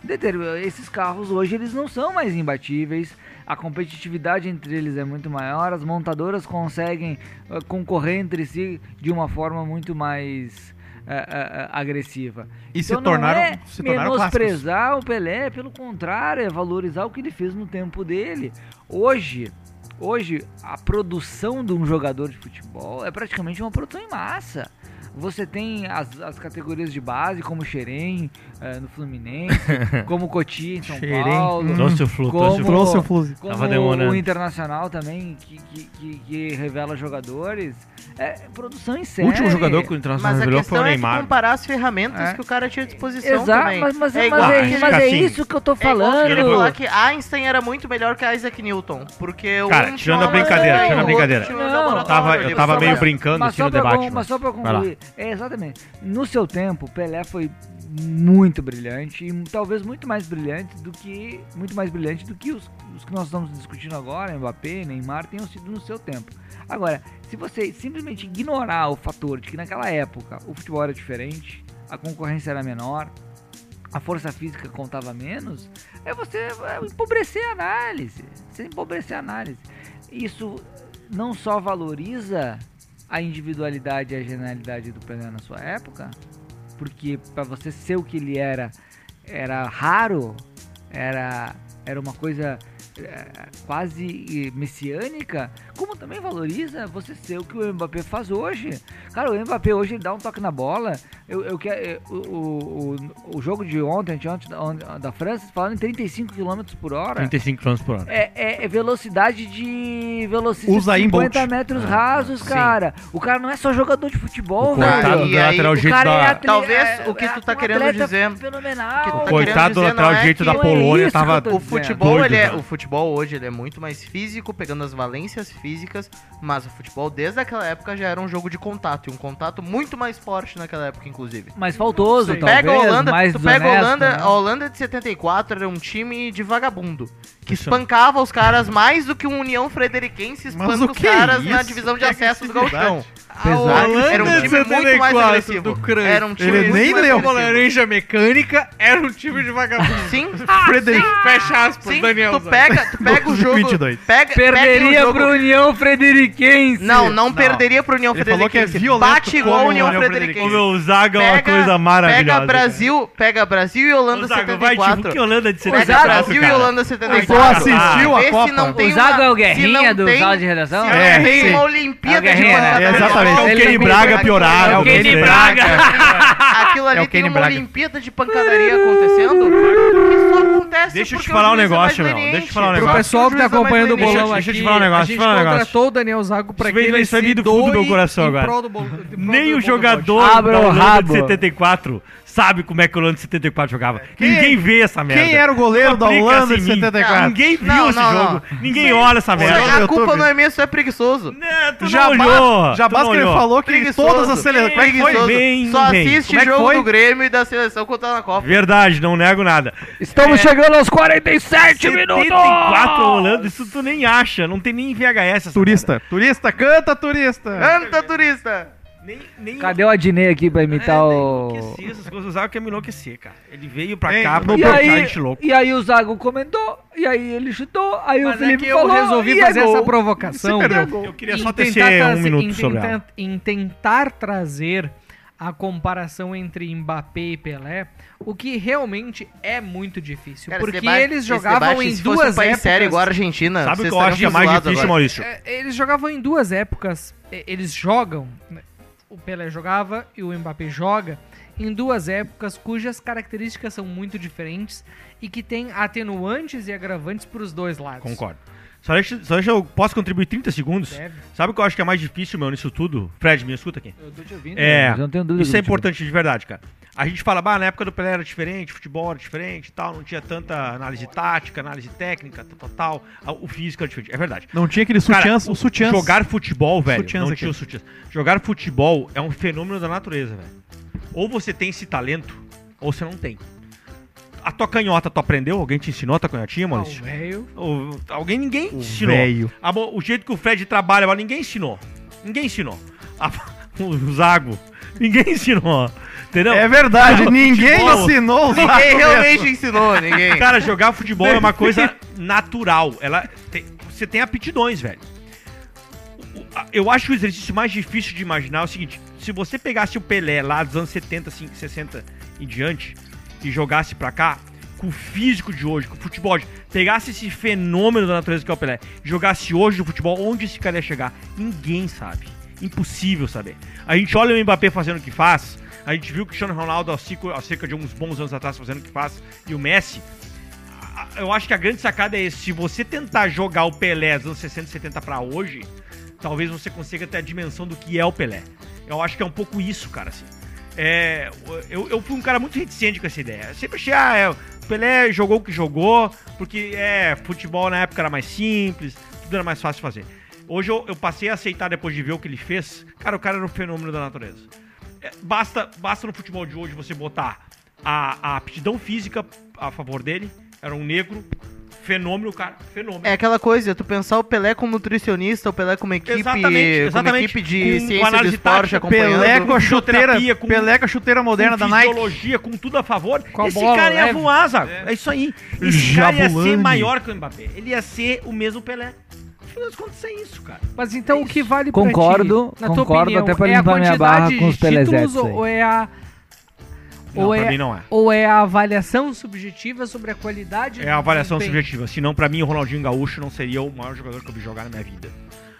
[SPEAKER 6] Deter- Esses carros hoje eles não são mais imbatíveis, a competitividade entre eles é muito maior, as montadoras conseguem eh, concorrer entre si de uma forma muito mais eh, eh, eh, agressiva.
[SPEAKER 3] E se
[SPEAKER 6] Então não
[SPEAKER 3] tornaram,
[SPEAKER 6] é
[SPEAKER 3] se tornaram clássicos.
[SPEAKER 6] menosprezar o Pelé, pelo contrário, é valorizar o que ele fez no tempo dele. Hoje, hoje a produção de um jogador de futebol é praticamente uma produção em massa. Você tem as, as categorias de base, como Xerém eh, no Fluminense, como Cotia em São
[SPEAKER 3] Xerém.
[SPEAKER 6] Paulo.
[SPEAKER 3] Hum.
[SPEAKER 4] Trouxe o flu, trouxe o flu.
[SPEAKER 3] Trouxe o Fluzi.
[SPEAKER 6] Como
[SPEAKER 4] Tava demorando.
[SPEAKER 6] o Internacional também, que, que, que- que revela jogadores. É produção em
[SPEAKER 4] O
[SPEAKER 6] série.
[SPEAKER 4] último jogador que o Internacional
[SPEAKER 2] Mas a
[SPEAKER 4] revelou foi o
[SPEAKER 2] questão é tu
[SPEAKER 4] Neymar.
[SPEAKER 2] comparar as ferramentas
[SPEAKER 6] É.
[SPEAKER 2] que o cara tinha à disposição
[SPEAKER 6] Exato,
[SPEAKER 2] também.
[SPEAKER 6] mas, mas,
[SPEAKER 2] é
[SPEAKER 6] é,
[SPEAKER 2] igual
[SPEAKER 6] mas, é,
[SPEAKER 2] aquele-
[SPEAKER 6] mas é
[SPEAKER 4] Assim,
[SPEAKER 6] isso que eu tô
[SPEAKER 2] é igual
[SPEAKER 6] falando.
[SPEAKER 2] querer falar que Einstein era muito melhor que Isaac Newton, porque o
[SPEAKER 4] Cara,
[SPEAKER 2] um
[SPEAKER 4] tirando
[SPEAKER 2] tinha
[SPEAKER 4] a
[SPEAKER 2] uma
[SPEAKER 4] brincadeira,
[SPEAKER 2] maçã,
[SPEAKER 4] tirando a
[SPEAKER 2] o outro
[SPEAKER 4] brincadeira.
[SPEAKER 2] tinha um
[SPEAKER 6] Não,
[SPEAKER 2] laboratório,
[SPEAKER 4] Eu tava, eu
[SPEAKER 2] ele
[SPEAKER 4] tava
[SPEAKER 2] precisava-
[SPEAKER 4] meio brincando
[SPEAKER 6] mas
[SPEAKER 4] aqui
[SPEAKER 6] só,
[SPEAKER 4] no
[SPEAKER 6] pra,
[SPEAKER 4] debate.
[SPEAKER 6] con- mas
[SPEAKER 4] Mas...
[SPEAKER 6] só pra
[SPEAKER 4] Vai lá.
[SPEAKER 6] concluir, é, exatamente. No seu tempo, Pelé foi muito brilhante e talvez muito mais brilhante do que muito mais brilhante do que os, os que nós estamos discutindo agora, Mbappé, Neymar, tenham sido no seu tempo. Agora, se você simplesmente ignorar o fator de que naquela época o futebol era diferente, a concorrência era menor, a força física contava menos, é você é, empobrecer a análise. Você empobrecer a análise. Isso não só valoriza a individualidade e a genialidade do Pelé na sua época, porque para você ser o que ele era, era raro, era, era uma coisa eh, quase eh, messiânica, como também valoriza você ser o que o Mbappé faz hoje. Cara, o Mbappé hoje ele dá um toque na bola. Eu, eu que- eh, o, o, o- o jogo de ontem, anteontem, da- on- da França, falando em 35 km por hora.
[SPEAKER 4] 35 km por hora.
[SPEAKER 6] É, é- é velocidade de velocidade
[SPEAKER 3] Usain
[SPEAKER 6] 50
[SPEAKER 3] Bolt.
[SPEAKER 6] metros rasos, cara. O cara não é só jogador de
[SPEAKER 4] Ah,
[SPEAKER 6] futebol,
[SPEAKER 4] O
[SPEAKER 6] velho.
[SPEAKER 4] coitado
[SPEAKER 2] e
[SPEAKER 4] do
[SPEAKER 2] aí,
[SPEAKER 4] lateral
[SPEAKER 2] o
[SPEAKER 4] jeito
[SPEAKER 6] cara é
[SPEAKER 4] da...
[SPEAKER 6] atleta,
[SPEAKER 2] Talvez o que tu tá
[SPEAKER 6] um
[SPEAKER 2] querendo
[SPEAKER 6] atleta
[SPEAKER 2] dizer-
[SPEAKER 6] Fenomenal.
[SPEAKER 2] o que tu tá
[SPEAKER 4] O coitado do
[SPEAKER 2] querendo dizer,
[SPEAKER 4] lateral
[SPEAKER 2] não é
[SPEAKER 4] direito
[SPEAKER 2] que-
[SPEAKER 4] da
[SPEAKER 6] Não é
[SPEAKER 4] Polônia
[SPEAKER 6] isso que
[SPEAKER 4] tava
[SPEAKER 6] eu tô
[SPEAKER 2] O
[SPEAKER 6] dizendo.
[SPEAKER 2] futebol,
[SPEAKER 4] Doido,
[SPEAKER 2] ele é,
[SPEAKER 4] né?
[SPEAKER 2] o futebol hoje ele é muito mais físico, pegando as valências físicas, mas o futebol desde aquela época já era um jogo de contato, e um contato muito mais forte naquela época, inclusive.
[SPEAKER 6] Mais faltoso,
[SPEAKER 2] Tu
[SPEAKER 6] talvez.
[SPEAKER 2] pega a Holanda,
[SPEAKER 6] mais
[SPEAKER 2] tu pega a
[SPEAKER 6] desonesto,
[SPEAKER 2] Holanda,
[SPEAKER 6] né?
[SPEAKER 2] a Holanda de 74 era um time de vagabundo, que
[SPEAKER 4] Isso.
[SPEAKER 2] espancava os caras mais do que o União Frederiquense
[SPEAKER 3] Mas
[SPEAKER 2] espanca
[SPEAKER 3] o
[SPEAKER 2] os
[SPEAKER 3] que é
[SPEAKER 2] caras na
[SPEAKER 3] isso?
[SPEAKER 2] divisão de
[SPEAKER 3] Que
[SPEAKER 2] acesso do Gauchão. A
[SPEAKER 3] Pesado.
[SPEAKER 2] Holanda era um
[SPEAKER 3] Holanda de
[SPEAKER 2] time muito mais
[SPEAKER 3] 74 do
[SPEAKER 2] agressivo.
[SPEAKER 3] Cruyff.
[SPEAKER 2] Era um time
[SPEAKER 3] Ele
[SPEAKER 2] muito
[SPEAKER 3] nem
[SPEAKER 2] mais
[SPEAKER 3] leu.
[SPEAKER 2] agressivo.
[SPEAKER 5] Laranja mecânica era um time de vagabundo.
[SPEAKER 2] Sim, Ah,
[SPEAKER 3] Frederico.
[SPEAKER 5] Fecha aspas,
[SPEAKER 2] sim,
[SPEAKER 5] Daniel.
[SPEAKER 2] tu pega, tu pega o jogo,
[SPEAKER 3] 22.
[SPEAKER 2] pega, pega o
[SPEAKER 6] Perderia
[SPEAKER 2] jogo
[SPEAKER 6] pro União Frederiquense.
[SPEAKER 2] Não, não perderia pro União
[SPEAKER 3] Ele falou que é
[SPEAKER 2] Frederiquense.
[SPEAKER 3] violento
[SPEAKER 2] Bate igual
[SPEAKER 3] como
[SPEAKER 2] o União
[SPEAKER 3] o União
[SPEAKER 4] O
[SPEAKER 2] Frederiquense.
[SPEAKER 4] meu Zaga é uma
[SPEAKER 2] Pega-
[SPEAKER 4] coisa maravilhosa.
[SPEAKER 2] Pega Brasil, pega Brasil e
[SPEAKER 4] cara.
[SPEAKER 2] Holanda
[SPEAKER 4] Ô, Zaga, vai, tipo,
[SPEAKER 2] 74.
[SPEAKER 4] que Holanda de
[SPEAKER 2] Pega
[SPEAKER 4] 74,
[SPEAKER 2] Brasil e
[SPEAKER 4] cara?
[SPEAKER 2] Holanda
[SPEAKER 3] Só
[SPEAKER 2] 74.
[SPEAKER 3] Então, assistiu
[SPEAKER 2] Vê
[SPEAKER 3] a
[SPEAKER 2] se não
[SPEAKER 3] Copa.
[SPEAKER 2] tem
[SPEAKER 6] O
[SPEAKER 2] uma-
[SPEAKER 6] Zaga
[SPEAKER 2] se
[SPEAKER 6] é o
[SPEAKER 2] não
[SPEAKER 6] Guerrinha do
[SPEAKER 2] tem-
[SPEAKER 6] sala de redação?
[SPEAKER 2] se
[SPEAKER 3] É,
[SPEAKER 2] não tem
[SPEAKER 3] sim.
[SPEAKER 2] uma
[SPEAKER 6] É
[SPEAKER 2] Olimpíada
[SPEAKER 6] o Guerrinha,
[SPEAKER 2] de
[SPEAKER 6] né?
[SPEAKER 2] pancada.
[SPEAKER 3] Exatamente.
[SPEAKER 4] É o
[SPEAKER 2] Ele
[SPEAKER 4] Kenny
[SPEAKER 2] tá
[SPEAKER 4] Braga
[SPEAKER 2] com-
[SPEAKER 4] piorado.
[SPEAKER 3] É o Kenny
[SPEAKER 4] gostei.
[SPEAKER 3] Braga.
[SPEAKER 2] Aquilo ali
[SPEAKER 3] É o
[SPEAKER 2] tem
[SPEAKER 3] Kenny
[SPEAKER 2] uma
[SPEAKER 3] Braga.
[SPEAKER 2] Olimpíada de pancadaria acontecendo que só acontece
[SPEAKER 4] Deixa eu te
[SPEAKER 2] porque
[SPEAKER 4] falar
[SPEAKER 2] o
[SPEAKER 4] um
[SPEAKER 2] juiz é mais
[SPEAKER 4] negócio, meu.
[SPEAKER 2] leniente.
[SPEAKER 4] Deixa eu te falar um
[SPEAKER 1] Pro
[SPEAKER 4] negócio.
[SPEAKER 1] pessoal que tá
[SPEAKER 6] é
[SPEAKER 1] acompanhando o
[SPEAKER 4] Deixa eu-
[SPEAKER 1] bolão
[SPEAKER 4] deixa
[SPEAKER 1] aqui,
[SPEAKER 4] eu te falar um negócio,
[SPEAKER 1] a
[SPEAKER 4] deixa eu
[SPEAKER 1] gente
[SPEAKER 4] te falar um negócio.
[SPEAKER 1] contratou o Daniel Zago pra
[SPEAKER 4] Isso
[SPEAKER 1] que
[SPEAKER 4] vem-
[SPEAKER 1] ele
[SPEAKER 4] isso vai
[SPEAKER 1] se
[SPEAKER 4] vir do fundo do
[SPEAKER 1] doe
[SPEAKER 4] meu coração
[SPEAKER 1] em
[SPEAKER 4] agora.
[SPEAKER 1] prol do bol- em prol
[SPEAKER 4] Nem
[SPEAKER 1] do
[SPEAKER 4] o
[SPEAKER 1] bom do
[SPEAKER 4] jogador
[SPEAKER 1] bote.
[SPEAKER 6] Abra
[SPEAKER 4] da
[SPEAKER 6] o
[SPEAKER 4] Holanda
[SPEAKER 6] rabo.
[SPEAKER 4] de 74 sabe como é que a Holanda de 74 jogava. Ninguém vê essa merda.
[SPEAKER 3] Quem era o goleiro da
[SPEAKER 4] Aplica-se
[SPEAKER 3] Holanda de
[SPEAKER 4] em mim.
[SPEAKER 3] 74?
[SPEAKER 4] Ninguém viu
[SPEAKER 2] Não,
[SPEAKER 4] esse
[SPEAKER 2] não,
[SPEAKER 4] jogo. Ninguém olha essa
[SPEAKER 2] Isso aí,
[SPEAKER 4] merda.
[SPEAKER 3] Olha
[SPEAKER 2] A
[SPEAKER 3] no
[SPEAKER 2] culpa
[SPEAKER 3] YouTube.
[SPEAKER 2] não é minha, você é preguiçoso.
[SPEAKER 4] Não, Né, tu
[SPEAKER 3] Já
[SPEAKER 4] não olhou.
[SPEAKER 3] basta, já
[SPEAKER 4] tu
[SPEAKER 3] basta
[SPEAKER 4] não
[SPEAKER 3] que ele
[SPEAKER 4] olhou.
[SPEAKER 3] falou que
[SPEAKER 2] Preguiçoso.
[SPEAKER 3] todas as seleções. Como é que
[SPEAKER 2] Preguiçoso.
[SPEAKER 3] foi?
[SPEAKER 4] Bem,
[SPEAKER 2] Só
[SPEAKER 4] bem.
[SPEAKER 2] assiste
[SPEAKER 3] Como é que
[SPEAKER 2] jogo
[SPEAKER 3] foi?
[SPEAKER 2] do Grêmio e da seleção quando tá na Copa.
[SPEAKER 4] Verdade, não nego nada.
[SPEAKER 2] É.
[SPEAKER 6] Estamos chegando aos 47 minutos!
[SPEAKER 4] 74 Holanda, isso tu nem acha. Não tem nem VHS. Essa
[SPEAKER 3] Turista. Turista, canta, turista.
[SPEAKER 2] Canta, turista!
[SPEAKER 4] merda. Nem, nem
[SPEAKER 6] Cadê o Adnei aqui pra imitar
[SPEAKER 4] É,
[SPEAKER 6] o...
[SPEAKER 4] Enlouqueci, essas coisas. O Zago quer me enlouquecer, cara. Ele veio pra
[SPEAKER 3] Ei,
[SPEAKER 4] cá pra
[SPEAKER 6] E
[SPEAKER 4] deixar
[SPEAKER 6] aí,
[SPEAKER 4] a gente louco.
[SPEAKER 6] e aí o Zago comentou, e aí ele chutou, aí
[SPEAKER 1] Mas
[SPEAKER 6] o Felipe
[SPEAKER 1] é que eu
[SPEAKER 6] falou,
[SPEAKER 1] resolvi
[SPEAKER 6] e é
[SPEAKER 1] fazer
[SPEAKER 6] gol.
[SPEAKER 1] essa provocação.
[SPEAKER 4] Eu queria
[SPEAKER 1] em
[SPEAKER 4] só
[SPEAKER 1] tentar
[SPEAKER 4] tecer um
[SPEAKER 6] tá
[SPEAKER 1] trazer-
[SPEAKER 4] minuto
[SPEAKER 1] em
[SPEAKER 4] sobre
[SPEAKER 1] tentar-
[SPEAKER 4] ela.
[SPEAKER 1] Em tentar trazer a comparação entre Mbappé e Pelé, o que realmente é muito difícil.
[SPEAKER 2] Cara,
[SPEAKER 1] porque
[SPEAKER 2] esse debate-
[SPEAKER 1] eles
[SPEAKER 2] esse
[SPEAKER 1] jogavam
[SPEAKER 2] debate,
[SPEAKER 1] em
[SPEAKER 2] se fosse
[SPEAKER 1] duas
[SPEAKER 2] um país
[SPEAKER 1] épocas.
[SPEAKER 2] sério igual a Argentina.
[SPEAKER 4] Sabe o
[SPEAKER 2] vocês
[SPEAKER 4] que eu acho que é
[SPEAKER 2] estariam
[SPEAKER 4] mais
[SPEAKER 2] zoados
[SPEAKER 4] difícil,
[SPEAKER 2] agora.
[SPEAKER 4] Maurício?
[SPEAKER 1] É, Eles jogavam em duas épocas. É, Eles jogam. né? O Pelé jogava e o Mbappé joga em duas épocas cujas características são muito diferentes e que tem atenuantes e agravantes para os dois lados.
[SPEAKER 4] Concordo. Só deixa, só deixa eu. Posso contribuir 30 segundos?
[SPEAKER 1] Deve.
[SPEAKER 4] Sabe o que eu acho que é mais difícil, meu, nisso tudo? Fred, me escuta aqui.
[SPEAKER 6] Eu tô te ouvindo,
[SPEAKER 4] É,
[SPEAKER 6] mas eu não tenho dúvida
[SPEAKER 4] Isso é
[SPEAKER 6] que eu tô te
[SPEAKER 4] importante de verdade, cara. A gente fala, bah, na época do Pelé era diferente, futebol era diferente e tal, não tinha tanta análise tática, análise técnica, tal, tal, tal. A- O físico era diferente. É verdade.
[SPEAKER 3] Não tinha aquele
[SPEAKER 4] Cara,
[SPEAKER 3] sutiãs, o sutiãs.
[SPEAKER 4] Jogar futebol, velho,
[SPEAKER 3] Sutiãs
[SPEAKER 4] não
[SPEAKER 3] aqui.
[SPEAKER 4] tinha o sutiãs. Jogar futebol é um fenômeno da natureza, velho. Ou você tem esse talento, ou você não tem. A tua canhota, tu aprendeu? Alguém te ensinou a tua canhotinha,
[SPEAKER 1] Ah, o
[SPEAKER 4] É, Maurício?
[SPEAKER 1] velho.
[SPEAKER 4] Ou- alguém, ninguém te ensinou.
[SPEAKER 3] Velho.
[SPEAKER 4] A mo- o jeito que o Fred trabalha, mas ninguém ensinou. Ninguém ensinou. A- o Zago, ninguém ensinou. Entendeu?
[SPEAKER 3] É verdade,
[SPEAKER 4] Não,
[SPEAKER 3] ninguém
[SPEAKER 4] futebol-
[SPEAKER 3] ensinou o
[SPEAKER 2] Ninguém
[SPEAKER 3] Zago
[SPEAKER 2] realmente ensinou, ninguém.
[SPEAKER 4] Cara, jogar futebol é uma coisa natural. Ela tem- você tem aptidões, velho. O- o- a- Eu acho o exercício mais difícil de imaginar é o seguinte: se você pegasse o Pelé lá dos anos 70, assim, 60 em diante e jogasse pra cá, com o físico de hoje, com o futebol de hoje, pegasse esse fenômeno da natureza que é o Pelé, e jogasse hoje no futebol, onde esse cara ia chegar? Ninguém sabe. Impossível saber. A gente olha o Mbappé fazendo o que faz, a gente viu o Cristiano Ronaldo há cico- há cerca de uns bons anos atrás fazendo o que faz, e o Messi. A- Eu acho que a grande sacada é esse. Se você tentar jogar o Pelé dos anos 60 e 70 pra hoje, talvez você consiga ter a dimensão do que é o Pelé. Eu acho que é um pouco isso, cara, assim. É, eu, eu fui um cara muito reticente com essa ideia. Eu sempre achei, ah, é, o Pelé jogou o que jogou, porque é, futebol na época era mais simples, tudo era mais fácil de fazer. Hoje eu, eu passei a aceitar depois de ver o que ele fez. Cara, o cara era um fenômeno da natureza. É, basta, basta no futebol de hoje você botar a, a aptidão física a favor dele. Era um negro, fenômeno, cara, fenômeno.
[SPEAKER 2] É aquela coisa, tu pensar o Pelé como nutricionista, o Pelé como É, equipe,
[SPEAKER 4] Exatamente,
[SPEAKER 2] como
[SPEAKER 4] exatamente.
[SPEAKER 2] equipe
[SPEAKER 4] Com-
[SPEAKER 2] de
[SPEAKER 4] com
[SPEAKER 2] ciência do
[SPEAKER 4] análise
[SPEAKER 2] esporte
[SPEAKER 4] tática,
[SPEAKER 2] acompanhando.
[SPEAKER 3] Pelé com a
[SPEAKER 4] fisioterapia,
[SPEAKER 3] chuteira,
[SPEAKER 4] com-
[SPEAKER 3] Pelé com a chuteira moderna da
[SPEAKER 4] com
[SPEAKER 3] Nike.
[SPEAKER 4] fisiologia, com tudo a favor.
[SPEAKER 1] Com a
[SPEAKER 4] Esse
[SPEAKER 1] bola
[SPEAKER 4] cara ia
[SPEAKER 1] leve.
[SPEAKER 4] voar, Zago. É. isso aí. Esse cara ia ser
[SPEAKER 3] Jabulani.
[SPEAKER 4] maior que o Mbappé. Ele ia ser o mesmo Pelé. Afinal de contas, é isso, cara.
[SPEAKER 1] Mas então o que vale
[SPEAKER 6] Concordo,
[SPEAKER 1] pra ti, na tua
[SPEAKER 6] concordo,
[SPEAKER 1] opinião,
[SPEAKER 6] até pra
[SPEAKER 1] é a
[SPEAKER 6] limpar minha barra
[SPEAKER 1] quantidade
[SPEAKER 6] com os
[SPEAKER 1] de títulos
[SPEAKER 6] Pelezetes aí.
[SPEAKER 1] ou é a ou é,
[SPEAKER 4] não é.
[SPEAKER 1] ou é a avaliação subjetiva sobre a qualidade
[SPEAKER 4] É a avaliação subjetiva. Senão, pra mim, o Ronaldinho Gaúcho não seria o maior jogador que eu vi jogar na minha vida.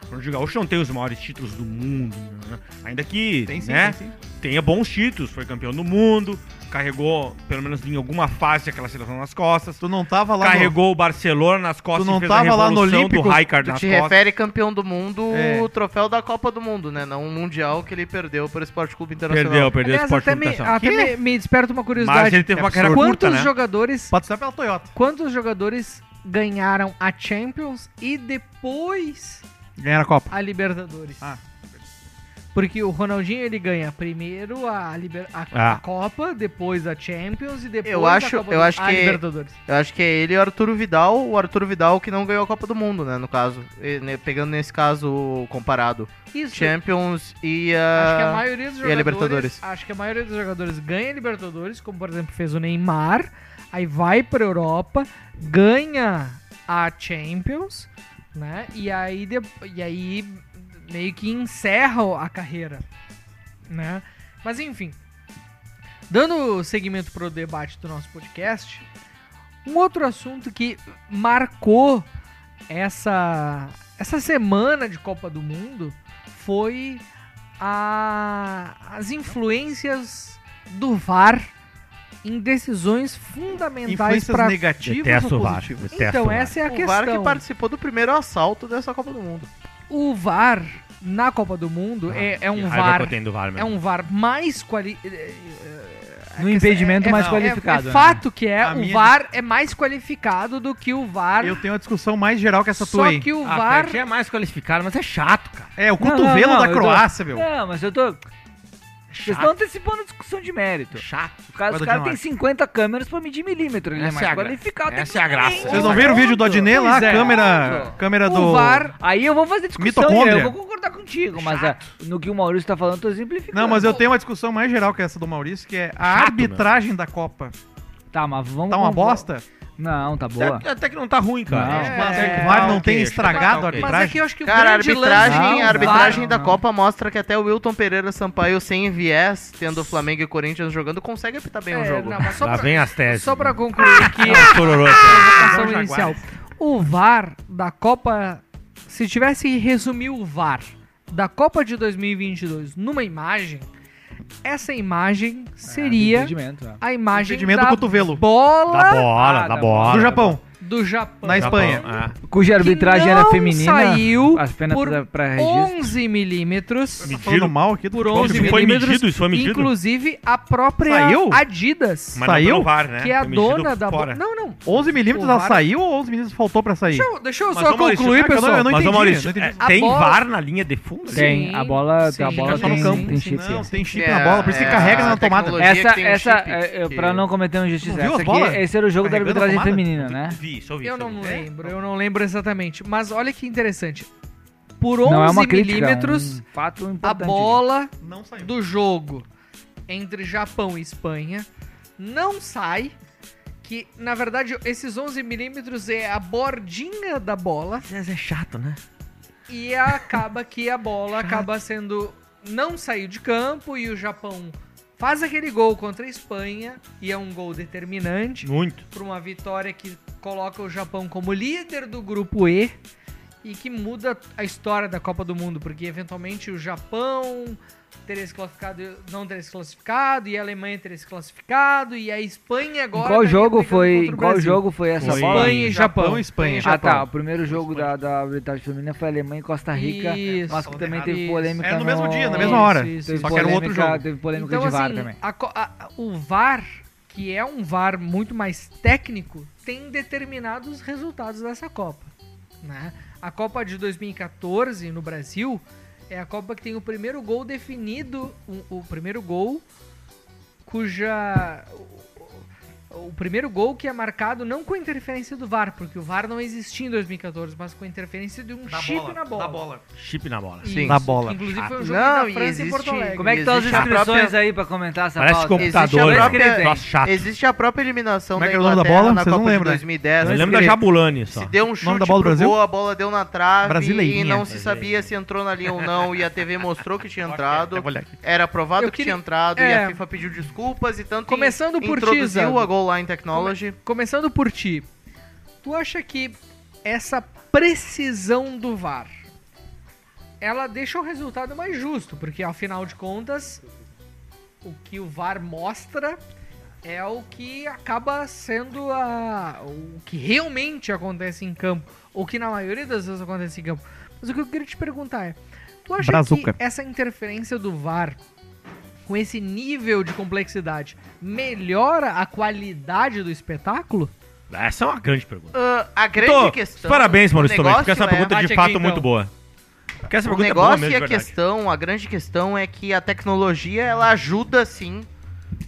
[SPEAKER 4] O Ronaldinho Gaúcho não tem os maiores títulos do mundo. né? Ainda que
[SPEAKER 3] Tem sim,
[SPEAKER 4] né,
[SPEAKER 3] tem sim.
[SPEAKER 4] tenha bons títulos. Foi campeão do mundo, carregou, pelo menos em alguma fase, aquela seleção nas costas.
[SPEAKER 3] Tu não tava lá no...
[SPEAKER 4] carregou o Barcelona nas costas
[SPEAKER 3] Tu não
[SPEAKER 4] e fez a
[SPEAKER 3] tava lá no
[SPEAKER 4] revolução do
[SPEAKER 3] Olímpico?
[SPEAKER 4] Rijkaard
[SPEAKER 2] Tu
[SPEAKER 4] nas
[SPEAKER 2] te
[SPEAKER 4] costas.
[SPEAKER 2] refere campeão do mundo,
[SPEAKER 3] É.
[SPEAKER 2] o troféu da Copa do Mundo, né? Não o Mundial que ele perdeu para o Esporte Clube Internacional.
[SPEAKER 4] Perdeu, perdeu
[SPEAKER 1] Aliás,
[SPEAKER 4] o esporte
[SPEAKER 1] até,
[SPEAKER 4] de
[SPEAKER 1] me,
[SPEAKER 4] computação.
[SPEAKER 1] até
[SPEAKER 4] Que?
[SPEAKER 1] me, me desperta uma curiosidade.
[SPEAKER 4] Mas ele teve uma carreira
[SPEAKER 1] quantos
[SPEAKER 4] curta, né?
[SPEAKER 1] jogadores,
[SPEAKER 3] Patrocinado pela Toyota.
[SPEAKER 1] quantos jogadores ganharam a Champions e depois
[SPEAKER 3] Ganharam a Copa.
[SPEAKER 1] a Libertadores?
[SPEAKER 3] Ah.
[SPEAKER 1] Porque o Ronaldinho ele ganha primeiro a, Liber- a-
[SPEAKER 4] Ah.
[SPEAKER 1] a Copa, depois a Champions e depois
[SPEAKER 2] Eu acho-
[SPEAKER 1] a, Copa
[SPEAKER 2] eu
[SPEAKER 1] do-
[SPEAKER 2] acho
[SPEAKER 1] a
[SPEAKER 2] que-
[SPEAKER 1] Libertadores.
[SPEAKER 2] Eu acho que é ele e o Arturo Vidal, o Arturo Vidal que não ganhou a Copa do Mundo, né? No caso, E, né, pegando nesse caso comparado.
[SPEAKER 1] Isso.
[SPEAKER 2] Champions e
[SPEAKER 1] Acho que é a
[SPEAKER 2] a...
[SPEAKER 1] maioria dos
[SPEAKER 2] Ah, e a
[SPEAKER 1] jogadores.
[SPEAKER 2] Libertadores.
[SPEAKER 1] Acho que a maioria dos jogadores ganha a Libertadores, como por exemplo fez o Neymar, aí vai pra Europa, ganha a Champions, né? E aí, de- e aí meio que encerra a carreira, né? Mas enfim, dando seguimento pro debate do nosso podcast, um outro assunto que marcou essa, essa semana de Copa do Mundo foi a- as influências do VAR em decisões fundamentais
[SPEAKER 3] Influências
[SPEAKER 1] para
[SPEAKER 3] negativas
[SPEAKER 4] Detesto
[SPEAKER 3] ou
[SPEAKER 4] o VAR.
[SPEAKER 3] positivas?
[SPEAKER 1] então essa é a
[SPEAKER 2] o VAR que
[SPEAKER 1] questão
[SPEAKER 2] participou do primeiro assalto dessa Copa do Mundo.
[SPEAKER 1] o VAR na Copa do Mundo é, é um VAR
[SPEAKER 4] né?
[SPEAKER 1] é um VAR mais quali eh, eh,
[SPEAKER 6] No
[SPEAKER 1] a questão-
[SPEAKER 6] impedimento mais qualificado,
[SPEAKER 1] É,
[SPEAKER 6] né?
[SPEAKER 1] fato que é,
[SPEAKER 3] A
[SPEAKER 1] o
[SPEAKER 3] minha-
[SPEAKER 1] VAR é mais qualificado do que o VAR.
[SPEAKER 3] Eu tenho uma discussão mais geral que essa tua
[SPEAKER 1] só
[SPEAKER 3] aí.
[SPEAKER 1] que o
[SPEAKER 4] Ah,
[SPEAKER 1] VAR.
[SPEAKER 4] Fred, é mais qualificado, mas é chato, cara.
[SPEAKER 3] É, o
[SPEAKER 6] Não, não,
[SPEAKER 3] cotovelo
[SPEAKER 6] não, eu
[SPEAKER 3] da
[SPEAKER 6] tô-
[SPEAKER 3] Croácia, meu.
[SPEAKER 6] Não, mas eu tô. Vocês estão antecipando a discussão de mérito.
[SPEAKER 4] Chato.
[SPEAKER 6] O cara, os
[SPEAKER 3] Guarda
[SPEAKER 6] caras
[SPEAKER 3] de
[SPEAKER 6] têm
[SPEAKER 3] nós.
[SPEAKER 6] 50 câmeras pra medir milímetro. Ele
[SPEAKER 4] Essa
[SPEAKER 6] é
[SPEAKER 4] é
[SPEAKER 6] mais
[SPEAKER 4] a gra-
[SPEAKER 6] qualificado. tem
[SPEAKER 4] essa
[SPEAKER 6] que
[SPEAKER 4] é a
[SPEAKER 6] saber,
[SPEAKER 4] graça.
[SPEAKER 6] hein?
[SPEAKER 3] Vocês não viram o vídeo do Adnet lá?
[SPEAKER 6] Pois é.
[SPEAKER 3] câmera, câmera do...
[SPEAKER 1] O VAR.
[SPEAKER 6] Aí eu vou fazer discussão e
[SPEAKER 3] Mitocôndria.
[SPEAKER 6] eu vou concordar contigo, mas ah, no que o Maurício tá falando, eu tô exemplificando.
[SPEAKER 3] Não, mas eu tenho uma discussão mais geral que essa do Maurício, que é a
[SPEAKER 4] Chato,
[SPEAKER 3] arbitragem da Copa.
[SPEAKER 6] Tá, mas vamos.
[SPEAKER 3] Tá uma
[SPEAKER 6] vamos-
[SPEAKER 3] bosta?
[SPEAKER 6] Não, tá boa.
[SPEAKER 4] Até, até que não tá ruim, cara.
[SPEAKER 6] Não.
[SPEAKER 4] É,
[SPEAKER 3] Mas
[SPEAKER 1] é,
[SPEAKER 3] o VAR não
[SPEAKER 4] ok,
[SPEAKER 3] tem
[SPEAKER 4] acho que tá
[SPEAKER 3] estragado a
[SPEAKER 4] ok.
[SPEAKER 1] Mas é
[SPEAKER 3] arbitragem.
[SPEAKER 1] que eu acho que o
[SPEAKER 2] Cara, a
[SPEAKER 1] grande lance
[SPEAKER 2] arbitragem,
[SPEAKER 1] do
[SPEAKER 2] a
[SPEAKER 6] Não,
[SPEAKER 2] arbitragem
[SPEAKER 6] não,
[SPEAKER 2] da
[SPEAKER 6] não.
[SPEAKER 2] Copa mostra que até o Wilton Pereira Sampaio sem viés, tendo Flamengo e Corinthians jogando, consegue apitar bem
[SPEAKER 1] VAR-
[SPEAKER 2] o
[SPEAKER 1] é,
[SPEAKER 2] um jogo.
[SPEAKER 1] não, mas só,
[SPEAKER 4] Lá
[SPEAKER 1] pra,
[SPEAKER 4] vem as teses.
[SPEAKER 1] só pra concluir aqui a
[SPEAKER 4] Chororô.
[SPEAKER 2] Ah,
[SPEAKER 1] provocação
[SPEAKER 3] Jaguares.
[SPEAKER 1] inicial. O VAR da Copa. Se tivesse que resumir o VAR da Copa de 2022 numa imagem, essa imagem
[SPEAKER 6] É,
[SPEAKER 1] seria
[SPEAKER 6] impedimento, é.
[SPEAKER 1] a imagem
[SPEAKER 3] Impedimento
[SPEAKER 1] da
[SPEAKER 3] do cotovelo.
[SPEAKER 4] Da
[SPEAKER 1] bola
[SPEAKER 4] bola,
[SPEAKER 6] Ah,
[SPEAKER 4] da
[SPEAKER 6] da
[SPEAKER 4] bola.
[SPEAKER 3] Do Japão.
[SPEAKER 1] do Japão.
[SPEAKER 3] Na
[SPEAKER 4] Da
[SPEAKER 3] Espanha.
[SPEAKER 4] bola,
[SPEAKER 6] Cuja
[SPEAKER 1] que
[SPEAKER 6] arbitragem era
[SPEAKER 1] não
[SPEAKER 6] feminina.
[SPEAKER 1] Saiu
[SPEAKER 6] As penas
[SPEAKER 1] por
[SPEAKER 6] pra, pra registro.
[SPEAKER 1] 11 milímetros.
[SPEAKER 4] Me-
[SPEAKER 3] Tá falando mal aqui do
[SPEAKER 1] Por
[SPEAKER 3] futebol
[SPEAKER 1] 11
[SPEAKER 4] Isso
[SPEAKER 3] feminino.
[SPEAKER 4] foi
[SPEAKER 1] milímetros,
[SPEAKER 4] medido, isso foi medido?
[SPEAKER 1] Inclusive a própria
[SPEAKER 3] Saiu?
[SPEAKER 1] Adidas,
[SPEAKER 4] é. Mas não
[SPEAKER 3] Saiu?
[SPEAKER 4] pelo VAR, né?
[SPEAKER 1] que é a
[SPEAKER 4] Foi medido
[SPEAKER 1] dona da bola.
[SPEAKER 4] fora.
[SPEAKER 1] Não, não.
[SPEAKER 3] 11 milímetros
[SPEAKER 1] O
[SPEAKER 3] ela
[SPEAKER 1] VAR-
[SPEAKER 3] saiu ou 11 milímetros faltou pra sair?
[SPEAKER 1] Deixa eu, deixa eu
[SPEAKER 4] Mas,
[SPEAKER 1] só
[SPEAKER 4] ô, Maurício,
[SPEAKER 1] concluir,
[SPEAKER 3] cara, que eu não-
[SPEAKER 1] pessoal.
[SPEAKER 3] eu não
[SPEAKER 4] Mas, ô
[SPEAKER 3] entendi,
[SPEAKER 4] Maurício,
[SPEAKER 3] não entendi.
[SPEAKER 4] é, tem
[SPEAKER 1] A bola-
[SPEAKER 4] VAR na linha de fundo?
[SPEAKER 1] Sim.
[SPEAKER 6] Tem, a bola,
[SPEAKER 1] sim.
[SPEAKER 6] a bola
[SPEAKER 1] Fica só no
[SPEAKER 6] tem, um
[SPEAKER 1] campo.
[SPEAKER 6] tem
[SPEAKER 1] Sim,
[SPEAKER 6] chip.
[SPEAKER 3] Não,
[SPEAKER 6] sim.
[SPEAKER 3] tem chip
[SPEAKER 2] É,
[SPEAKER 3] na bola, por isso que
[SPEAKER 2] é,
[SPEAKER 3] carrega
[SPEAKER 2] a
[SPEAKER 3] na tomada.
[SPEAKER 2] tecnologia
[SPEAKER 6] Essa,
[SPEAKER 2] que tem um
[SPEAKER 6] essa,
[SPEAKER 2] chip
[SPEAKER 6] é, é,
[SPEAKER 2] que-
[SPEAKER 6] pra não cometer uma
[SPEAKER 3] Não
[SPEAKER 6] injustiça,
[SPEAKER 3] viu
[SPEAKER 6] essa
[SPEAKER 3] as
[SPEAKER 6] aqui-
[SPEAKER 3] bolas?
[SPEAKER 6] esse era o jogo da
[SPEAKER 3] Carregando a
[SPEAKER 6] arbitragem
[SPEAKER 3] tomada?
[SPEAKER 6] feminina, né?
[SPEAKER 4] Vi, isso eu vi.
[SPEAKER 1] Eu
[SPEAKER 4] isso
[SPEAKER 1] não
[SPEAKER 4] vi.
[SPEAKER 1] lembro, eu não lembro exatamente. Mas olha que interessante. Por 11
[SPEAKER 6] Não é uma crítica,
[SPEAKER 1] milímetros,
[SPEAKER 6] é um fato
[SPEAKER 1] a
[SPEAKER 6] importante.
[SPEAKER 1] bola
[SPEAKER 3] Não saiu.
[SPEAKER 1] do jogo entre Japão e Espanha não sai. Que, na verdade, esses 11 milímetros é a bordinha da bola
[SPEAKER 4] Mas é chato, né?
[SPEAKER 1] e acaba que a bola acaba sendo... Não saiu de campo e o Japão faz aquele gol contra a Espanha e é um gol determinante.
[SPEAKER 4] Muito.
[SPEAKER 1] para uma vitória que coloca o Japão como líder do grupo E e que muda a história da Copa do Mundo, porque eventualmente o Japão teria se classificado, não teria se classificado, e a Alemanha teria se classificado, e a Espanha
[SPEAKER 6] Em
[SPEAKER 1] agora.
[SPEAKER 6] qual
[SPEAKER 1] estaria
[SPEAKER 6] jogo
[SPEAKER 1] brigando
[SPEAKER 6] foi?
[SPEAKER 1] contra o
[SPEAKER 6] Em qual
[SPEAKER 1] Brasil.
[SPEAKER 6] jogo foi essa
[SPEAKER 4] Foi
[SPEAKER 6] bola?
[SPEAKER 1] Espanha e Japão.
[SPEAKER 3] Japão e Espanha.
[SPEAKER 6] Ah tá, o primeiro jogo da, da Britânia Feminina foi Alemanha e Costa Rica,
[SPEAKER 1] Isso.
[SPEAKER 6] mas que também teve
[SPEAKER 1] Isso.
[SPEAKER 6] polêmica
[SPEAKER 3] Era no mesmo dia, É, na
[SPEAKER 1] Isso,
[SPEAKER 3] mesma hora.
[SPEAKER 1] isso,
[SPEAKER 6] Teve
[SPEAKER 1] isso.
[SPEAKER 3] Só que era um outro
[SPEAKER 6] polêmica-
[SPEAKER 3] jogo.
[SPEAKER 6] Teve polêmica
[SPEAKER 1] Então,
[SPEAKER 6] de VAR
[SPEAKER 1] assim,
[SPEAKER 6] também.
[SPEAKER 1] a co- a- a- o VAR, que é um VAR muito mais técnico, tem determinados resultados dessa Copa. Né? A Copa de 2014 no Brasil é a Copa que tem o primeiro gol definido, o, o primeiro gol cuja. O, o primeiro gol que é marcado não com a interferência do VAR, porque o VAR não existia em 2014, mas com a interferência de um chip na bola.
[SPEAKER 5] Da bola.
[SPEAKER 4] Chip na bola.
[SPEAKER 1] Isso,
[SPEAKER 3] Na bola.
[SPEAKER 1] que Inclusive foi um jogo
[SPEAKER 2] Não,
[SPEAKER 1] da
[SPEAKER 2] e
[SPEAKER 1] França e Porto
[SPEAKER 2] existe-
[SPEAKER 1] Alegre.
[SPEAKER 6] Como é que estão as
[SPEAKER 2] Existe a
[SPEAKER 6] inscrições
[SPEAKER 2] própria-
[SPEAKER 6] aí pra comentar essa
[SPEAKER 4] Parece
[SPEAKER 6] pauta?
[SPEAKER 2] computador,
[SPEAKER 6] Existe a
[SPEAKER 2] né?
[SPEAKER 6] própria-
[SPEAKER 4] Nossa, chato.
[SPEAKER 2] Existe a própria eliminação
[SPEAKER 3] Como é
[SPEAKER 2] da
[SPEAKER 3] que é o nome da
[SPEAKER 2] Inglaterra
[SPEAKER 3] bola?
[SPEAKER 2] na
[SPEAKER 3] Vocês
[SPEAKER 2] Copa
[SPEAKER 3] não
[SPEAKER 2] de
[SPEAKER 3] lembram, né?
[SPEAKER 2] 2010.
[SPEAKER 4] Eu lembro da
[SPEAKER 2] que
[SPEAKER 4] Jabulani só.
[SPEAKER 2] Se deu um
[SPEAKER 3] nome
[SPEAKER 2] chute
[SPEAKER 3] da bola do
[SPEAKER 2] pro
[SPEAKER 3] Brasil?
[SPEAKER 2] gol, a bola deu na trave e
[SPEAKER 3] Brasileirinha.
[SPEAKER 2] não se sabia se entrou na linha ou não. E a TV mostrou que
[SPEAKER 3] é,
[SPEAKER 2] tinha entrado.
[SPEAKER 3] Olha aqui.
[SPEAKER 2] Era provado
[SPEAKER 1] Eu
[SPEAKER 2] que
[SPEAKER 1] queria-
[SPEAKER 2] tinha entrado e
[SPEAKER 1] é.
[SPEAKER 2] a FIFA pediu desculpas e tanto
[SPEAKER 1] Começando
[SPEAKER 2] in-
[SPEAKER 1] por ti,
[SPEAKER 2] introduziu
[SPEAKER 1] Zado.
[SPEAKER 2] a Goal Line Technology.
[SPEAKER 1] Começando por ti, tu acha que essa precisão do VAR ela deixa o resultado mais justo, porque afinal de contas, o que o VAR mostra é o que acaba sendo a, o que realmente acontece em campo, ou que na maioria das vezes acontece em campo. Mas o que eu queria te perguntar é: tu acha
[SPEAKER 3] Brazuca.
[SPEAKER 1] que essa interferência do VAR com esse nível de complexidade melhora a qualidade do espetáculo?
[SPEAKER 4] Essa é uma grande pergunta.
[SPEAKER 2] Ah, a grande
[SPEAKER 4] Tô-
[SPEAKER 2] questão.
[SPEAKER 4] Parabéns,
[SPEAKER 2] o
[SPEAKER 4] Maurício Tomé, porque essa
[SPEAKER 2] negócio é-
[SPEAKER 4] pergunta é
[SPEAKER 1] bate
[SPEAKER 4] de
[SPEAKER 1] aqui,
[SPEAKER 4] fato
[SPEAKER 1] então.
[SPEAKER 4] muito boa. Porque essa
[SPEAKER 2] O
[SPEAKER 4] pergunta é boa
[SPEAKER 2] negócio
[SPEAKER 4] mesmo,
[SPEAKER 2] e
[SPEAKER 4] de
[SPEAKER 2] a
[SPEAKER 4] verdade.
[SPEAKER 2] questão, a grande questão é que a tecnologia ela ajuda sim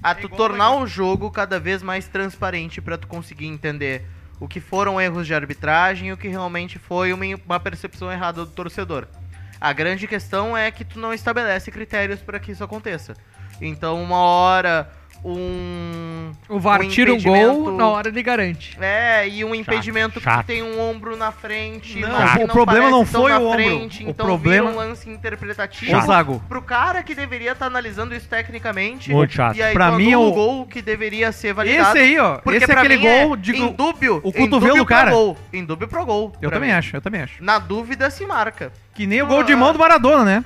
[SPEAKER 2] a tu tornar um jogo cada vez mais transparente pra tu conseguir entender o que foram erros de arbitragem e o que realmente foi uma, uma percepção errada do torcedor. A grande questão é que tu não estabelece critérios pra que isso aconteça. Então, uma hora um
[SPEAKER 1] O VAR
[SPEAKER 2] Um
[SPEAKER 1] tira um gol,
[SPEAKER 2] impedimento-
[SPEAKER 1] na hora ele garante.
[SPEAKER 2] é, e um impedimento que
[SPEAKER 4] chato.
[SPEAKER 2] tem um ombro na frente.
[SPEAKER 3] Não,
[SPEAKER 2] mas que
[SPEAKER 3] o problema não
[SPEAKER 2] parece tão
[SPEAKER 3] foi
[SPEAKER 2] na
[SPEAKER 3] o ombro.
[SPEAKER 2] frente,
[SPEAKER 3] O
[SPEAKER 2] então
[SPEAKER 3] problema-
[SPEAKER 2] vira um lance interpretativo.
[SPEAKER 3] Ô, Zago,
[SPEAKER 2] Pro cara que deveria estar analisando isso tecnicamente.
[SPEAKER 4] Muito chato.
[SPEAKER 2] E aí
[SPEAKER 3] Pra
[SPEAKER 2] tu
[SPEAKER 3] mim, é
[SPEAKER 2] anula
[SPEAKER 3] o-
[SPEAKER 2] o gol que deveria ser validado.
[SPEAKER 3] esse aí, ó.
[SPEAKER 2] porque
[SPEAKER 3] esse é
[SPEAKER 2] pra
[SPEAKER 3] aquele
[SPEAKER 2] mim
[SPEAKER 3] gol
[SPEAKER 2] é
[SPEAKER 3] de.
[SPEAKER 2] indúbio.
[SPEAKER 3] o cotovelo do
[SPEAKER 2] indúbio
[SPEAKER 3] cara.
[SPEAKER 2] Pro gol, indúbio pro gol.
[SPEAKER 3] Eu
[SPEAKER 2] pra
[SPEAKER 3] também
[SPEAKER 2] mim.
[SPEAKER 3] acho, eu também acho.
[SPEAKER 2] Na dúvida se marca.
[SPEAKER 3] Que nem o gol de mão do Maradona, né?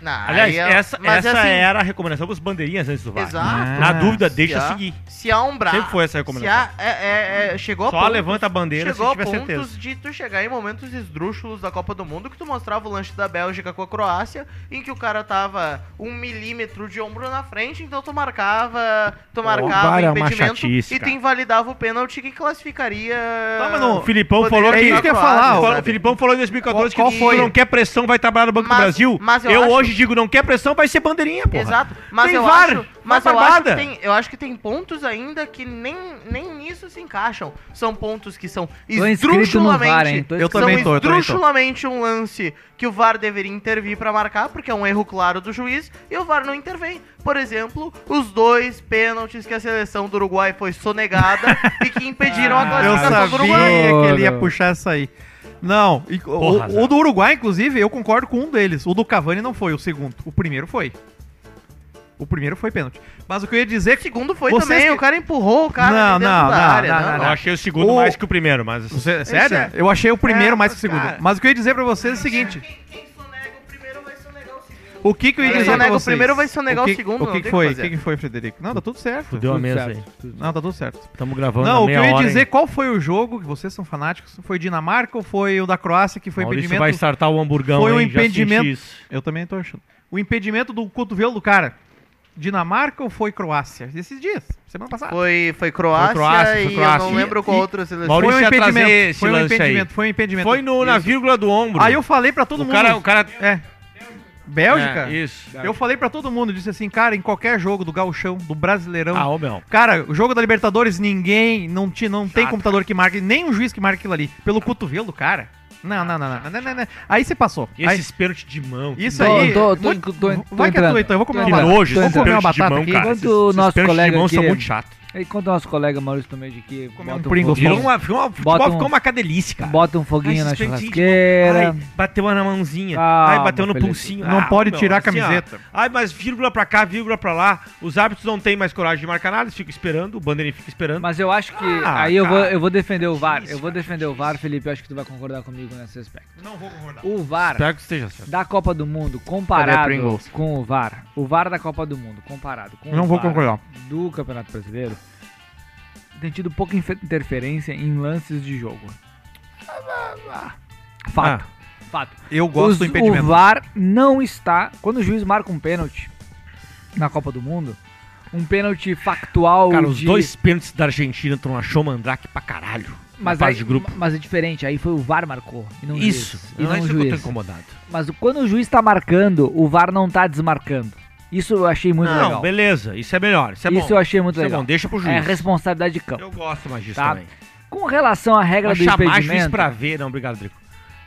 [SPEAKER 2] Na
[SPEAKER 4] Aliás,
[SPEAKER 2] área,
[SPEAKER 4] essa,
[SPEAKER 2] mas
[SPEAKER 4] essa
[SPEAKER 2] assim,
[SPEAKER 4] era a recomendação dos bandeirinhas antes do VAR.
[SPEAKER 2] Exato.
[SPEAKER 4] Na
[SPEAKER 3] Ah,
[SPEAKER 4] dúvida, deixa
[SPEAKER 2] há-
[SPEAKER 4] seguir.
[SPEAKER 2] Se há um braço.
[SPEAKER 4] Sempre foi essa a
[SPEAKER 2] se
[SPEAKER 4] recomendação.
[SPEAKER 2] há, é, é, é, chegou a
[SPEAKER 4] Só
[SPEAKER 2] ponto-
[SPEAKER 4] levanta a bandeira
[SPEAKER 2] Chegou
[SPEAKER 4] se
[SPEAKER 2] a
[SPEAKER 4] tiver
[SPEAKER 2] pontos
[SPEAKER 4] certeza.
[SPEAKER 2] de tu chegar em momentos esdrúxulos da Copa do Mundo que tu mostrava o lanche da Bélgica com a Croácia, em que o cara tava um milímetro de ombro na frente, então tu marcava, tu marcava
[SPEAKER 4] VAR é
[SPEAKER 2] o
[SPEAKER 4] uma
[SPEAKER 2] impedimento e
[SPEAKER 4] chatice,
[SPEAKER 2] tu
[SPEAKER 4] cara.
[SPEAKER 2] invalidava o pênalti que classificaria.
[SPEAKER 3] Tá, mas não-
[SPEAKER 4] O Filipão
[SPEAKER 2] Ah, Poderia
[SPEAKER 4] falou
[SPEAKER 2] ter
[SPEAKER 4] que.
[SPEAKER 3] É isso que eu ia
[SPEAKER 2] claro,
[SPEAKER 3] falar,
[SPEAKER 4] Fala-
[SPEAKER 3] ó.
[SPEAKER 2] sabe?
[SPEAKER 4] o Filipão falou em 2014
[SPEAKER 3] Qual
[SPEAKER 4] que
[SPEAKER 3] foi?
[SPEAKER 4] tu não quer pressão, vai trabalhar no Banco
[SPEAKER 2] Mas-
[SPEAKER 4] do Brasil.
[SPEAKER 2] mas eu
[SPEAKER 4] eu
[SPEAKER 2] acho-
[SPEAKER 4] hoje digo não quer pressão, vai ser bandeirinha, pô.
[SPEAKER 2] Exato, mas
[SPEAKER 4] Tem
[SPEAKER 2] eu
[SPEAKER 4] VAR,
[SPEAKER 2] acho,
[SPEAKER 4] mas
[SPEAKER 2] mas eu acho,
[SPEAKER 4] barbada.
[SPEAKER 2] que tem, eu acho que tem pontos ainda que nem, nem nisso se encaixam. São pontos que são
[SPEAKER 6] Tô inscrito no VAR, hein?
[SPEAKER 2] esdrúxulamente
[SPEAKER 6] Tô
[SPEAKER 3] Eu
[SPEAKER 6] inscrito.
[SPEAKER 2] São
[SPEAKER 3] também tô, eu também tô.
[SPEAKER 2] esdrúxulamente um lance que o VAR deveria intervir pra marcar, porque é um erro claro do juiz, e o VAR não intervém. Por exemplo, os dois pênaltis que a seleção do Uruguai foi sonegada e que impediram a
[SPEAKER 3] Ah, Eu
[SPEAKER 2] classificação do
[SPEAKER 3] sabia
[SPEAKER 2] Uruguai.
[SPEAKER 6] Uruguai.
[SPEAKER 3] que ele ia puxar essa aí. Não, e-
[SPEAKER 4] Porra,
[SPEAKER 3] o,
[SPEAKER 4] Zago.
[SPEAKER 3] o do Uruguai, inclusive, eu concordo com um deles. O do Cavani não foi, o segundo. O primeiro foi. O primeiro foi pênalti. Mas o que eu ia dizer é
[SPEAKER 2] O
[SPEAKER 3] que.
[SPEAKER 2] segundo foi
[SPEAKER 3] Vocês
[SPEAKER 2] também,
[SPEAKER 3] que-
[SPEAKER 2] o cara empurrou o cara
[SPEAKER 3] Não,
[SPEAKER 2] dentro
[SPEAKER 3] não,
[SPEAKER 2] da
[SPEAKER 3] não,
[SPEAKER 2] área.
[SPEAKER 3] não,
[SPEAKER 2] né?
[SPEAKER 3] não,
[SPEAKER 4] Eu achei o segundo
[SPEAKER 3] O-
[SPEAKER 4] mais que o primeiro, mas.
[SPEAKER 3] Você- é sério?
[SPEAKER 2] é.
[SPEAKER 3] Eu achei o primeiro mais que o segundo. Mas o que eu ia dizer pra vocês é o seguinte:
[SPEAKER 2] Quem, quem sonega o primeiro vai sonegar o segundo.
[SPEAKER 3] o que, que eu ia
[SPEAKER 2] Quem
[SPEAKER 3] dizer pra
[SPEAKER 2] sonega o
[SPEAKER 3] vocês?
[SPEAKER 2] primeiro vai sonegar o
[SPEAKER 3] que-
[SPEAKER 2] segundo,
[SPEAKER 3] O
[SPEAKER 2] não
[SPEAKER 3] que,
[SPEAKER 2] tem
[SPEAKER 3] que
[SPEAKER 2] o que
[SPEAKER 3] foi? O
[SPEAKER 2] fazer.
[SPEAKER 3] que, que foi, Frederico? Não, tá tudo certo.
[SPEAKER 4] Fudeu a
[SPEAKER 3] Tudo
[SPEAKER 4] mesa
[SPEAKER 3] certo.
[SPEAKER 4] aí.
[SPEAKER 3] Não, tá tudo certo.
[SPEAKER 4] Estamos gravando.
[SPEAKER 3] não,
[SPEAKER 4] na
[SPEAKER 3] o que
[SPEAKER 4] meia
[SPEAKER 3] eu ia
[SPEAKER 4] hora,
[SPEAKER 3] dizer,
[SPEAKER 4] hein?
[SPEAKER 3] qual foi o jogo que vocês são fanáticos? Foi Dinamarca ou foi o da Croácia que foi
[SPEAKER 4] Maurício
[SPEAKER 3] impedimento?
[SPEAKER 4] vai startar o hamburgão.
[SPEAKER 3] Foi um
[SPEAKER 4] hein? Já senti
[SPEAKER 3] impedimento-
[SPEAKER 4] isso.
[SPEAKER 3] Eu também tô achando. O impedimento do cotovelo do cara. Dinamarca ou foi Croácia? Esses dias, semana passada.
[SPEAKER 2] Foi, foi Croácia,
[SPEAKER 4] Foi Croácia, foi
[SPEAKER 2] e
[SPEAKER 4] Croácia.
[SPEAKER 2] eu não lembro qual
[SPEAKER 3] E-
[SPEAKER 2] outra seleção.
[SPEAKER 4] Maurício-
[SPEAKER 3] foi um
[SPEAKER 4] ia trazer
[SPEAKER 3] impedimento,
[SPEAKER 4] esse
[SPEAKER 3] foi um
[SPEAKER 4] lance aí.
[SPEAKER 3] impedimento, foi um impedimento.
[SPEAKER 4] Foi no, na
[SPEAKER 3] Isso.
[SPEAKER 4] vírgula do ombro.
[SPEAKER 3] Aí eu falei pra todo
[SPEAKER 4] o
[SPEAKER 3] mundo.
[SPEAKER 4] cara, o cara.
[SPEAKER 3] É. Bélgica?
[SPEAKER 4] É, isso.
[SPEAKER 3] eu falei pra todo mundo, disse assim, cara, em qualquer jogo do Gauchão, do Brasileirão,
[SPEAKER 4] Ah, ô meu.
[SPEAKER 3] Cara, o jogo da Libertadores, ninguém, não, ti, não tem
[SPEAKER 4] Chato.
[SPEAKER 3] computador que marque, nem um juiz que marque aquilo ali. Pelo cotovelo do cara. Não, não, não, não, não, não, não. Aí você passou.
[SPEAKER 4] E
[SPEAKER 3] Aí-
[SPEAKER 4] esses pênaltis de mão. que
[SPEAKER 3] isso
[SPEAKER 6] Tô-
[SPEAKER 3] aí.
[SPEAKER 6] tô- tô-
[SPEAKER 3] muito-
[SPEAKER 6] tô- tô
[SPEAKER 3] Vai que é
[SPEAKER 6] entrando.
[SPEAKER 3] tu, então. Eu vou comer uma
[SPEAKER 6] Tô
[SPEAKER 4] Que
[SPEAKER 6] entrando.
[SPEAKER 3] batata.
[SPEAKER 4] nojo,
[SPEAKER 6] Tô
[SPEAKER 4] esses
[SPEAKER 3] Vou comer uma
[SPEAKER 4] pênaltis de
[SPEAKER 3] batata
[SPEAKER 4] mão,
[SPEAKER 3] aqui.
[SPEAKER 4] cara.
[SPEAKER 6] Enquanto
[SPEAKER 4] Esses
[SPEAKER 6] o nosso
[SPEAKER 4] pênaltis de
[SPEAKER 6] colega
[SPEAKER 4] mão são
[SPEAKER 6] aqui- é
[SPEAKER 4] muito chato.
[SPEAKER 6] Enquanto o nosso colega Maurício Tomedi aqui
[SPEAKER 3] Comer um
[SPEAKER 6] bota
[SPEAKER 3] Pringles.
[SPEAKER 6] foguinho-
[SPEAKER 4] Virou uma, ficou uma, futebol
[SPEAKER 6] Bota um-
[SPEAKER 4] ficou uma cadelice, cara.
[SPEAKER 6] Bota um foguinho
[SPEAKER 4] Ai,
[SPEAKER 6] na
[SPEAKER 4] esses peitinhos de-
[SPEAKER 6] churrasqueira.
[SPEAKER 4] Ai, bateu na mãozinha.
[SPEAKER 6] Calma,
[SPEAKER 4] ai, bateu no
[SPEAKER 6] Felipe.
[SPEAKER 4] pulsinho.
[SPEAKER 3] Não
[SPEAKER 4] Ah,
[SPEAKER 3] pode
[SPEAKER 4] meu,
[SPEAKER 3] tirar a
[SPEAKER 4] assim, ó.
[SPEAKER 3] camiseta.
[SPEAKER 4] Ai, mas vírgula pra cá, vírgula pra lá. Os árbitros não têm mais coragem de marcar nada, eles ficam esperando, o bandeirinha fica esperando.
[SPEAKER 6] Mas eu acho que.
[SPEAKER 4] Ah,
[SPEAKER 6] aí eu vou,
[SPEAKER 4] cara,
[SPEAKER 6] eu vou defender o VAR.
[SPEAKER 4] difícil,
[SPEAKER 6] eu vou
[SPEAKER 4] cara,
[SPEAKER 6] defender o VAR, Felipe. Eu acho que tu vai concordar comigo nesse aspecto.
[SPEAKER 4] Não vou concordar.
[SPEAKER 6] O VAR
[SPEAKER 4] Espero que esteja certo.
[SPEAKER 6] da Copa do Mundo
[SPEAKER 2] Cadê a
[SPEAKER 6] comparado
[SPEAKER 2] Pringles?
[SPEAKER 6] com o VAR. O VAR da Copa do Mundo comparado com
[SPEAKER 3] Não
[SPEAKER 6] o
[SPEAKER 3] vou
[SPEAKER 6] VAR
[SPEAKER 3] concordar.
[SPEAKER 6] do Campeonato Brasileiro tem tido pouca infe- interferência em lances de jogo. Ah,
[SPEAKER 4] Ah,
[SPEAKER 6] Fato. Fato.
[SPEAKER 3] Eu gosto
[SPEAKER 6] Os-
[SPEAKER 3] do impedimento.
[SPEAKER 6] O VAR não está. Quando o juiz marca um pênalti na Copa do Mundo, um pênalti factual.
[SPEAKER 4] Cara, os
[SPEAKER 6] de-
[SPEAKER 4] dois pênaltis da Argentina tu não achou mandrake pra caralho.
[SPEAKER 6] mas
[SPEAKER 4] na fase
[SPEAKER 6] aí-
[SPEAKER 4] de grupo.
[SPEAKER 6] Mas é diferente, aí foi o VAR marcou. E não o
[SPEAKER 4] Isso,
[SPEAKER 6] juiz, e
[SPEAKER 4] não é
[SPEAKER 6] não o
[SPEAKER 4] isso que eu tô
[SPEAKER 6] juiz.
[SPEAKER 4] incomodado.
[SPEAKER 6] Mas o- quando o juiz tá marcando, o VAR não tá desmarcando. Isso eu achei muito
[SPEAKER 4] não,
[SPEAKER 6] legal.
[SPEAKER 4] beleza, isso é melhor, isso é bom.
[SPEAKER 6] Isso eu achei muito
[SPEAKER 4] Isso é
[SPEAKER 6] legal.
[SPEAKER 4] bom, deixa pro juiz.
[SPEAKER 6] É responsabilidade de campo.
[SPEAKER 4] Eu gosto mais disso
[SPEAKER 6] Tá.
[SPEAKER 4] também.
[SPEAKER 6] Com relação à regra
[SPEAKER 4] Mas
[SPEAKER 6] do
[SPEAKER 4] chamar juiz
[SPEAKER 6] impedimento,
[SPEAKER 4] pra ver, não, obrigado, Drico.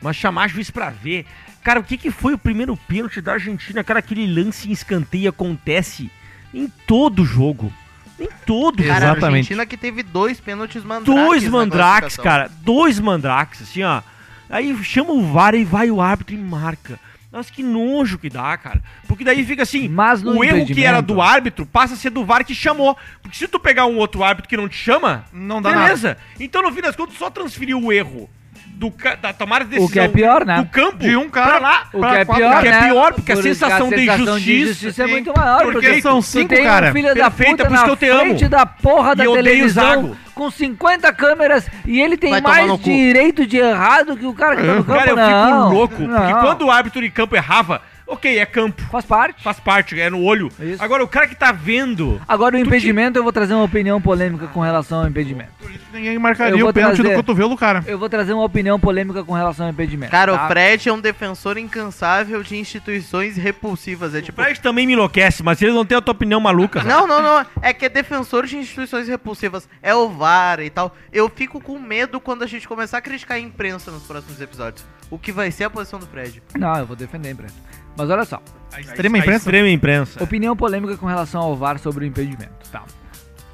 [SPEAKER 4] Mas chamar juiz pra ver. Cara, o que, que foi o primeiro pênalti da Argentina? Cara, aquele lance em escanteio acontece em todo jogo. Em todo jogo.
[SPEAKER 2] Cara, a
[SPEAKER 3] Exatamente.
[SPEAKER 2] Argentina que teve dois pênaltis
[SPEAKER 3] né,
[SPEAKER 2] mandrakes.
[SPEAKER 4] Dois
[SPEAKER 2] na
[SPEAKER 4] mandrakes,
[SPEAKER 2] classificação.
[SPEAKER 4] cara. Dois mandrakes, assim, ó. Aí chama o VAR e vai o árbitro e marca. Nossa, que nojo que dá, cara. Porque daí fica assim,
[SPEAKER 6] Mas no
[SPEAKER 4] o erro que era
[SPEAKER 6] impedimento-
[SPEAKER 4] do árbitro passa a ser do VAR que chamou. Porque se tu pegar um outro árbitro que não te chama,
[SPEAKER 3] Não dá
[SPEAKER 4] beleza. Então, no fim das contas, só transferiu o erro do, ca- da tomada de decisão
[SPEAKER 6] o que é pior, né?
[SPEAKER 4] do campo
[SPEAKER 3] De um cara
[SPEAKER 4] pra lá.
[SPEAKER 6] O que
[SPEAKER 3] pra
[SPEAKER 6] é
[SPEAKER 3] quatro,
[SPEAKER 6] pior,
[SPEAKER 4] que é
[SPEAKER 6] né?
[SPEAKER 4] pior, porque a
[SPEAKER 6] Por-
[SPEAKER 4] sensação de injustiça
[SPEAKER 6] é
[SPEAKER 4] tem-
[SPEAKER 6] muito maior.
[SPEAKER 4] porque
[SPEAKER 3] são
[SPEAKER 6] tu
[SPEAKER 3] cinco,
[SPEAKER 6] tem um
[SPEAKER 3] cara.
[SPEAKER 6] filho
[SPEAKER 4] Perfeito,
[SPEAKER 6] da
[SPEAKER 4] é
[SPEAKER 6] puta
[SPEAKER 4] por isso
[SPEAKER 6] na
[SPEAKER 4] que eu te amo.
[SPEAKER 6] frente da porra da
[SPEAKER 4] E eu odeio
[SPEAKER 6] televisão
[SPEAKER 4] Zago.
[SPEAKER 6] com 50 câmeras e ele tem
[SPEAKER 2] Vai tomar
[SPEAKER 6] mais
[SPEAKER 2] no cu.
[SPEAKER 6] direito de errado que o cara que tá no campo,
[SPEAKER 4] Cara, eu
[SPEAKER 6] não.
[SPEAKER 4] fico louco. Porque
[SPEAKER 6] Não.
[SPEAKER 4] quando o árbitro de campo errava, ok, é campo.
[SPEAKER 6] Faz parte.
[SPEAKER 4] Faz parte, é no olho.
[SPEAKER 6] Isso.
[SPEAKER 4] Agora, o cara que tá vendo.
[SPEAKER 6] Agora o impedimento, eu vou trazer uma opinião polêmica com relação ao impedimento.
[SPEAKER 3] Ninguém
[SPEAKER 6] Eu
[SPEAKER 3] marcaria
[SPEAKER 6] vou
[SPEAKER 3] o pênalti
[SPEAKER 6] trazer.
[SPEAKER 3] do cotovelo do cara.
[SPEAKER 6] Eu vou trazer uma opinião polêmica com relação ao impedimento.
[SPEAKER 2] Cara,
[SPEAKER 6] tá?
[SPEAKER 2] o Fred é um defensor incansável de instituições repulsivas. É
[SPEAKER 4] O
[SPEAKER 2] tipo.
[SPEAKER 4] Fred também me enlouquece, mas eles não têm a tua opinião maluca. né?
[SPEAKER 2] Não, não, não. É que é defensor de instituições repulsivas. É o VAR e tal. Eu fico com medo quando a gente começar a criticar a imprensa nos próximos episódios. O que vai ser a posição do Fred?
[SPEAKER 6] Não, eu vou defender a imprensa. Mas olha só,
[SPEAKER 3] A extrema
[SPEAKER 4] A
[SPEAKER 3] imprensa.
[SPEAKER 4] Extrema imprensa.
[SPEAKER 6] opinião polêmica com relação ao VAR sobre o impedimento. Tá.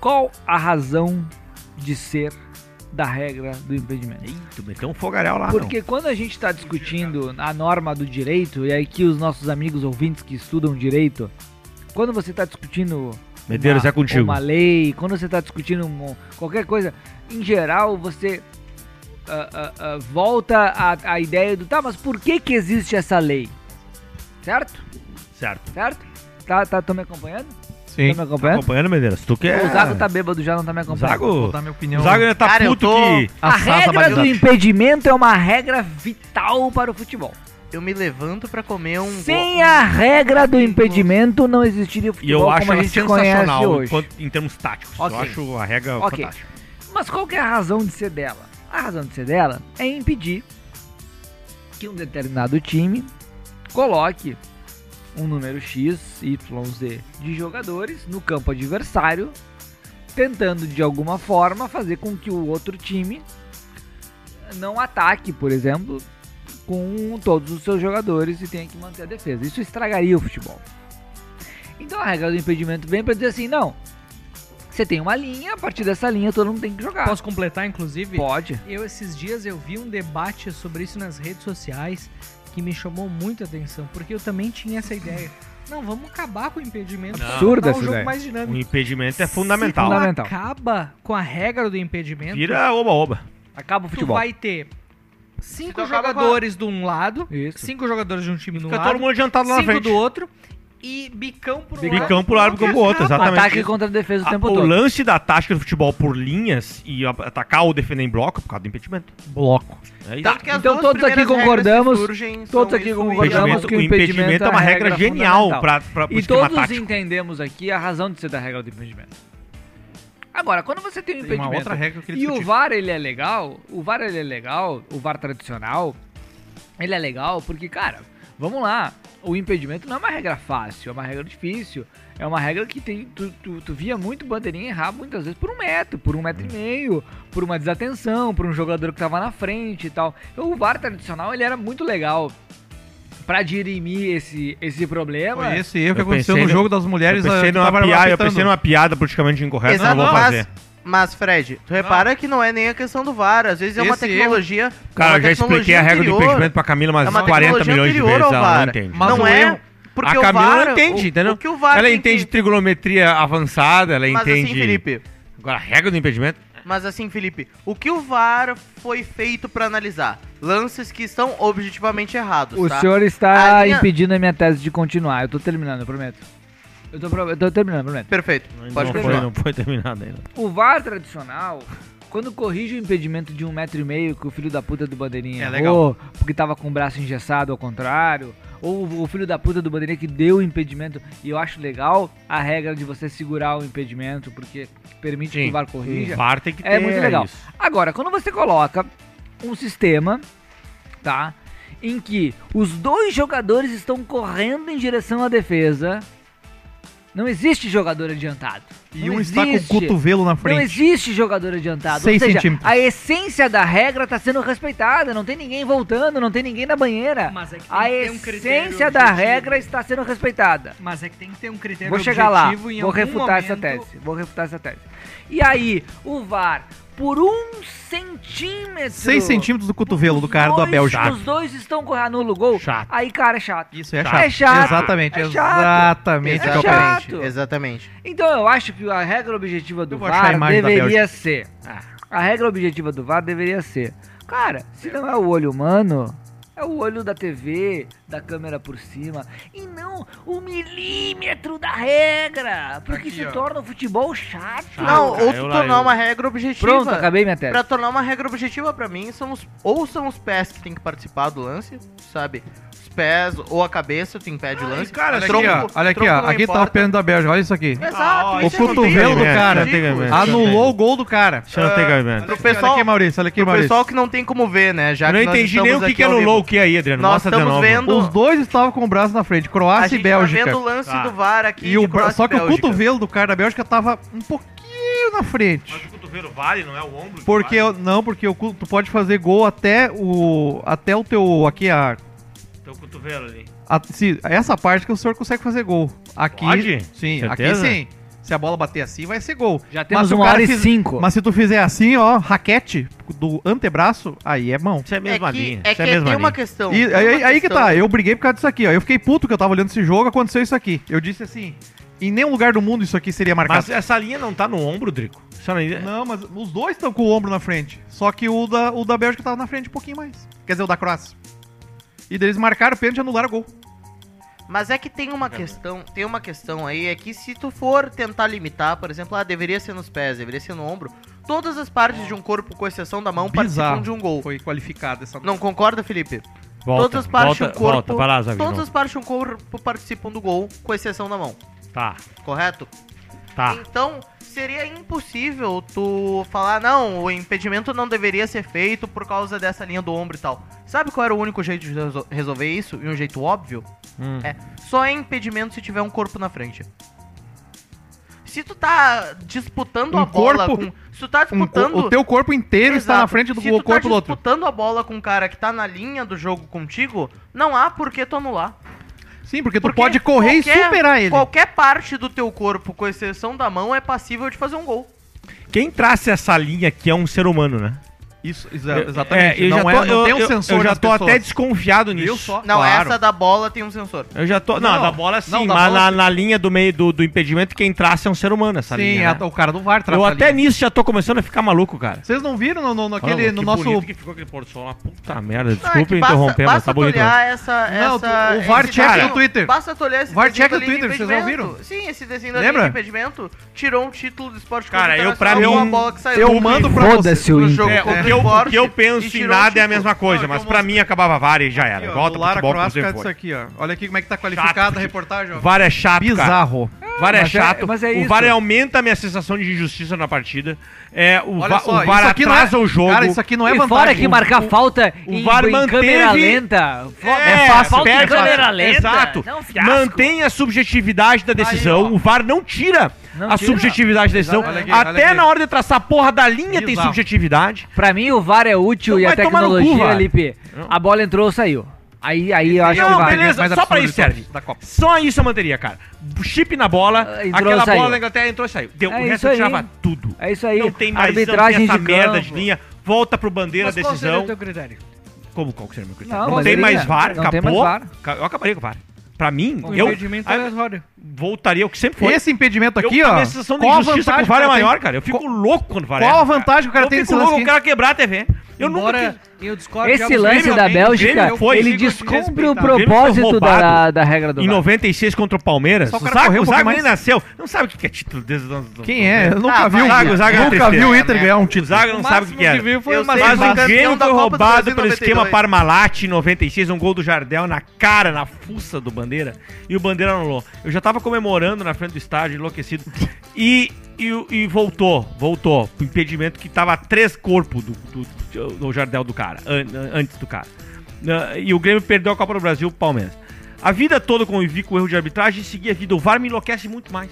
[SPEAKER 6] Qual a razão de ser da regra do impedimento?
[SPEAKER 4] Ih, tu meteu um fogaréu lá.
[SPEAKER 6] Porque quando a gente está discutindo a norma do direito, e aí que os nossos amigos ouvintes que estudam direito, quando você está discutindo
[SPEAKER 4] não. Medeiros
[SPEAKER 6] uma,
[SPEAKER 4] é contigo.
[SPEAKER 6] uma lei, quando você está discutindo um- qualquer coisa, em geral você ah, ah, ah, volta à, à ideia do tá, mas por que que existe essa lei? Certo?
[SPEAKER 4] Certo.
[SPEAKER 6] Certo? Tá, tá, tô me acompanhando?
[SPEAKER 3] Sim.
[SPEAKER 6] Tá me
[SPEAKER 4] Tá
[SPEAKER 6] acompanhando?
[SPEAKER 4] acompanhando, Medeiros? Tu quer.
[SPEAKER 6] O Zago tá bêbado já, não tá me
[SPEAKER 4] O
[SPEAKER 6] acompanhando.
[SPEAKER 4] É. Zago.
[SPEAKER 3] Vou dar minha opinião.
[SPEAKER 4] O Zago ainda tá
[SPEAKER 2] Cara, eu
[SPEAKER 4] puto
[SPEAKER 2] tô-
[SPEAKER 4] que.
[SPEAKER 6] A
[SPEAKER 3] Assado,
[SPEAKER 6] regra do
[SPEAKER 3] amarelado.
[SPEAKER 6] impedimento é uma regra vital para o futebol.
[SPEAKER 2] Eu me levanto pra comer um.
[SPEAKER 6] Sem
[SPEAKER 4] é.
[SPEAKER 6] a regra do impedimento, não existiria
[SPEAKER 4] E
[SPEAKER 6] futebol
[SPEAKER 4] eu acho
[SPEAKER 6] como a
[SPEAKER 4] ela
[SPEAKER 6] gente conhece
[SPEAKER 4] sensacional
[SPEAKER 6] hoje.
[SPEAKER 4] enquanto- em termos táticos.
[SPEAKER 6] Ok.
[SPEAKER 4] Eu acho a regra
[SPEAKER 6] Ok.
[SPEAKER 4] fantástica.
[SPEAKER 6] Mas qual que é a razão de ser dela? A razão de ser dela é impedir que um determinado time coloque um número X, Y, Z de jogadores no campo adversário, tentando de alguma forma fazer com que o outro time não ataque, por exemplo, com todos os seus jogadores e tenha que manter a defesa. Isso estragaria o futebol. Então a regra do impedimento vem para dizer assim, não, você tem uma linha, a partir dessa linha todo mundo tem que jogar.
[SPEAKER 1] Posso completar, inclusive?
[SPEAKER 6] Pode.
[SPEAKER 1] Eu esses dias eu vi um debate sobre isso nas redes sociais que me chamou muita atenção, porque eu também tinha essa ideia. Não, vamos acabar com o impedimento pra
[SPEAKER 6] Absurda
[SPEAKER 1] tornar
[SPEAKER 6] essa
[SPEAKER 1] um jogo
[SPEAKER 6] ideia.
[SPEAKER 1] mais
[SPEAKER 4] O
[SPEAKER 1] dinâmico.
[SPEAKER 4] impedimento é fundamental.
[SPEAKER 1] Se tu
[SPEAKER 6] Fundamental.
[SPEAKER 1] acaba com a regra do impedimento,
[SPEAKER 4] Vira oba-oba.
[SPEAKER 6] Acaba o
[SPEAKER 1] tu
[SPEAKER 6] futebol.
[SPEAKER 1] vai ter cinco
[SPEAKER 4] Então
[SPEAKER 2] tu acaba
[SPEAKER 1] jogadores de um lado,
[SPEAKER 6] Isso.
[SPEAKER 1] cinco jogadores de um time do
[SPEAKER 4] Fica todo
[SPEAKER 1] lado,
[SPEAKER 4] mundo adiantado lá na
[SPEAKER 1] cinco
[SPEAKER 4] frente.
[SPEAKER 1] do outro e bicão pro lado.
[SPEAKER 4] Bicão pro lado, bicão pro outro,
[SPEAKER 1] acaba.
[SPEAKER 4] exatamente.
[SPEAKER 6] Ataque contra a defesa o
[SPEAKER 4] A-
[SPEAKER 6] tempo
[SPEAKER 4] Ah, o
[SPEAKER 6] todo.
[SPEAKER 4] lance da tática do futebol por linhas e a- atacar ou defender em bloco é por causa do impedimento. Bloco. É isso.
[SPEAKER 2] Tanto que as
[SPEAKER 6] Então
[SPEAKER 2] duas
[SPEAKER 6] todos aqui
[SPEAKER 2] primeiras regras
[SPEAKER 6] concordamos-
[SPEAKER 2] que surgem
[SPEAKER 6] todos
[SPEAKER 2] são
[SPEAKER 6] aqui
[SPEAKER 2] isso e-
[SPEAKER 4] O impedimento,
[SPEAKER 6] concordamos que
[SPEAKER 4] o impedimento é uma regra, genial
[SPEAKER 6] fundamental.
[SPEAKER 4] pra, pra, pro
[SPEAKER 6] E
[SPEAKER 3] é
[SPEAKER 4] esquema
[SPEAKER 6] todos
[SPEAKER 4] tático.
[SPEAKER 6] entendemos aqui a razão de ser da regra do impedimento. Agora, quando você tem um
[SPEAKER 3] Tem uma
[SPEAKER 6] impedimento
[SPEAKER 3] outra regra que ele
[SPEAKER 6] e o VAR ele é legal, o VAR ele é legal, o VAR tradicional, ele é legal porque, cara, vamos lá, o impedimento não é uma regra fácil, é uma regra difícil, é uma regra que tem, tu, tu, tu via muito bandeirinha errar muitas vezes por um metro, por um
[SPEAKER 3] Uhum.
[SPEAKER 6] metro e meio, por uma desatenção, por um jogador que tava na frente e tal. Então, o VAR tradicional ele era muito legal, Pra pra dirimir esse, esse problema.
[SPEAKER 3] Foi esse erro que
[SPEAKER 4] Eu
[SPEAKER 3] aconteceu
[SPEAKER 4] pensei
[SPEAKER 3] no
[SPEAKER 4] no-
[SPEAKER 3] jogo das mulheres.
[SPEAKER 4] eu, pensei
[SPEAKER 3] a-
[SPEAKER 4] numa
[SPEAKER 3] tava
[SPEAKER 4] piada, eu
[SPEAKER 3] aceitando.
[SPEAKER 4] pensei numa piada politicamente incorreta,
[SPEAKER 2] Exato,
[SPEAKER 4] não vou
[SPEAKER 2] mas,
[SPEAKER 4] fazer.
[SPEAKER 2] mas, Fred, tu repara que não é nem a questão do VAR, às vezes é uma
[SPEAKER 3] Esse erro-
[SPEAKER 2] tecnologia. é
[SPEAKER 4] Cara,
[SPEAKER 2] uma
[SPEAKER 4] eu já expliquei
[SPEAKER 2] tecnologia
[SPEAKER 4] a regra
[SPEAKER 2] anterior,
[SPEAKER 4] do impedimento pra Camila
[SPEAKER 2] é
[SPEAKER 4] umas
[SPEAKER 2] uma
[SPEAKER 4] 40
[SPEAKER 2] tecnologia
[SPEAKER 4] milhões de
[SPEAKER 2] anterior
[SPEAKER 4] vezes,
[SPEAKER 2] ao
[SPEAKER 4] ela
[SPEAKER 2] VAR.
[SPEAKER 4] não entende.
[SPEAKER 3] Mas
[SPEAKER 2] não
[SPEAKER 3] o
[SPEAKER 2] é
[SPEAKER 3] erro-
[SPEAKER 2] porque
[SPEAKER 4] a
[SPEAKER 2] o
[SPEAKER 4] Camila
[SPEAKER 2] VAR,
[SPEAKER 4] não entende,
[SPEAKER 2] o,
[SPEAKER 4] entendeu?
[SPEAKER 2] O que o VAR
[SPEAKER 4] ela
[SPEAKER 2] tem
[SPEAKER 4] entende
[SPEAKER 2] que...
[SPEAKER 4] trigonometria avançada, ela
[SPEAKER 2] Mas
[SPEAKER 4] entende...
[SPEAKER 2] assim, Felipe,
[SPEAKER 4] Agora, a regra do impedimento...
[SPEAKER 2] Mas assim, Felipe, o que o VAR foi feito pra analisar? Lances que estão objetivamente errados,
[SPEAKER 6] O
[SPEAKER 2] tá?
[SPEAKER 6] senhor está
[SPEAKER 2] A linha-
[SPEAKER 6] impedindo a minha tese de continuar. Eu tô terminando, eu prometo. Eu tô, pro- eu tô terminando, eu prometo.
[SPEAKER 2] Perfeito. Pode
[SPEAKER 4] não, foi,
[SPEAKER 2] continuar.
[SPEAKER 4] não foi terminado ainda.
[SPEAKER 6] O VAR tradicional, quando corrige o impedimento de um metro e meio que o filho da puta do bandeirinha
[SPEAKER 3] É
[SPEAKER 6] errou, porque tava com o braço engessado ao contrário, ou o- o filho da puta do bandeirinha que deu o impedimento, e eu acho legal a regra de você segurar o impedimento, porque permite que
[SPEAKER 4] Sim.
[SPEAKER 6] o VAR corrija.
[SPEAKER 4] O VAR tem que ter
[SPEAKER 6] É muito legal.
[SPEAKER 4] isso.
[SPEAKER 6] Agora, quando você coloca um sistema, tá? Em que os dois jogadores estão correndo em direção à defesa, não existe jogador adiantado.
[SPEAKER 3] E
[SPEAKER 6] Não
[SPEAKER 3] um está com o
[SPEAKER 6] existe.
[SPEAKER 3] cotovelo na
[SPEAKER 6] Não
[SPEAKER 3] frente.
[SPEAKER 6] existe jogador adiantado.
[SPEAKER 3] Seis
[SPEAKER 6] Ou seja,
[SPEAKER 3] centímetros.
[SPEAKER 6] a essência da regra tá sendo respeitada. Não tem ninguém voltando, não tem ninguém na banheira.
[SPEAKER 1] Mas é que tem
[SPEAKER 6] a
[SPEAKER 1] que ter um critério
[SPEAKER 6] essência da
[SPEAKER 1] objetivo.
[SPEAKER 6] regra está sendo respeitada.
[SPEAKER 1] Mas é que tem que ter um critério
[SPEAKER 6] Vou chegar lá,
[SPEAKER 1] objetivo em
[SPEAKER 6] vou
[SPEAKER 1] algum
[SPEAKER 6] refutar essa
[SPEAKER 1] momento-
[SPEAKER 6] tese. Vou refutar essa tese. E aí, o VAR, por um centímetro.
[SPEAKER 3] 6 centímetros do cotovelo do cara
[SPEAKER 6] dois,
[SPEAKER 3] da Bélgica.
[SPEAKER 6] Os dois estão com anulo o gol.
[SPEAKER 4] Chato.
[SPEAKER 6] Aí, cara, é chato.
[SPEAKER 3] Isso é
[SPEAKER 4] É
[SPEAKER 3] chato.
[SPEAKER 6] chato.
[SPEAKER 3] Exatamente,
[SPEAKER 6] É chato.
[SPEAKER 3] exatamente.
[SPEAKER 2] é
[SPEAKER 3] o que eu
[SPEAKER 6] chato.
[SPEAKER 2] Exatamente,
[SPEAKER 3] penso.
[SPEAKER 2] exatamente.
[SPEAKER 6] Então eu acho que a regra objetiva do
[SPEAKER 3] Eu vou achar a
[SPEAKER 6] VAR
[SPEAKER 3] imagem da
[SPEAKER 6] deveria ser. A regra objetiva do VAR deveria ser. Cara, se não é o olho humano, é o olho da TV, da câmera por cima. E não o milímetro da regra. Porque
[SPEAKER 3] Aqui,
[SPEAKER 6] isso
[SPEAKER 3] ó.
[SPEAKER 6] torna o futebol chato.
[SPEAKER 2] não,
[SPEAKER 4] cara,
[SPEAKER 2] ou tu
[SPEAKER 4] Ah, eu lá,
[SPEAKER 2] tornar
[SPEAKER 4] eu-
[SPEAKER 2] uma regra objetiva.
[SPEAKER 6] Pronto, acabei minha tese.
[SPEAKER 2] Pra tornar uma regra objetiva pra mim, são os, ou são os pés que tem que participar do lance, sabe? Os pés ou a cabeça tu impede o lance.
[SPEAKER 4] cara,
[SPEAKER 3] Olha
[SPEAKER 2] Tronco-
[SPEAKER 3] aqui, ó. Olha aqui,
[SPEAKER 2] tronco
[SPEAKER 3] ó.
[SPEAKER 2] não
[SPEAKER 3] Aqui tá o
[SPEAKER 2] importa.
[SPEAKER 3] pênalti da Bélgica. Olha isso aqui.
[SPEAKER 2] Exato,
[SPEAKER 4] Ah,
[SPEAKER 2] isso
[SPEAKER 4] ó,
[SPEAKER 3] O
[SPEAKER 2] é ridículo.
[SPEAKER 3] cotovelo do cara
[SPEAKER 4] Não tem cabimento,
[SPEAKER 3] anulou o gol do cara.
[SPEAKER 4] Isso
[SPEAKER 2] Ah,
[SPEAKER 4] não tem cabimento.
[SPEAKER 2] Pro
[SPEAKER 3] Olha
[SPEAKER 2] pessoal,
[SPEAKER 3] aqui, Maurício. Olha aqui, é
[SPEAKER 2] pro
[SPEAKER 3] Maurício.
[SPEAKER 2] pessoal que não tem como ver, né? Já
[SPEAKER 4] Eu não
[SPEAKER 2] que nós
[SPEAKER 4] entendi nem o
[SPEAKER 2] estamos aqui
[SPEAKER 4] que,
[SPEAKER 3] é
[SPEAKER 2] ao
[SPEAKER 4] que anulou
[SPEAKER 2] vivo.
[SPEAKER 4] o que aí, Adriano.
[SPEAKER 2] Nós
[SPEAKER 4] Mostra de
[SPEAKER 2] estamos
[SPEAKER 4] novo.
[SPEAKER 2] vendo-
[SPEAKER 3] Os dois estavam com o braço na frente,
[SPEAKER 2] A
[SPEAKER 3] Croácia e
[SPEAKER 2] gente
[SPEAKER 3] Bélgica. Ah.
[SPEAKER 2] tá vendo o lance
[SPEAKER 4] Tá.
[SPEAKER 2] do VAR aqui.
[SPEAKER 3] E o,
[SPEAKER 2] de
[SPEAKER 3] bra-
[SPEAKER 2] Croácia
[SPEAKER 3] só que
[SPEAKER 2] e
[SPEAKER 3] o
[SPEAKER 2] Bélgica.
[SPEAKER 3] cotovelo do cara da Bélgica tava um pouquinho na frente.
[SPEAKER 4] Mas o cotovelo vale, não é o ombro? que
[SPEAKER 3] Porque
[SPEAKER 4] vale?
[SPEAKER 3] eu- não, porque o cu- tu pode fazer gol até o até o teu aqui a,
[SPEAKER 4] Então o cotovelo ali.
[SPEAKER 3] a- se- essa parte que o senhor consegue fazer gol. Aqui,
[SPEAKER 4] Pode?
[SPEAKER 3] sim,
[SPEAKER 4] Certeza?
[SPEAKER 3] aqui sim. Se a bola bater assim, vai ser gol.
[SPEAKER 6] Já temos um
[SPEAKER 3] se o
[SPEAKER 6] uma
[SPEAKER 3] cara
[SPEAKER 6] hora e
[SPEAKER 3] fiz-
[SPEAKER 6] cinco.
[SPEAKER 3] Mas se tu fizer assim, ó, raquete do antebraço, aí é mão.
[SPEAKER 4] Isso é a
[SPEAKER 2] É
[SPEAKER 4] mesma
[SPEAKER 2] que,
[SPEAKER 4] linha.
[SPEAKER 2] é
[SPEAKER 4] isso
[SPEAKER 2] que
[SPEAKER 4] é a mesma
[SPEAKER 2] tem
[SPEAKER 4] linha.
[SPEAKER 2] uma questão.
[SPEAKER 3] E
[SPEAKER 2] tem
[SPEAKER 3] aí,
[SPEAKER 2] Então, uma
[SPEAKER 3] aí que
[SPEAKER 2] questão.
[SPEAKER 3] tá, eu briguei por causa disso aqui, ó. Eu fiquei puto que eu tava olhando esse jogo, aconteceu isso aqui. Eu disse assim, em nenhum lugar do mundo isso aqui seria marcado.
[SPEAKER 4] Mas é- essa linha não tá no ombro, Drico? Essa linha...
[SPEAKER 3] Não, mas os dois estão com o ombro na frente. Só que o da, o da Bélgica tava na frente um pouquinho mais. Quer dizer, o da Croácia. E daí eles marcaram o pênalti e anularam o gol.
[SPEAKER 2] Mas é que tem uma questão, tem uma questão aí, é que se tu for tentar limitar, por exemplo, ah, deveria ser nos pés, deveria ser no ombro, todas as partes de um corpo, com exceção da mão,
[SPEAKER 3] Bizarro.
[SPEAKER 2] participam de um gol.
[SPEAKER 3] Foi qualificado essa
[SPEAKER 2] Não tá concorda, Felipe?
[SPEAKER 4] Volta,
[SPEAKER 2] todas as partes
[SPEAKER 4] volta,
[SPEAKER 2] do corpo,
[SPEAKER 4] volta. Vai lá, Zago. de
[SPEAKER 2] todas as
[SPEAKER 4] novo.
[SPEAKER 2] partes de um corpo participam do gol, com exceção da mão,
[SPEAKER 4] Tá,
[SPEAKER 2] correto?
[SPEAKER 3] Ah.
[SPEAKER 4] tá.
[SPEAKER 2] Então, seria impossível tu falar, não, o impedimento não deveria ser feito por causa dessa linha do ombro e tal. Sabe qual era o único jeito de resol- resolver isso? E um jeito óbvio?
[SPEAKER 4] Hum.
[SPEAKER 2] É, só é impedimento se tiver um corpo na frente. Se tu tá disputando
[SPEAKER 3] Um
[SPEAKER 2] a bola
[SPEAKER 3] corpo-
[SPEAKER 2] com. Se tu tá
[SPEAKER 3] Um co-
[SPEAKER 2] disputando.
[SPEAKER 3] o teu corpo inteiro está
[SPEAKER 2] Exato.
[SPEAKER 3] na frente do
[SPEAKER 2] se
[SPEAKER 3] gol-
[SPEAKER 2] tu tá
[SPEAKER 3] corpo do outro.
[SPEAKER 2] disputando a bola com um cara que tá na linha do jogo contigo, não há por que tu anular.
[SPEAKER 3] Sim, porque tu
[SPEAKER 2] Porque
[SPEAKER 3] pode correr e
[SPEAKER 2] qualquer-
[SPEAKER 3] superar ele.
[SPEAKER 2] Qualquer parte do teu corpo, com exceção da mão, é passível de fazer um gol.
[SPEAKER 4] Quem traça essa linha aqui é um ser humano, né?
[SPEAKER 3] Isso,
[SPEAKER 4] Eu- É, eu já tô, eu,
[SPEAKER 2] um
[SPEAKER 4] eu- eu já
[SPEAKER 3] um nas
[SPEAKER 4] tô
[SPEAKER 3] pessoas.
[SPEAKER 4] até desconfiado nisso.
[SPEAKER 3] Eu só.
[SPEAKER 2] Não,
[SPEAKER 3] claro.
[SPEAKER 2] essa da bola tem um sensor.
[SPEAKER 4] Eu já tô. Não,
[SPEAKER 3] Não,
[SPEAKER 4] da bola é sim,
[SPEAKER 3] não, da
[SPEAKER 4] mas
[SPEAKER 3] bola
[SPEAKER 2] é
[SPEAKER 4] na,
[SPEAKER 3] sim.
[SPEAKER 4] na linha do meio do, do impedimento, quem traça é um ser humano essa
[SPEAKER 3] Sim,
[SPEAKER 4] linha.
[SPEAKER 3] a-
[SPEAKER 4] né?
[SPEAKER 3] o cara do VAR
[SPEAKER 4] Eu
[SPEAKER 3] trabalha.
[SPEAKER 4] até nisso já tô começando a ficar maluco, cara.
[SPEAKER 3] Vocês não viram no, no- naquele,
[SPEAKER 4] Olha,
[SPEAKER 3] no
[SPEAKER 4] que
[SPEAKER 3] nosso... Ah,
[SPEAKER 4] bonito que ficou aquele pôr do sol lá. Puta merda,
[SPEAKER 2] Não, é
[SPEAKER 4] desculpa
[SPEAKER 2] que
[SPEAKER 4] interromper, mas
[SPEAKER 2] basta
[SPEAKER 4] tá
[SPEAKER 2] tu
[SPEAKER 4] bonito.
[SPEAKER 2] olhar essa,
[SPEAKER 3] Não,
[SPEAKER 2] essa-
[SPEAKER 3] tu- o VAR
[SPEAKER 2] esse
[SPEAKER 3] check
[SPEAKER 2] desenho-
[SPEAKER 3] no Twitter.
[SPEAKER 2] Basta tu olhar esse
[SPEAKER 3] VAR
[SPEAKER 2] desenho
[SPEAKER 3] check
[SPEAKER 2] da
[SPEAKER 3] no
[SPEAKER 2] linha de
[SPEAKER 3] Twitter, vocês já
[SPEAKER 2] impedimento.
[SPEAKER 3] ouviram?
[SPEAKER 2] Sim, esse desenho da
[SPEAKER 3] Lembra?
[SPEAKER 2] linha de impedimento tirou um título do esporte Clube
[SPEAKER 4] Cara, eu, pra
[SPEAKER 2] Internacional
[SPEAKER 4] mim,
[SPEAKER 2] com a bola que saiu
[SPEAKER 3] Eu mando pra vocês.
[SPEAKER 6] Foda-se o
[SPEAKER 2] no
[SPEAKER 6] Inter.
[SPEAKER 2] jogo
[SPEAKER 4] É,
[SPEAKER 2] contra
[SPEAKER 4] o, que eu, o
[SPEAKER 2] esporte
[SPEAKER 4] que eu
[SPEAKER 2] e
[SPEAKER 4] penso em
[SPEAKER 2] tirou um
[SPEAKER 4] nada é a
[SPEAKER 2] título.
[SPEAKER 4] mesma coisa,
[SPEAKER 3] Não,
[SPEAKER 4] mas
[SPEAKER 3] eu
[SPEAKER 4] pra mim acabava VAR e já
[SPEAKER 3] Aqui,
[SPEAKER 4] era.
[SPEAKER 3] ó,
[SPEAKER 4] Volta
[SPEAKER 3] do
[SPEAKER 4] pro
[SPEAKER 3] Lara
[SPEAKER 4] futebol que
[SPEAKER 3] Cross,
[SPEAKER 4] você
[SPEAKER 3] cara, disso
[SPEAKER 4] foi.
[SPEAKER 3] aqui, ó. Olha aqui como é que tá qualificada a
[SPEAKER 4] porque-
[SPEAKER 3] reportagem, ó.
[SPEAKER 4] VAR é chato, cara.
[SPEAKER 3] Bizarro.
[SPEAKER 4] VAR é
[SPEAKER 6] Mas é-
[SPEAKER 4] chato.
[SPEAKER 6] mas é
[SPEAKER 4] O
[SPEAKER 6] isso.
[SPEAKER 4] VAR aumenta a minha sensação de injustiça na partida. É, o,
[SPEAKER 3] Olha
[SPEAKER 4] VAR,
[SPEAKER 3] só,
[SPEAKER 4] o VAR
[SPEAKER 3] isso aqui não é-
[SPEAKER 4] atrasa o jogo.
[SPEAKER 3] Cara, isso aqui não é
[SPEAKER 6] e
[SPEAKER 3] vantagem.
[SPEAKER 6] fora que
[SPEAKER 3] O-
[SPEAKER 6] marcar
[SPEAKER 3] o-
[SPEAKER 6] falta
[SPEAKER 4] o
[SPEAKER 6] em,
[SPEAKER 4] VAR
[SPEAKER 6] em câmera
[SPEAKER 4] manteve-
[SPEAKER 6] lenta. Fo-
[SPEAKER 4] É,
[SPEAKER 6] falta em
[SPEAKER 4] perde,
[SPEAKER 6] câmera
[SPEAKER 4] faz-
[SPEAKER 6] lenta.
[SPEAKER 4] Exato.
[SPEAKER 6] Não, fiasco.
[SPEAKER 4] Mantém a subjetividade da decisão.
[SPEAKER 3] Aí, ó.
[SPEAKER 4] o VAR não tira
[SPEAKER 6] Não
[SPEAKER 4] a
[SPEAKER 6] tira.
[SPEAKER 4] subjetividade da decisão.
[SPEAKER 3] Olha aqui, olha
[SPEAKER 4] Até
[SPEAKER 3] aqui.
[SPEAKER 4] na hora de traçar a porra da linha tem
[SPEAKER 3] Bizarro.
[SPEAKER 4] subjetividade.
[SPEAKER 6] Pra mim, o VAR é útil
[SPEAKER 4] Então
[SPEAKER 6] e a
[SPEAKER 4] vai tomar no cu,
[SPEAKER 6] tecnologia,
[SPEAKER 4] VAR.
[SPEAKER 6] Lipe. A bola entrou ou saiu. Aí, aí eu acho que
[SPEAKER 4] Não,
[SPEAKER 6] vai.
[SPEAKER 4] beleza,
[SPEAKER 3] mais
[SPEAKER 4] só pra
[SPEAKER 3] absurdo
[SPEAKER 4] isso
[SPEAKER 3] de todos,
[SPEAKER 4] serve.
[SPEAKER 3] Da Copa.
[SPEAKER 4] Só isso eu manteria, cara. Chip na bola,
[SPEAKER 6] Ah, entrou,
[SPEAKER 4] aquela
[SPEAKER 6] saiu.
[SPEAKER 4] bola da Inglaterra entrou e saiu. Deu,
[SPEAKER 6] É
[SPEAKER 4] o resto
[SPEAKER 6] isso
[SPEAKER 4] eu
[SPEAKER 6] aí.
[SPEAKER 4] tirava tudo.
[SPEAKER 6] É isso aí.
[SPEAKER 4] Não tem mais não
[SPEAKER 6] arbitragem
[SPEAKER 4] tem essa
[SPEAKER 6] de
[SPEAKER 4] merda
[SPEAKER 6] campo.
[SPEAKER 4] de linha. Volta pro bandeira a
[SPEAKER 1] Mas qual seria
[SPEAKER 4] decisão.
[SPEAKER 1] o teu critério?
[SPEAKER 4] Como qual que seria o meu critério?
[SPEAKER 6] Não,
[SPEAKER 4] Não,
[SPEAKER 6] mas
[SPEAKER 4] tem
[SPEAKER 6] ele-
[SPEAKER 4] mais VAR,
[SPEAKER 6] não tem mais
[SPEAKER 4] acabou.
[SPEAKER 6] VAR.
[SPEAKER 4] Ca- Eu acabaria com o VAR. Pra mim,
[SPEAKER 1] O
[SPEAKER 4] eu
[SPEAKER 1] impedimento é-
[SPEAKER 4] ah,
[SPEAKER 1] Um aleatório.
[SPEAKER 4] voltaria ao que sempre foi.
[SPEAKER 3] Esse impedimento aqui,
[SPEAKER 4] eu,
[SPEAKER 3] ó.
[SPEAKER 4] A minha sensação de
[SPEAKER 3] qual a
[SPEAKER 4] injustiça com o
[SPEAKER 3] vantagem
[SPEAKER 4] VAR
[SPEAKER 3] que
[SPEAKER 4] é
[SPEAKER 3] o cara
[SPEAKER 4] maior,
[SPEAKER 3] tem?
[SPEAKER 4] cara. Eu fico louco quando o VAR
[SPEAKER 3] Qual a
[SPEAKER 4] erra, cara.
[SPEAKER 3] vantagem que o cara tem
[SPEAKER 4] Eu
[SPEAKER 3] desse
[SPEAKER 4] fico louco
[SPEAKER 3] lance
[SPEAKER 4] o cara quebrar a TV. Eu nunca
[SPEAKER 1] Embora
[SPEAKER 4] quis-
[SPEAKER 1] eu discordo de
[SPEAKER 6] Esse
[SPEAKER 1] alguns
[SPEAKER 6] lance da
[SPEAKER 1] também,
[SPEAKER 6] Bélgica,
[SPEAKER 4] Grêmio foi,
[SPEAKER 6] ele
[SPEAKER 1] Grêmio
[SPEAKER 6] descumpre o
[SPEAKER 1] desrespeitado.
[SPEAKER 6] propósito
[SPEAKER 4] Grêmio foi
[SPEAKER 6] da,
[SPEAKER 4] roubado.
[SPEAKER 6] da regra do
[SPEAKER 4] Em
[SPEAKER 6] VAR.
[SPEAKER 4] 96 contra o Palmeiras,
[SPEAKER 3] Só
[SPEAKER 4] o
[SPEAKER 3] o cara correu
[SPEAKER 4] Zago,
[SPEAKER 3] um
[SPEAKER 4] o Zago
[SPEAKER 3] pouquinho
[SPEAKER 4] nem
[SPEAKER 3] mais.
[SPEAKER 4] nasceu. Não sabe o que é título desde os anos.
[SPEAKER 3] Quem é? Eu nunca
[SPEAKER 2] Ah,
[SPEAKER 3] vi.
[SPEAKER 4] Zaga, Zaga é
[SPEAKER 3] nunca vi
[SPEAKER 4] tristeza,
[SPEAKER 3] o Inter
[SPEAKER 2] né?
[SPEAKER 3] ganhar um
[SPEAKER 4] O
[SPEAKER 3] título.
[SPEAKER 4] Zago não sabe o que é? que era.
[SPEAKER 1] viu foi
[SPEAKER 2] Eu
[SPEAKER 1] uma
[SPEAKER 2] sei,
[SPEAKER 1] zebra.
[SPEAKER 2] Mas
[SPEAKER 4] Mas o Grêmio
[SPEAKER 2] campeão da
[SPEAKER 4] foi
[SPEAKER 2] Copa do
[SPEAKER 4] roubado
[SPEAKER 2] Brasil
[SPEAKER 4] pelo
[SPEAKER 2] 92.
[SPEAKER 4] esquema Parmalat em 96, um gol do Jardel na cara, na fuça do Bandeira, e o Bandeira anulou. Eu já tava comemorando na frente do estádio, enlouquecido, e, e, o- e voltou, voltou, pro impedimento que tava a três corpos do, do, do Jardel do cara, an- an- antes do cara. Na- E o Grêmio perdeu a Copa do Brasil pro Palmeiras. A vida toda eu convivi com o erro de arbitragem e segui a vida. O VAR me enlouquece muito mais.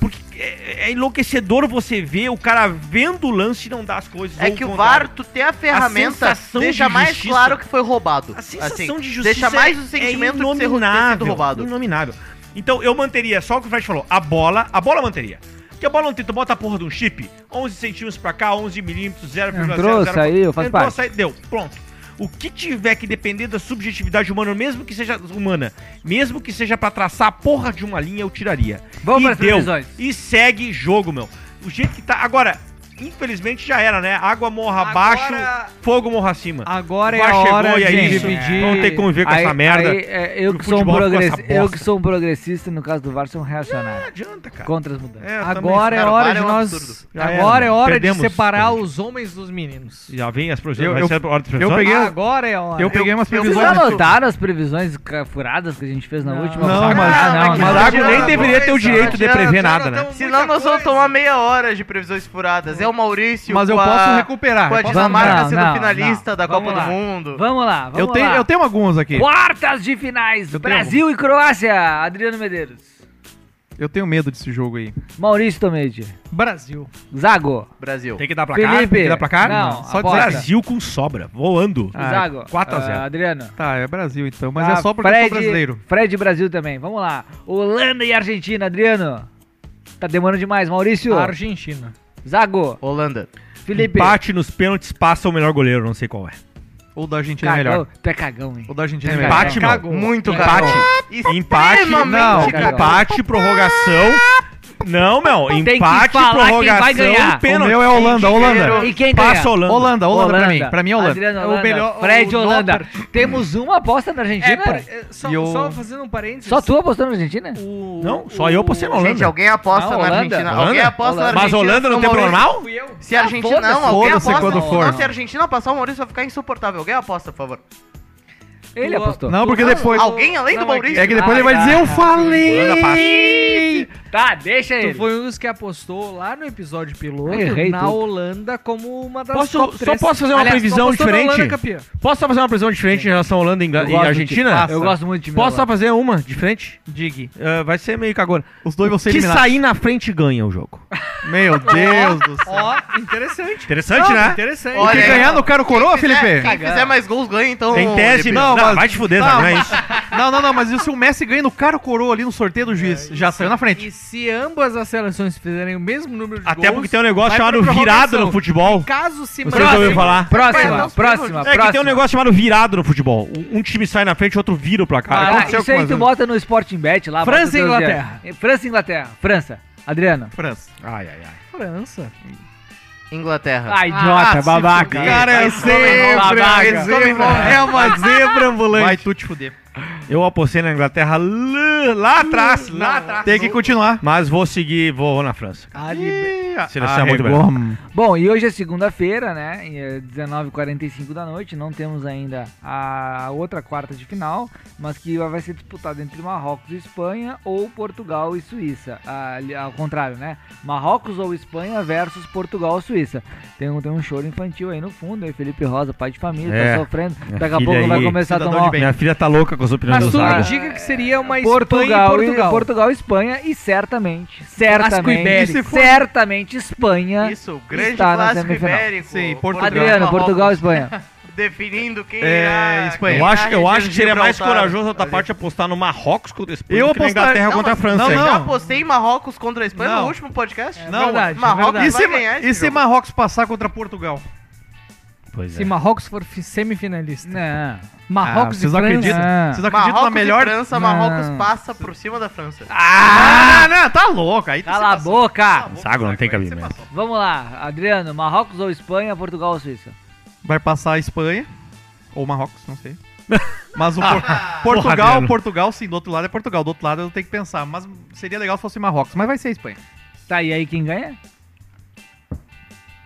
[SPEAKER 4] Porque é, é enlouquecedor você ver o cara vendo o lance e não dar as coisas.
[SPEAKER 2] É
[SPEAKER 4] ou
[SPEAKER 2] que o
[SPEAKER 4] contrário.
[SPEAKER 2] VAR, tu ter a ferramenta,
[SPEAKER 4] sensação
[SPEAKER 2] deixa
[SPEAKER 4] de
[SPEAKER 2] mais
[SPEAKER 4] justiça.
[SPEAKER 2] claro que foi roubado.
[SPEAKER 4] A sensação
[SPEAKER 2] Assim,
[SPEAKER 4] de justiça
[SPEAKER 2] Deixa mais
[SPEAKER 4] é-
[SPEAKER 2] o sentimento de
[SPEAKER 4] é
[SPEAKER 2] ser ro- ter sido
[SPEAKER 4] inominável,
[SPEAKER 2] roubado.
[SPEAKER 4] Inominável. Então eu manteria só o que o Fred falou, a bola, a bola eu manteria. Porque a bola não tem, tu bota a porra de um chip, 11 centímetros pra cá, 11 milímetros, 0,00.
[SPEAKER 6] Entrou, saiu, faz
[SPEAKER 4] entrou,
[SPEAKER 6] parte.
[SPEAKER 4] saiu, deu, pronto. O que tiver que depender da subjetividade humana, mesmo que seja humana, mesmo que seja pra traçar a porra de uma linha, eu tiraria. e
[SPEAKER 6] Vamos para as previsões.
[SPEAKER 4] E segue jogo, meu. O jeito que tá. Agora, infelizmente já era, né? Água morra abaixo, fogo morra acima.
[SPEAKER 1] Agora é
[SPEAKER 4] VAR
[SPEAKER 1] a
[SPEAKER 4] chegou
[SPEAKER 1] hora
[SPEAKER 4] e é
[SPEAKER 1] de
[SPEAKER 4] isso.
[SPEAKER 1] dividir.
[SPEAKER 4] Não tem como ver com
[SPEAKER 6] Aí-
[SPEAKER 4] essa merda.
[SPEAKER 6] aí, é, eu,
[SPEAKER 4] Que o
[SPEAKER 6] que sou um
[SPEAKER 4] futebol ficou
[SPEAKER 6] progress-
[SPEAKER 4] essa
[SPEAKER 6] eu
[SPEAKER 4] bosta.
[SPEAKER 6] que sou um progressista, no caso do VAR, sou um
[SPEAKER 4] Não
[SPEAKER 6] reacionário.
[SPEAKER 4] adianta, cara.
[SPEAKER 6] Contra as mudanças.
[SPEAKER 4] É, eu
[SPEAKER 1] Agora
[SPEAKER 4] também-
[SPEAKER 1] é
[SPEAKER 2] Cara,
[SPEAKER 1] hora
[SPEAKER 2] VAR
[SPEAKER 1] de
[SPEAKER 2] é um
[SPEAKER 1] nós.
[SPEAKER 2] absurdo.
[SPEAKER 4] Já
[SPEAKER 1] Agora
[SPEAKER 4] era,
[SPEAKER 1] é hora de
[SPEAKER 4] perdemos.
[SPEAKER 1] separar os homens dos meninos.
[SPEAKER 4] Já vem as previsões.
[SPEAKER 3] Eu-
[SPEAKER 4] vai
[SPEAKER 3] eu-
[SPEAKER 4] ser a hora de
[SPEAKER 3] eu
[SPEAKER 4] previsões?
[SPEAKER 3] peguei-
[SPEAKER 1] Agora é a hora.
[SPEAKER 3] Eu peguei umas
[SPEAKER 2] eu-
[SPEAKER 6] Vocês
[SPEAKER 4] um
[SPEAKER 3] previsões.
[SPEAKER 6] anotaram as previsões ca- furadas que a gente fez na
[SPEAKER 1] Não.
[SPEAKER 6] última?
[SPEAKER 3] Não,
[SPEAKER 6] Ah,
[SPEAKER 3] mas-
[SPEAKER 6] não,
[SPEAKER 2] mas
[SPEAKER 4] é O
[SPEAKER 6] mas-
[SPEAKER 4] Zago
[SPEAKER 2] não
[SPEAKER 4] nem
[SPEAKER 2] adianta,
[SPEAKER 4] deveria ter o
[SPEAKER 2] não
[SPEAKER 4] direito de
[SPEAKER 2] adianta,
[SPEAKER 4] prever
[SPEAKER 2] não
[SPEAKER 4] nada, né?
[SPEAKER 2] Senão nós vamos tomar meia hora de previsões furadas. É o Maurício
[SPEAKER 3] Mas eu
[SPEAKER 2] com a-
[SPEAKER 3] posso recuperar.
[SPEAKER 2] com a
[SPEAKER 3] eu posso-
[SPEAKER 6] Vamos-
[SPEAKER 2] Dinamarca
[SPEAKER 6] não,
[SPEAKER 2] sendo
[SPEAKER 6] não,
[SPEAKER 2] finalista
[SPEAKER 6] não.
[SPEAKER 2] da
[SPEAKER 6] Vamos
[SPEAKER 2] Copa
[SPEAKER 6] lá.
[SPEAKER 2] do Mundo.
[SPEAKER 6] Vamos lá, vamos
[SPEAKER 3] Eu tenho,
[SPEAKER 6] lá.
[SPEAKER 3] eu tenho algumas aqui.
[SPEAKER 6] Quartas de finais,
[SPEAKER 3] Eu tenho
[SPEAKER 6] Brasil e Croácia, Adriano Medeiros.
[SPEAKER 3] Eu tenho medo desse jogo aí.
[SPEAKER 6] Maurício Tomedi.
[SPEAKER 1] Brasil.
[SPEAKER 6] Zago.
[SPEAKER 2] Brasil.
[SPEAKER 4] Tem que dar pra cá?
[SPEAKER 6] Felipe.
[SPEAKER 4] Tem que dar pra cá?
[SPEAKER 6] Não,
[SPEAKER 3] Não, só
[SPEAKER 6] aposta.
[SPEAKER 4] Brasil com sobra, voando.
[SPEAKER 3] Ah,
[SPEAKER 6] Zago.
[SPEAKER 4] 4 a 0.
[SPEAKER 6] ah, Adriano.
[SPEAKER 3] Tá, é Brasil então, mas é
[SPEAKER 6] Ah,
[SPEAKER 3] só porque eu sou brasileiro.
[SPEAKER 6] Fred e Brasil também. Vamos lá. Holanda e Argentina, Adriano. Tá demorando demais. Maurício.
[SPEAKER 1] Argentina.
[SPEAKER 6] Zago.
[SPEAKER 2] Holanda.
[SPEAKER 6] Felipe.
[SPEAKER 4] Empate nos pênaltis passa o melhor goleiro, não sei qual é.
[SPEAKER 3] Ou da Argentina é melhor.
[SPEAKER 6] Cagão. Tu é cagão, hein?
[SPEAKER 3] Ou da Argentina é melhor.
[SPEAKER 4] Empate, meu.
[SPEAKER 1] Cagou.
[SPEAKER 2] Muito
[SPEAKER 4] Empate.
[SPEAKER 2] caro.
[SPEAKER 4] Empate.
[SPEAKER 2] Extremamente
[SPEAKER 4] Não,
[SPEAKER 6] cagão.
[SPEAKER 4] empate, prorrogação. Não, meu.
[SPEAKER 6] Tem que
[SPEAKER 4] Empate,
[SPEAKER 6] falar quem vai ganhar.
[SPEAKER 4] prorrogação,
[SPEAKER 3] O
[SPEAKER 4] pênalti.
[SPEAKER 3] meu é Holanda, Holanda.
[SPEAKER 6] E quem ganha?
[SPEAKER 4] Passa a Holanda.
[SPEAKER 3] Holanda, Holanda, pra mim. Pra mim é Holanda.
[SPEAKER 6] Adriano
[SPEAKER 3] É
[SPEAKER 6] Holanda.
[SPEAKER 3] o melhor.
[SPEAKER 6] Fred
[SPEAKER 3] o
[SPEAKER 6] Holanda.
[SPEAKER 3] Noper-
[SPEAKER 6] Temos uma aposta na
[SPEAKER 1] É,
[SPEAKER 6] Argentina.
[SPEAKER 1] por- é, só,
[SPEAKER 3] E o-
[SPEAKER 1] só fazendo um parênteses.
[SPEAKER 6] Só tu apostando na Argentina?
[SPEAKER 1] O-
[SPEAKER 4] Não, só eu postei na
[SPEAKER 2] Gente,
[SPEAKER 4] Holanda.
[SPEAKER 2] alguém aposta
[SPEAKER 6] Não,
[SPEAKER 2] na
[SPEAKER 6] Holanda.
[SPEAKER 2] Argentina.
[SPEAKER 4] Holanda?
[SPEAKER 2] Alguém aposta na Argentina.
[SPEAKER 4] Mas Holanda
[SPEAKER 2] senão
[SPEAKER 4] não tem
[SPEAKER 2] o Maurício-
[SPEAKER 4] problema?
[SPEAKER 1] Fui eu.
[SPEAKER 2] Se a Argentina
[SPEAKER 6] foda-se,
[SPEAKER 2] não, alguém
[SPEAKER 3] foda-se
[SPEAKER 2] aposta.
[SPEAKER 3] quando
[SPEAKER 2] não,
[SPEAKER 3] for.
[SPEAKER 2] se a Argentina passar, o Maurício vai ficar insuportável. Alguém aposta, por favor.
[SPEAKER 6] Ele
[SPEAKER 1] Tu-
[SPEAKER 6] apostou.
[SPEAKER 3] Não, porque depois.
[SPEAKER 2] Alguém além do
[SPEAKER 1] não, é que-
[SPEAKER 2] Maurício.
[SPEAKER 3] É que depois ele vai dizer, eu
[SPEAKER 4] Holanda passa.
[SPEAKER 3] falei!
[SPEAKER 6] Tá, deixa ele.
[SPEAKER 1] Tu foi um dos que apostou lá no episódio piloto
[SPEAKER 6] Eu errei
[SPEAKER 1] na
[SPEAKER 6] tudo.
[SPEAKER 1] Holanda como uma das
[SPEAKER 4] Posso-
[SPEAKER 1] top
[SPEAKER 4] só
[SPEAKER 1] três.
[SPEAKER 4] posso fazer uma
[SPEAKER 1] Aliás,
[SPEAKER 4] previsão
[SPEAKER 1] só apostou na
[SPEAKER 4] diferente?
[SPEAKER 1] Holanda campeã.
[SPEAKER 4] Posso só fazer uma previsão diferente em relação à Holanda e, Ingl-
[SPEAKER 3] Eu
[SPEAKER 4] e
[SPEAKER 3] gosto do que
[SPEAKER 1] Ah,
[SPEAKER 4] Argentina?
[SPEAKER 3] passa.
[SPEAKER 6] Eu gosto muito de mim.
[SPEAKER 4] Posso só fazer uma diferente?
[SPEAKER 3] Dig.
[SPEAKER 4] Ah, vai ser meio cagona.
[SPEAKER 3] Os dois vão ser
[SPEAKER 4] Que
[SPEAKER 3] eliminados.
[SPEAKER 4] sair na frente ganha o jogo.
[SPEAKER 3] Meu Deus do céu.
[SPEAKER 1] Ó, interessante.
[SPEAKER 4] Interessante,
[SPEAKER 1] Não,
[SPEAKER 4] né?
[SPEAKER 1] Interessante.
[SPEAKER 2] Olha,
[SPEAKER 3] Quem
[SPEAKER 2] aí,
[SPEAKER 3] ganhar
[SPEAKER 2] ó.
[SPEAKER 3] no caro coroa,
[SPEAKER 2] Quem fizer-
[SPEAKER 3] Felipe?
[SPEAKER 2] Quem fizer mais gols ganha, então.
[SPEAKER 4] Em tese,
[SPEAKER 2] Felipe.
[SPEAKER 4] não,
[SPEAKER 3] Não, mas-
[SPEAKER 4] vai te fuder,
[SPEAKER 3] Não,
[SPEAKER 4] Zago, não é isso.
[SPEAKER 3] Não, não, não, mas e se o Messi ganha no caro coroa ali no sorteio do juiz? Já saiu na frente.
[SPEAKER 1] E se ambas as seleções fizerem o mesmo número de
[SPEAKER 4] Até
[SPEAKER 1] gols,
[SPEAKER 4] porque tem um negócio
[SPEAKER 1] vai pra
[SPEAKER 4] chamado virado
[SPEAKER 1] prorrogação.
[SPEAKER 4] no futebol.
[SPEAKER 1] Caso se
[SPEAKER 4] Vocês já ouviram falar?
[SPEAKER 2] Vai,
[SPEAKER 6] Próxima,
[SPEAKER 2] não,
[SPEAKER 6] próxima,
[SPEAKER 4] É que tem
[SPEAKER 6] próxima.
[SPEAKER 4] um negócio chamado virado no futebol. Um- Um time sai na frente, o outro vira o placar. É
[SPEAKER 6] Ah,
[SPEAKER 4] Aconteceu
[SPEAKER 6] isso aí
[SPEAKER 4] algumas
[SPEAKER 6] tu
[SPEAKER 4] vezes.
[SPEAKER 6] bota no Sporting Bet lá.
[SPEAKER 1] França
[SPEAKER 6] bota
[SPEAKER 1] e
[SPEAKER 6] teus
[SPEAKER 1] Inglaterra.
[SPEAKER 6] dias. França e Inglaterra. França. Adriano.
[SPEAKER 3] França.
[SPEAKER 4] Ai, ai, ai.
[SPEAKER 1] França.
[SPEAKER 2] Inglaterra.
[SPEAKER 6] Ah, idiota, babaca.
[SPEAKER 3] Cara, é
[SPEAKER 6] babaca.
[SPEAKER 3] É uma zebra ambulante. Vai tu te fuder.
[SPEAKER 4] Eu apostei na Inglaterra lá lá atrás,
[SPEAKER 3] Hum,
[SPEAKER 4] lá atrás.
[SPEAKER 3] Tem que continuar.
[SPEAKER 4] Mas vou seguir, vou na França.
[SPEAKER 3] Tá
[SPEAKER 4] cara. Seleção é muito
[SPEAKER 3] Arregou.
[SPEAKER 6] Bom, e hoje é segunda-feira, né? E é 19h45 da noite. Não temos ainda a outra quarta de final, mas que vai ser disputada entre Marrocos e Espanha ou Portugal e Suíça. Ah, ali- ao contrário, né? Marrocos ou Espanha versus Portugal ou Suíça. Tem um, tem um choro infantil aí no fundo, aí Felipe Rosa, pai de família,
[SPEAKER 4] É.
[SPEAKER 6] tá sofrendo.
[SPEAKER 4] Minha
[SPEAKER 6] Daqui a
[SPEAKER 4] filha
[SPEAKER 6] pouco vai
[SPEAKER 4] aí,
[SPEAKER 6] começar a
[SPEAKER 3] cidadão
[SPEAKER 6] tomar um
[SPEAKER 3] de bem.
[SPEAKER 4] Minha filha tá louca com as opiniões
[SPEAKER 1] Mas
[SPEAKER 4] do
[SPEAKER 1] tudo
[SPEAKER 4] Zago.
[SPEAKER 1] indica que seria uma
[SPEAKER 6] Portugal,
[SPEAKER 1] Espanha e Portugal.
[SPEAKER 6] e Portugal e Espanha e certamente, certamente,
[SPEAKER 1] ibérico.
[SPEAKER 6] certamente Espanha.
[SPEAKER 2] Isso, grande
[SPEAKER 6] Está na
[SPEAKER 2] clássico
[SPEAKER 6] semifinal.
[SPEAKER 2] ibérico.
[SPEAKER 3] Sim, Portugal.
[SPEAKER 6] Adriano, Portugal e Espanha.
[SPEAKER 2] definindo quem
[SPEAKER 3] É,
[SPEAKER 2] irá-
[SPEAKER 3] Espanha.
[SPEAKER 2] quem
[SPEAKER 4] Eu acho,
[SPEAKER 2] irá
[SPEAKER 4] eu acho
[SPEAKER 2] reger
[SPEAKER 4] que seria mais
[SPEAKER 2] Gibraltar.
[SPEAKER 4] corajoso da tua parte é apostar no Marrocos contra a Espanha
[SPEAKER 3] Eu
[SPEAKER 4] do que na
[SPEAKER 3] apostar-
[SPEAKER 4] Inglaterra
[SPEAKER 3] Não,
[SPEAKER 4] contra a
[SPEAKER 3] mas-
[SPEAKER 4] França.
[SPEAKER 3] não,
[SPEAKER 4] hein?
[SPEAKER 2] Eu já
[SPEAKER 3] não.
[SPEAKER 2] apostei Marrocos contra a Espanha
[SPEAKER 3] Não.
[SPEAKER 2] no último podcast.
[SPEAKER 1] É
[SPEAKER 3] Não,
[SPEAKER 1] verdade,
[SPEAKER 2] Marrocos
[SPEAKER 1] verdade.
[SPEAKER 3] E
[SPEAKER 2] vai
[SPEAKER 3] se,
[SPEAKER 2] ganhar esse
[SPEAKER 3] e se
[SPEAKER 2] jogo.
[SPEAKER 3] Marrocos passar contra Portugal?
[SPEAKER 4] Pois
[SPEAKER 1] Se
[SPEAKER 4] é.
[SPEAKER 1] Marrocos for fi- semifinalista,
[SPEAKER 4] Né?
[SPEAKER 6] Não.
[SPEAKER 1] Marrocos
[SPEAKER 3] vocês
[SPEAKER 1] e França...
[SPEAKER 3] acreditam?
[SPEAKER 6] Ah.
[SPEAKER 3] Vocês acreditam na
[SPEAKER 2] Marrocos
[SPEAKER 3] melhor...
[SPEAKER 2] e França,
[SPEAKER 6] Não.
[SPEAKER 2] Marrocos passa por cima da França.
[SPEAKER 3] Ah, não, tá louco. Aí tu se
[SPEAKER 6] Cala a
[SPEAKER 3] passou.
[SPEAKER 6] boca!
[SPEAKER 4] Sago não tem
[SPEAKER 3] Aí você
[SPEAKER 4] cabimento.
[SPEAKER 3] passou.
[SPEAKER 6] Vamos lá, Adriano, Marrocos ou Espanha, Portugal ou Suíça?
[SPEAKER 3] Vai passar a Espanha. Ou Marrocos, não sei. Mas o Por-
[SPEAKER 4] Ah, Porra,
[SPEAKER 3] Portugal,
[SPEAKER 4] Adriano.
[SPEAKER 3] Portugal, sim, do outro lado é Portugal. Do outro lado eu tenho que pensar. Mas seria legal se fosse Marrocos. Mas vai ser Espanha.
[SPEAKER 6] Tá, e aí quem ganha?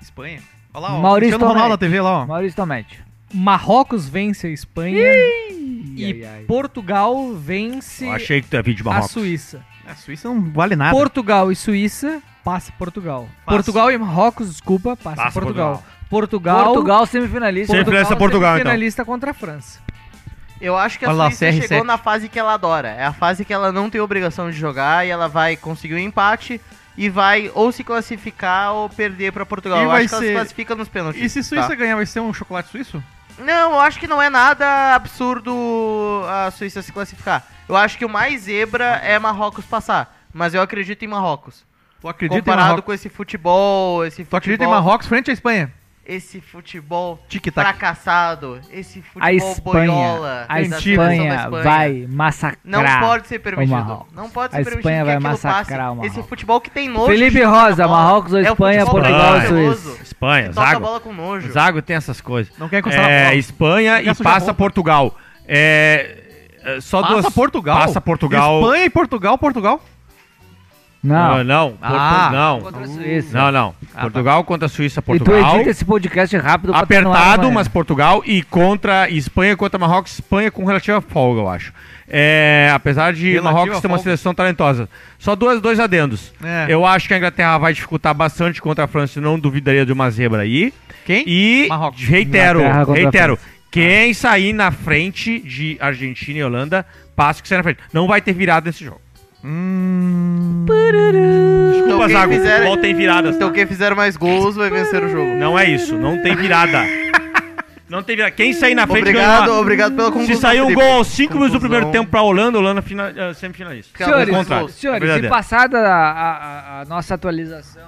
[SPEAKER 3] Espanha. Olha lá, ó.
[SPEAKER 6] Maurício
[SPEAKER 3] Cristiano Ronaldo na
[SPEAKER 6] Tomé.
[SPEAKER 3] TV lá, ó.
[SPEAKER 6] Maurício Tomete.
[SPEAKER 1] Marrocos vence a Espanha
[SPEAKER 6] Ai,
[SPEAKER 1] e
[SPEAKER 6] ai.
[SPEAKER 1] Portugal vence
[SPEAKER 4] Eu achei que tu ia vir de
[SPEAKER 1] a
[SPEAKER 4] Marrocos.
[SPEAKER 1] Suíça.
[SPEAKER 3] A É, Suíça não vale nada.
[SPEAKER 1] Portugal e Suíça passa Portugal. Portugal e Marrocos, desculpa, passa,
[SPEAKER 4] Passa
[SPEAKER 1] Portugal. Portugal. é
[SPEAKER 6] Portugal semifinalista.
[SPEAKER 4] Sem- Semifinalista Portugal, então.
[SPEAKER 1] Finalista contra a França.
[SPEAKER 2] Eu acho que a
[SPEAKER 3] Olha lá,
[SPEAKER 2] Suíça
[SPEAKER 3] CR7.
[SPEAKER 2] chegou na fase que ela adora. É a fase que ela não tem obrigação de jogar e ela vai conseguir um empate e vai ou se classificar ou perder pra Portugal.
[SPEAKER 3] E
[SPEAKER 2] eu
[SPEAKER 3] vai
[SPEAKER 2] acho que ela se
[SPEAKER 3] ser-
[SPEAKER 2] classifica nos pênaltis.
[SPEAKER 3] E se Suíça
[SPEAKER 2] tá?
[SPEAKER 3] ganhar, vai ser um chocolate suíço?
[SPEAKER 2] Não, eu acho que não é nada absurdo a Suíça se classificar. Eu acho que o mais zebra é Marrocos passar. Mas eu acredito em Marrocos.
[SPEAKER 3] Tu acredita
[SPEAKER 2] Comparado
[SPEAKER 3] em Marrocos?
[SPEAKER 2] com esse futebol, esse
[SPEAKER 3] Tu
[SPEAKER 2] futebol,
[SPEAKER 3] acredita em Marrocos frente à Espanha?
[SPEAKER 2] esse futebol
[SPEAKER 3] Tic-tac.
[SPEAKER 2] fracassado, esse
[SPEAKER 6] tá A
[SPEAKER 2] futebol boiola
[SPEAKER 6] Espanha,
[SPEAKER 2] da
[SPEAKER 6] a
[SPEAKER 2] seleção
[SPEAKER 6] Espanha,
[SPEAKER 2] da Espanha.
[SPEAKER 6] vai massacrar.
[SPEAKER 2] Não pode ser permitido.
[SPEAKER 6] Marrocos.
[SPEAKER 2] Não pode
[SPEAKER 6] A
[SPEAKER 2] ser permitido
[SPEAKER 6] Espanha
[SPEAKER 2] que
[SPEAKER 6] vai
[SPEAKER 2] aquilo
[SPEAKER 6] massacrar o
[SPEAKER 2] passe. Esse
[SPEAKER 6] Marrocos.
[SPEAKER 2] futebol que tem nojo.
[SPEAKER 6] Felipe
[SPEAKER 2] de tocar
[SPEAKER 6] Rosa,
[SPEAKER 2] a bola.
[SPEAKER 6] Marrocos ou
[SPEAKER 2] É o
[SPEAKER 6] Espanha,
[SPEAKER 2] futebol
[SPEAKER 6] Portugal
[SPEAKER 4] ou
[SPEAKER 2] vergonhoso,
[SPEAKER 6] Suíça?
[SPEAKER 4] Espanha,
[SPEAKER 2] que Toca a
[SPEAKER 4] Zago.
[SPEAKER 2] bola com nojo.
[SPEAKER 4] Zago tem essas coisas.
[SPEAKER 3] Não quer encostar na
[SPEAKER 4] É,
[SPEAKER 3] bola.
[SPEAKER 4] Espanha
[SPEAKER 3] Pegar
[SPEAKER 4] e
[SPEAKER 3] suja
[SPEAKER 4] passa
[SPEAKER 3] roupa.
[SPEAKER 4] Portugal. É, é, só
[SPEAKER 3] Passa
[SPEAKER 4] duas-
[SPEAKER 3] Portugal?
[SPEAKER 4] Passa Portugal.
[SPEAKER 3] Espanha e Portugal, Portugal.
[SPEAKER 4] Ah,
[SPEAKER 6] Não.
[SPEAKER 4] não, Portu-
[SPEAKER 3] Ah. tá.
[SPEAKER 4] não.
[SPEAKER 6] Contra a Suíça.
[SPEAKER 4] Não, não. Portugal contra a Suíça,
[SPEAKER 6] E tu
[SPEAKER 4] Portugal.
[SPEAKER 6] edita esse podcast rápido pra tu não ar
[SPEAKER 4] Apertado,
[SPEAKER 6] amanhã.
[SPEAKER 4] mas Portugal e contra Espanha contra Marrocos, Espanha com relativa folga, eu acho. É, apesar de
[SPEAKER 3] Relativa
[SPEAKER 4] Marrocos ter uma
[SPEAKER 3] folga.
[SPEAKER 4] seleção talentosa. Só duas, dois adendos.
[SPEAKER 3] É.
[SPEAKER 4] Eu acho que a Inglaterra vai dificultar bastante contra a França, eu não duvidaria de uma zebra aí.
[SPEAKER 3] Quem?
[SPEAKER 4] E
[SPEAKER 3] Marrocos.
[SPEAKER 4] reitero,
[SPEAKER 6] Inglaterra contra a
[SPEAKER 4] reitero, quem sair na frente de Argentina e Holanda, passa que sai na frente. Não vai ter virada nesse jogo.
[SPEAKER 3] Hum...
[SPEAKER 2] Então,
[SPEAKER 4] Desculpa,
[SPEAKER 2] quem
[SPEAKER 4] Zago,
[SPEAKER 2] fizer-
[SPEAKER 4] futebol tem viradas.
[SPEAKER 2] Então quem fizer mais gols vai vencer o jogo.
[SPEAKER 4] Não é isso, não tem virada. Não tem virada. Quem sair na frente
[SPEAKER 2] Obrigado,
[SPEAKER 4] ganha.
[SPEAKER 2] obrigado pela conclusão.
[SPEAKER 4] Se sair um
[SPEAKER 2] Felipe.
[SPEAKER 4] gol aos 5 minutos do primeiro
[SPEAKER 2] Conclusão.
[SPEAKER 4] tempo pra Holanda, a Holanda fina, eh, semifinalista.
[SPEAKER 2] Fica
[SPEAKER 6] Senhores,
[SPEAKER 2] ao
[SPEAKER 4] contrário.
[SPEAKER 2] gols.
[SPEAKER 6] Senhores,
[SPEAKER 4] Verdadeiro.
[SPEAKER 6] e passada a, a- a nossa atualização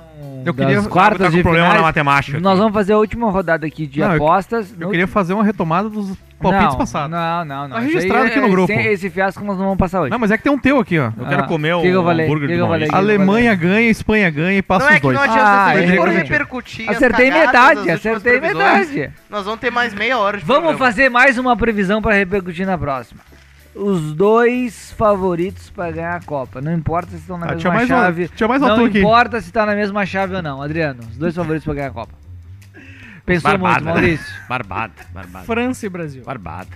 [SPEAKER 3] Eu queria- eu
[SPEAKER 6] das
[SPEAKER 4] tá
[SPEAKER 6] quartas
[SPEAKER 4] com
[SPEAKER 6] de
[SPEAKER 4] problema na
[SPEAKER 6] finais,
[SPEAKER 4] matemática.
[SPEAKER 6] nós vamos fazer a última rodada aqui de
[SPEAKER 3] Não, eu-
[SPEAKER 6] apostas.
[SPEAKER 3] Eu queria fazer uma retomada dos palpites
[SPEAKER 6] não,
[SPEAKER 3] passados.
[SPEAKER 6] Não, não, não.
[SPEAKER 3] Tá
[SPEAKER 6] Isso aí
[SPEAKER 3] registrado
[SPEAKER 6] é-
[SPEAKER 3] aqui no
[SPEAKER 6] esse-
[SPEAKER 3] grupo.
[SPEAKER 6] Esse, fiasco nós não vamos passar hoje.
[SPEAKER 3] Não, mas é que tem um teu aqui, ó.
[SPEAKER 4] Eu quero
[SPEAKER 6] Ah,
[SPEAKER 4] comer o
[SPEAKER 6] que que eu é- falei?
[SPEAKER 4] hambúrguer
[SPEAKER 6] Que que
[SPEAKER 4] do
[SPEAKER 6] eu falei?
[SPEAKER 4] Maurício.
[SPEAKER 3] Alemanha ganha, Espanha ganha e passa
[SPEAKER 2] Não é
[SPEAKER 3] os
[SPEAKER 2] que
[SPEAKER 3] dois.
[SPEAKER 2] não
[SPEAKER 6] Ah,
[SPEAKER 2] adianta, se vocês
[SPEAKER 6] é,
[SPEAKER 2] for
[SPEAKER 6] é, é.
[SPEAKER 2] repercutir as
[SPEAKER 6] acertei
[SPEAKER 2] cagadas das
[SPEAKER 6] metade,
[SPEAKER 2] últimas
[SPEAKER 6] acertei
[SPEAKER 2] previsões,
[SPEAKER 6] metade.
[SPEAKER 2] Nós vamos ter mais meia hora de
[SPEAKER 6] Vamos
[SPEAKER 2] programa.
[SPEAKER 6] fazer mais uma previsão pra repercutir na próxima. Os dois favoritos pra ganhar a Copa. Não importa se estão na
[SPEAKER 3] Ah,
[SPEAKER 6] mesma
[SPEAKER 3] tinha mais uma-
[SPEAKER 6] chave.
[SPEAKER 3] tinha mais uma
[SPEAKER 6] não
[SPEAKER 3] tua aqui.
[SPEAKER 6] importa se tá na mesma chave ou não, Adriano. Os dois favoritos pra ganhar a Copa. Pensou
[SPEAKER 4] Barbada,
[SPEAKER 6] muito,
[SPEAKER 4] né?
[SPEAKER 6] Maurício.
[SPEAKER 4] Barbada, barbada.
[SPEAKER 1] França e Brasil.
[SPEAKER 4] Barbada.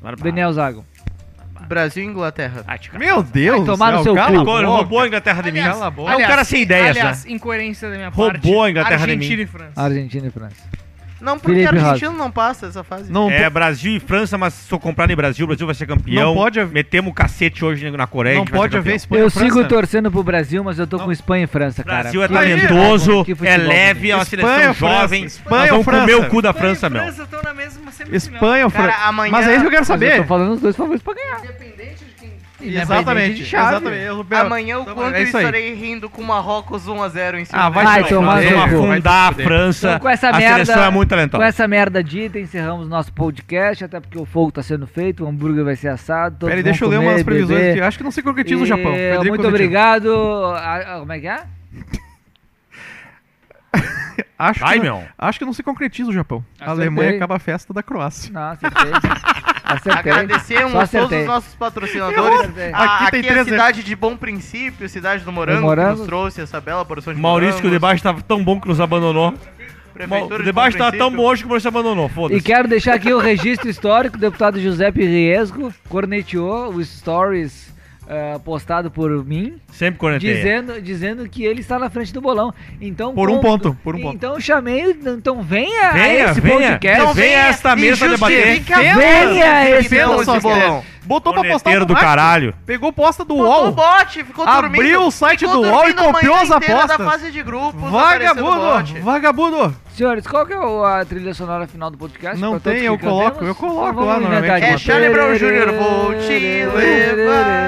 [SPEAKER 4] Barbada.
[SPEAKER 6] Daniel Zago.
[SPEAKER 2] Brasil e Inglaterra.
[SPEAKER 4] Ah, te cago.
[SPEAKER 3] Meu Deus
[SPEAKER 6] Vai tomar no seu
[SPEAKER 3] cala
[SPEAKER 6] cu.
[SPEAKER 3] a
[SPEAKER 4] Agora
[SPEAKER 3] boca.
[SPEAKER 4] roubou a Inglaterra de mim.
[SPEAKER 1] Aliás,
[SPEAKER 4] Cala a boca. É um
[SPEAKER 1] aliás,
[SPEAKER 4] cara sem ideias,
[SPEAKER 1] aliás,
[SPEAKER 4] né?
[SPEAKER 1] incoerência da minha
[SPEAKER 4] Roubou
[SPEAKER 1] parte.
[SPEAKER 4] a Inglaterra de mim.
[SPEAKER 1] Argentina e França.
[SPEAKER 6] Argentina e França.
[SPEAKER 2] Não, porque
[SPEAKER 6] Felipe
[SPEAKER 2] argentino não passa essa fase.
[SPEAKER 3] Não,
[SPEAKER 4] É Brasil e França, mas sou comprado em Brasil, o Brasil vai ser campeão.
[SPEAKER 3] Não pode haver-
[SPEAKER 4] Metemos o cacete hoje na Coreia. a
[SPEAKER 3] não
[SPEAKER 4] gente vai ser
[SPEAKER 3] pode haver
[SPEAKER 4] campeão.
[SPEAKER 3] Espanha
[SPEAKER 6] eu
[SPEAKER 3] e França.
[SPEAKER 6] sigo torcendo pro Brasil, mas eu tô com Espanha e França,
[SPEAKER 4] O
[SPEAKER 6] cara.
[SPEAKER 4] Brasil é
[SPEAKER 6] Que-
[SPEAKER 4] talentoso,
[SPEAKER 6] que futebol,
[SPEAKER 4] é leve, é uma
[SPEAKER 3] Espanha
[SPEAKER 4] seleção
[SPEAKER 3] ou França?
[SPEAKER 4] jovem.
[SPEAKER 3] Espanha
[SPEAKER 4] Nós
[SPEAKER 3] ou
[SPEAKER 4] vamos comer
[SPEAKER 3] França?
[SPEAKER 4] o cu da França, meu.
[SPEAKER 1] estão na mesma semifinal.
[SPEAKER 3] Espanha ou
[SPEAKER 2] Cara,
[SPEAKER 3] França.
[SPEAKER 2] amanhã-
[SPEAKER 3] Mas é isso que eu quero
[SPEAKER 6] Mas eu tô
[SPEAKER 3] saber.
[SPEAKER 6] falando os dois favoritos pra ganhar.
[SPEAKER 2] Independente de quem...
[SPEAKER 3] Exatamente.
[SPEAKER 6] é de chave.
[SPEAKER 3] Exatamente. Eu-
[SPEAKER 2] Amanhã o
[SPEAKER 3] Então,
[SPEAKER 2] quanto
[SPEAKER 3] é
[SPEAKER 2] eu
[SPEAKER 3] isso aí.
[SPEAKER 2] estarei rindo com Marrocos 1x0 em cima.
[SPEAKER 3] Ah, vai
[SPEAKER 6] Vai
[SPEAKER 3] se
[SPEAKER 6] tomar
[SPEAKER 3] fuder.
[SPEAKER 6] no
[SPEAKER 4] Vamos
[SPEAKER 6] cu.
[SPEAKER 3] Vai se
[SPEAKER 4] afundar a
[SPEAKER 3] fuder.
[SPEAKER 4] França.
[SPEAKER 6] Então, com essa
[SPEAKER 4] a
[SPEAKER 6] merda,
[SPEAKER 4] seleção é muito talentosa.
[SPEAKER 6] Com essa merda dita, encerramos nosso podcast, até porque o fogo tá sendo feito, o hambúrguer vai ser assado. todos
[SPEAKER 3] Peraí,
[SPEAKER 6] vão
[SPEAKER 3] deixa eu ler
[SPEAKER 6] comer,
[SPEAKER 3] umas previsões
[SPEAKER 6] beber.
[SPEAKER 3] aqui. Acho que não se concretiza o
[SPEAKER 6] E
[SPEAKER 3] Japão. é Frederico
[SPEAKER 6] Muito
[SPEAKER 3] Coutinho.
[SPEAKER 6] obrigado. a- a- como é que é?
[SPEAKER 3] Acho
[SPEAKER 4] Vai,
[SPEAKER 3] que,
[SPEAKER 4] meu.
[SPEAKER 3] acho que não se concretiza o Japão. A
[SPEAKER 6] Acertei.
[SPEAKER 3] Alemanha acaba a festa da Croácia.
[SPEAKER 6] Não, acertei. acertei.
[SPEAKER 4] um
[SPEAKER 2] Agradecemos
[SPEAKER 6] Só
[SPEAKER 2] a todos
[SPEAKER 6] acertei.
[SPEAKER 2] os nossos patrocinadores.
[SPEAKER 6] acertei.
[SPEAKER 2] A-
[SPEAKER 3] Aqui
[SPEAKER 2] aqui
[SPEAKER 3] tem
[SPEAKER 2] é a
[SPEAKER 3] três-
[SPEAKER 2] cidade de Bom Princípio, cidade do Morango,
[SPEAKER 6] Do Morango.
[SPEAKER 2] que nos trouxe essa bela porção de
[SPEAKER 4] Maurício, que o
[SPEAKER 2] morangos,
[SPEAKER 4] debate tava tão bom que nos abandonou. Mal-
[SPEAKER 2] prefeitura
[SPEAKER 4] O
[SPEAKER 2] de
[SPEAKER 4] debate
[SPEAKER 2] Bom
[SPEAKER 4] tava tão
[SPEAKER 2] Princípio.
[SPEAKER 4] bom hoje que o Maurício abandonou.
[SPEAKER 6] E
[SPEAKER 4] Foda-se.
[SPEAKER 6] quero deixar aqui o registro histórico, o deputado Giuseppe Riesgo corneteou os stories eh, postado por mim,
[SPEAKER 4] Sempre
[SPEAKER 3] É.
[SPEAKER 4] cornetei.
[SPEAKER 6] dizendo, dizendo que ele está na frente do bolão. Então
[SPEAKER 3] Por um
[SPEAKER 6] com-
[SPEAKER 3] ponto, por um ponto.
[SPEAKER 6] Então chamei, então venha,
[SPEAKER 4] Venha,
[SPEAKER 6] a esse
[SPEAKER 4] venha.
[SPEAKER 6] podcast.
[SPEAKER 4] Não, venha a esta
[SPEAKER 2] e
[SPEAKER 4] mesa debater.
[SPEAKER 2] justifica a
[SPEAKER 6] Venha
[SPEAKER 2] dança
[SPEAKER 6] esse
[SPEAKER 2] que deu
[SPEAKER 3] bolão.
[SPEAKER 2] bolão.
[SPEAKER 3] Botou pra postar
[SPEAKER 4] Corneteiro
[SPEAKER 3] o
[SPEAKER 4] do caralho.
[SPEAKER 3] Pegou posta do
[SPEAKER 2] Botou o
[SPEAKER 3] UOL.
[SPEAKER 2] bote, ficou
[SPEAKER 3] Abriu
[SPEAKER 2] dormindo.
[SPEAKER 3] Tipo, o site
[SPEAKER 2] Ficou
[SPEAKER 3] do UOL e
[SPEAKER 2] dormindo a manhã
[SPEAKER 3] copiou as
[SPEAKER 2] inteira da
[SPEAKER 3] apostas.
[SPEAKER 2] fase de grupos, aparecendo o
[SPEAKER 3] Vagabundo!
[SPEAKER 2] bote.
[SPEAKER 3] Vagabundo!
[SPEAKER 6] Senhores, qual que é o- a trilha sonora final do podcast?
[SPEAKER 3] Não
[SPEAKER 6] Pra todos
[SPEAKER 3] tem, eu
[SPEAKER 6] que cantemos?
[SPEAKER 3] coloco, eu coloco
[SPEAKER 6] Então vamos
[SPEAKER 3] lá
[SPEAKER 6] inventar
[SPEAKER 3] novamente.
[SPEAKER 6] de
[SPEAKER 2] É
[SPEAKER 6] novo.
[SPEAKER 2] Charlie Brown Jr., vou te levar.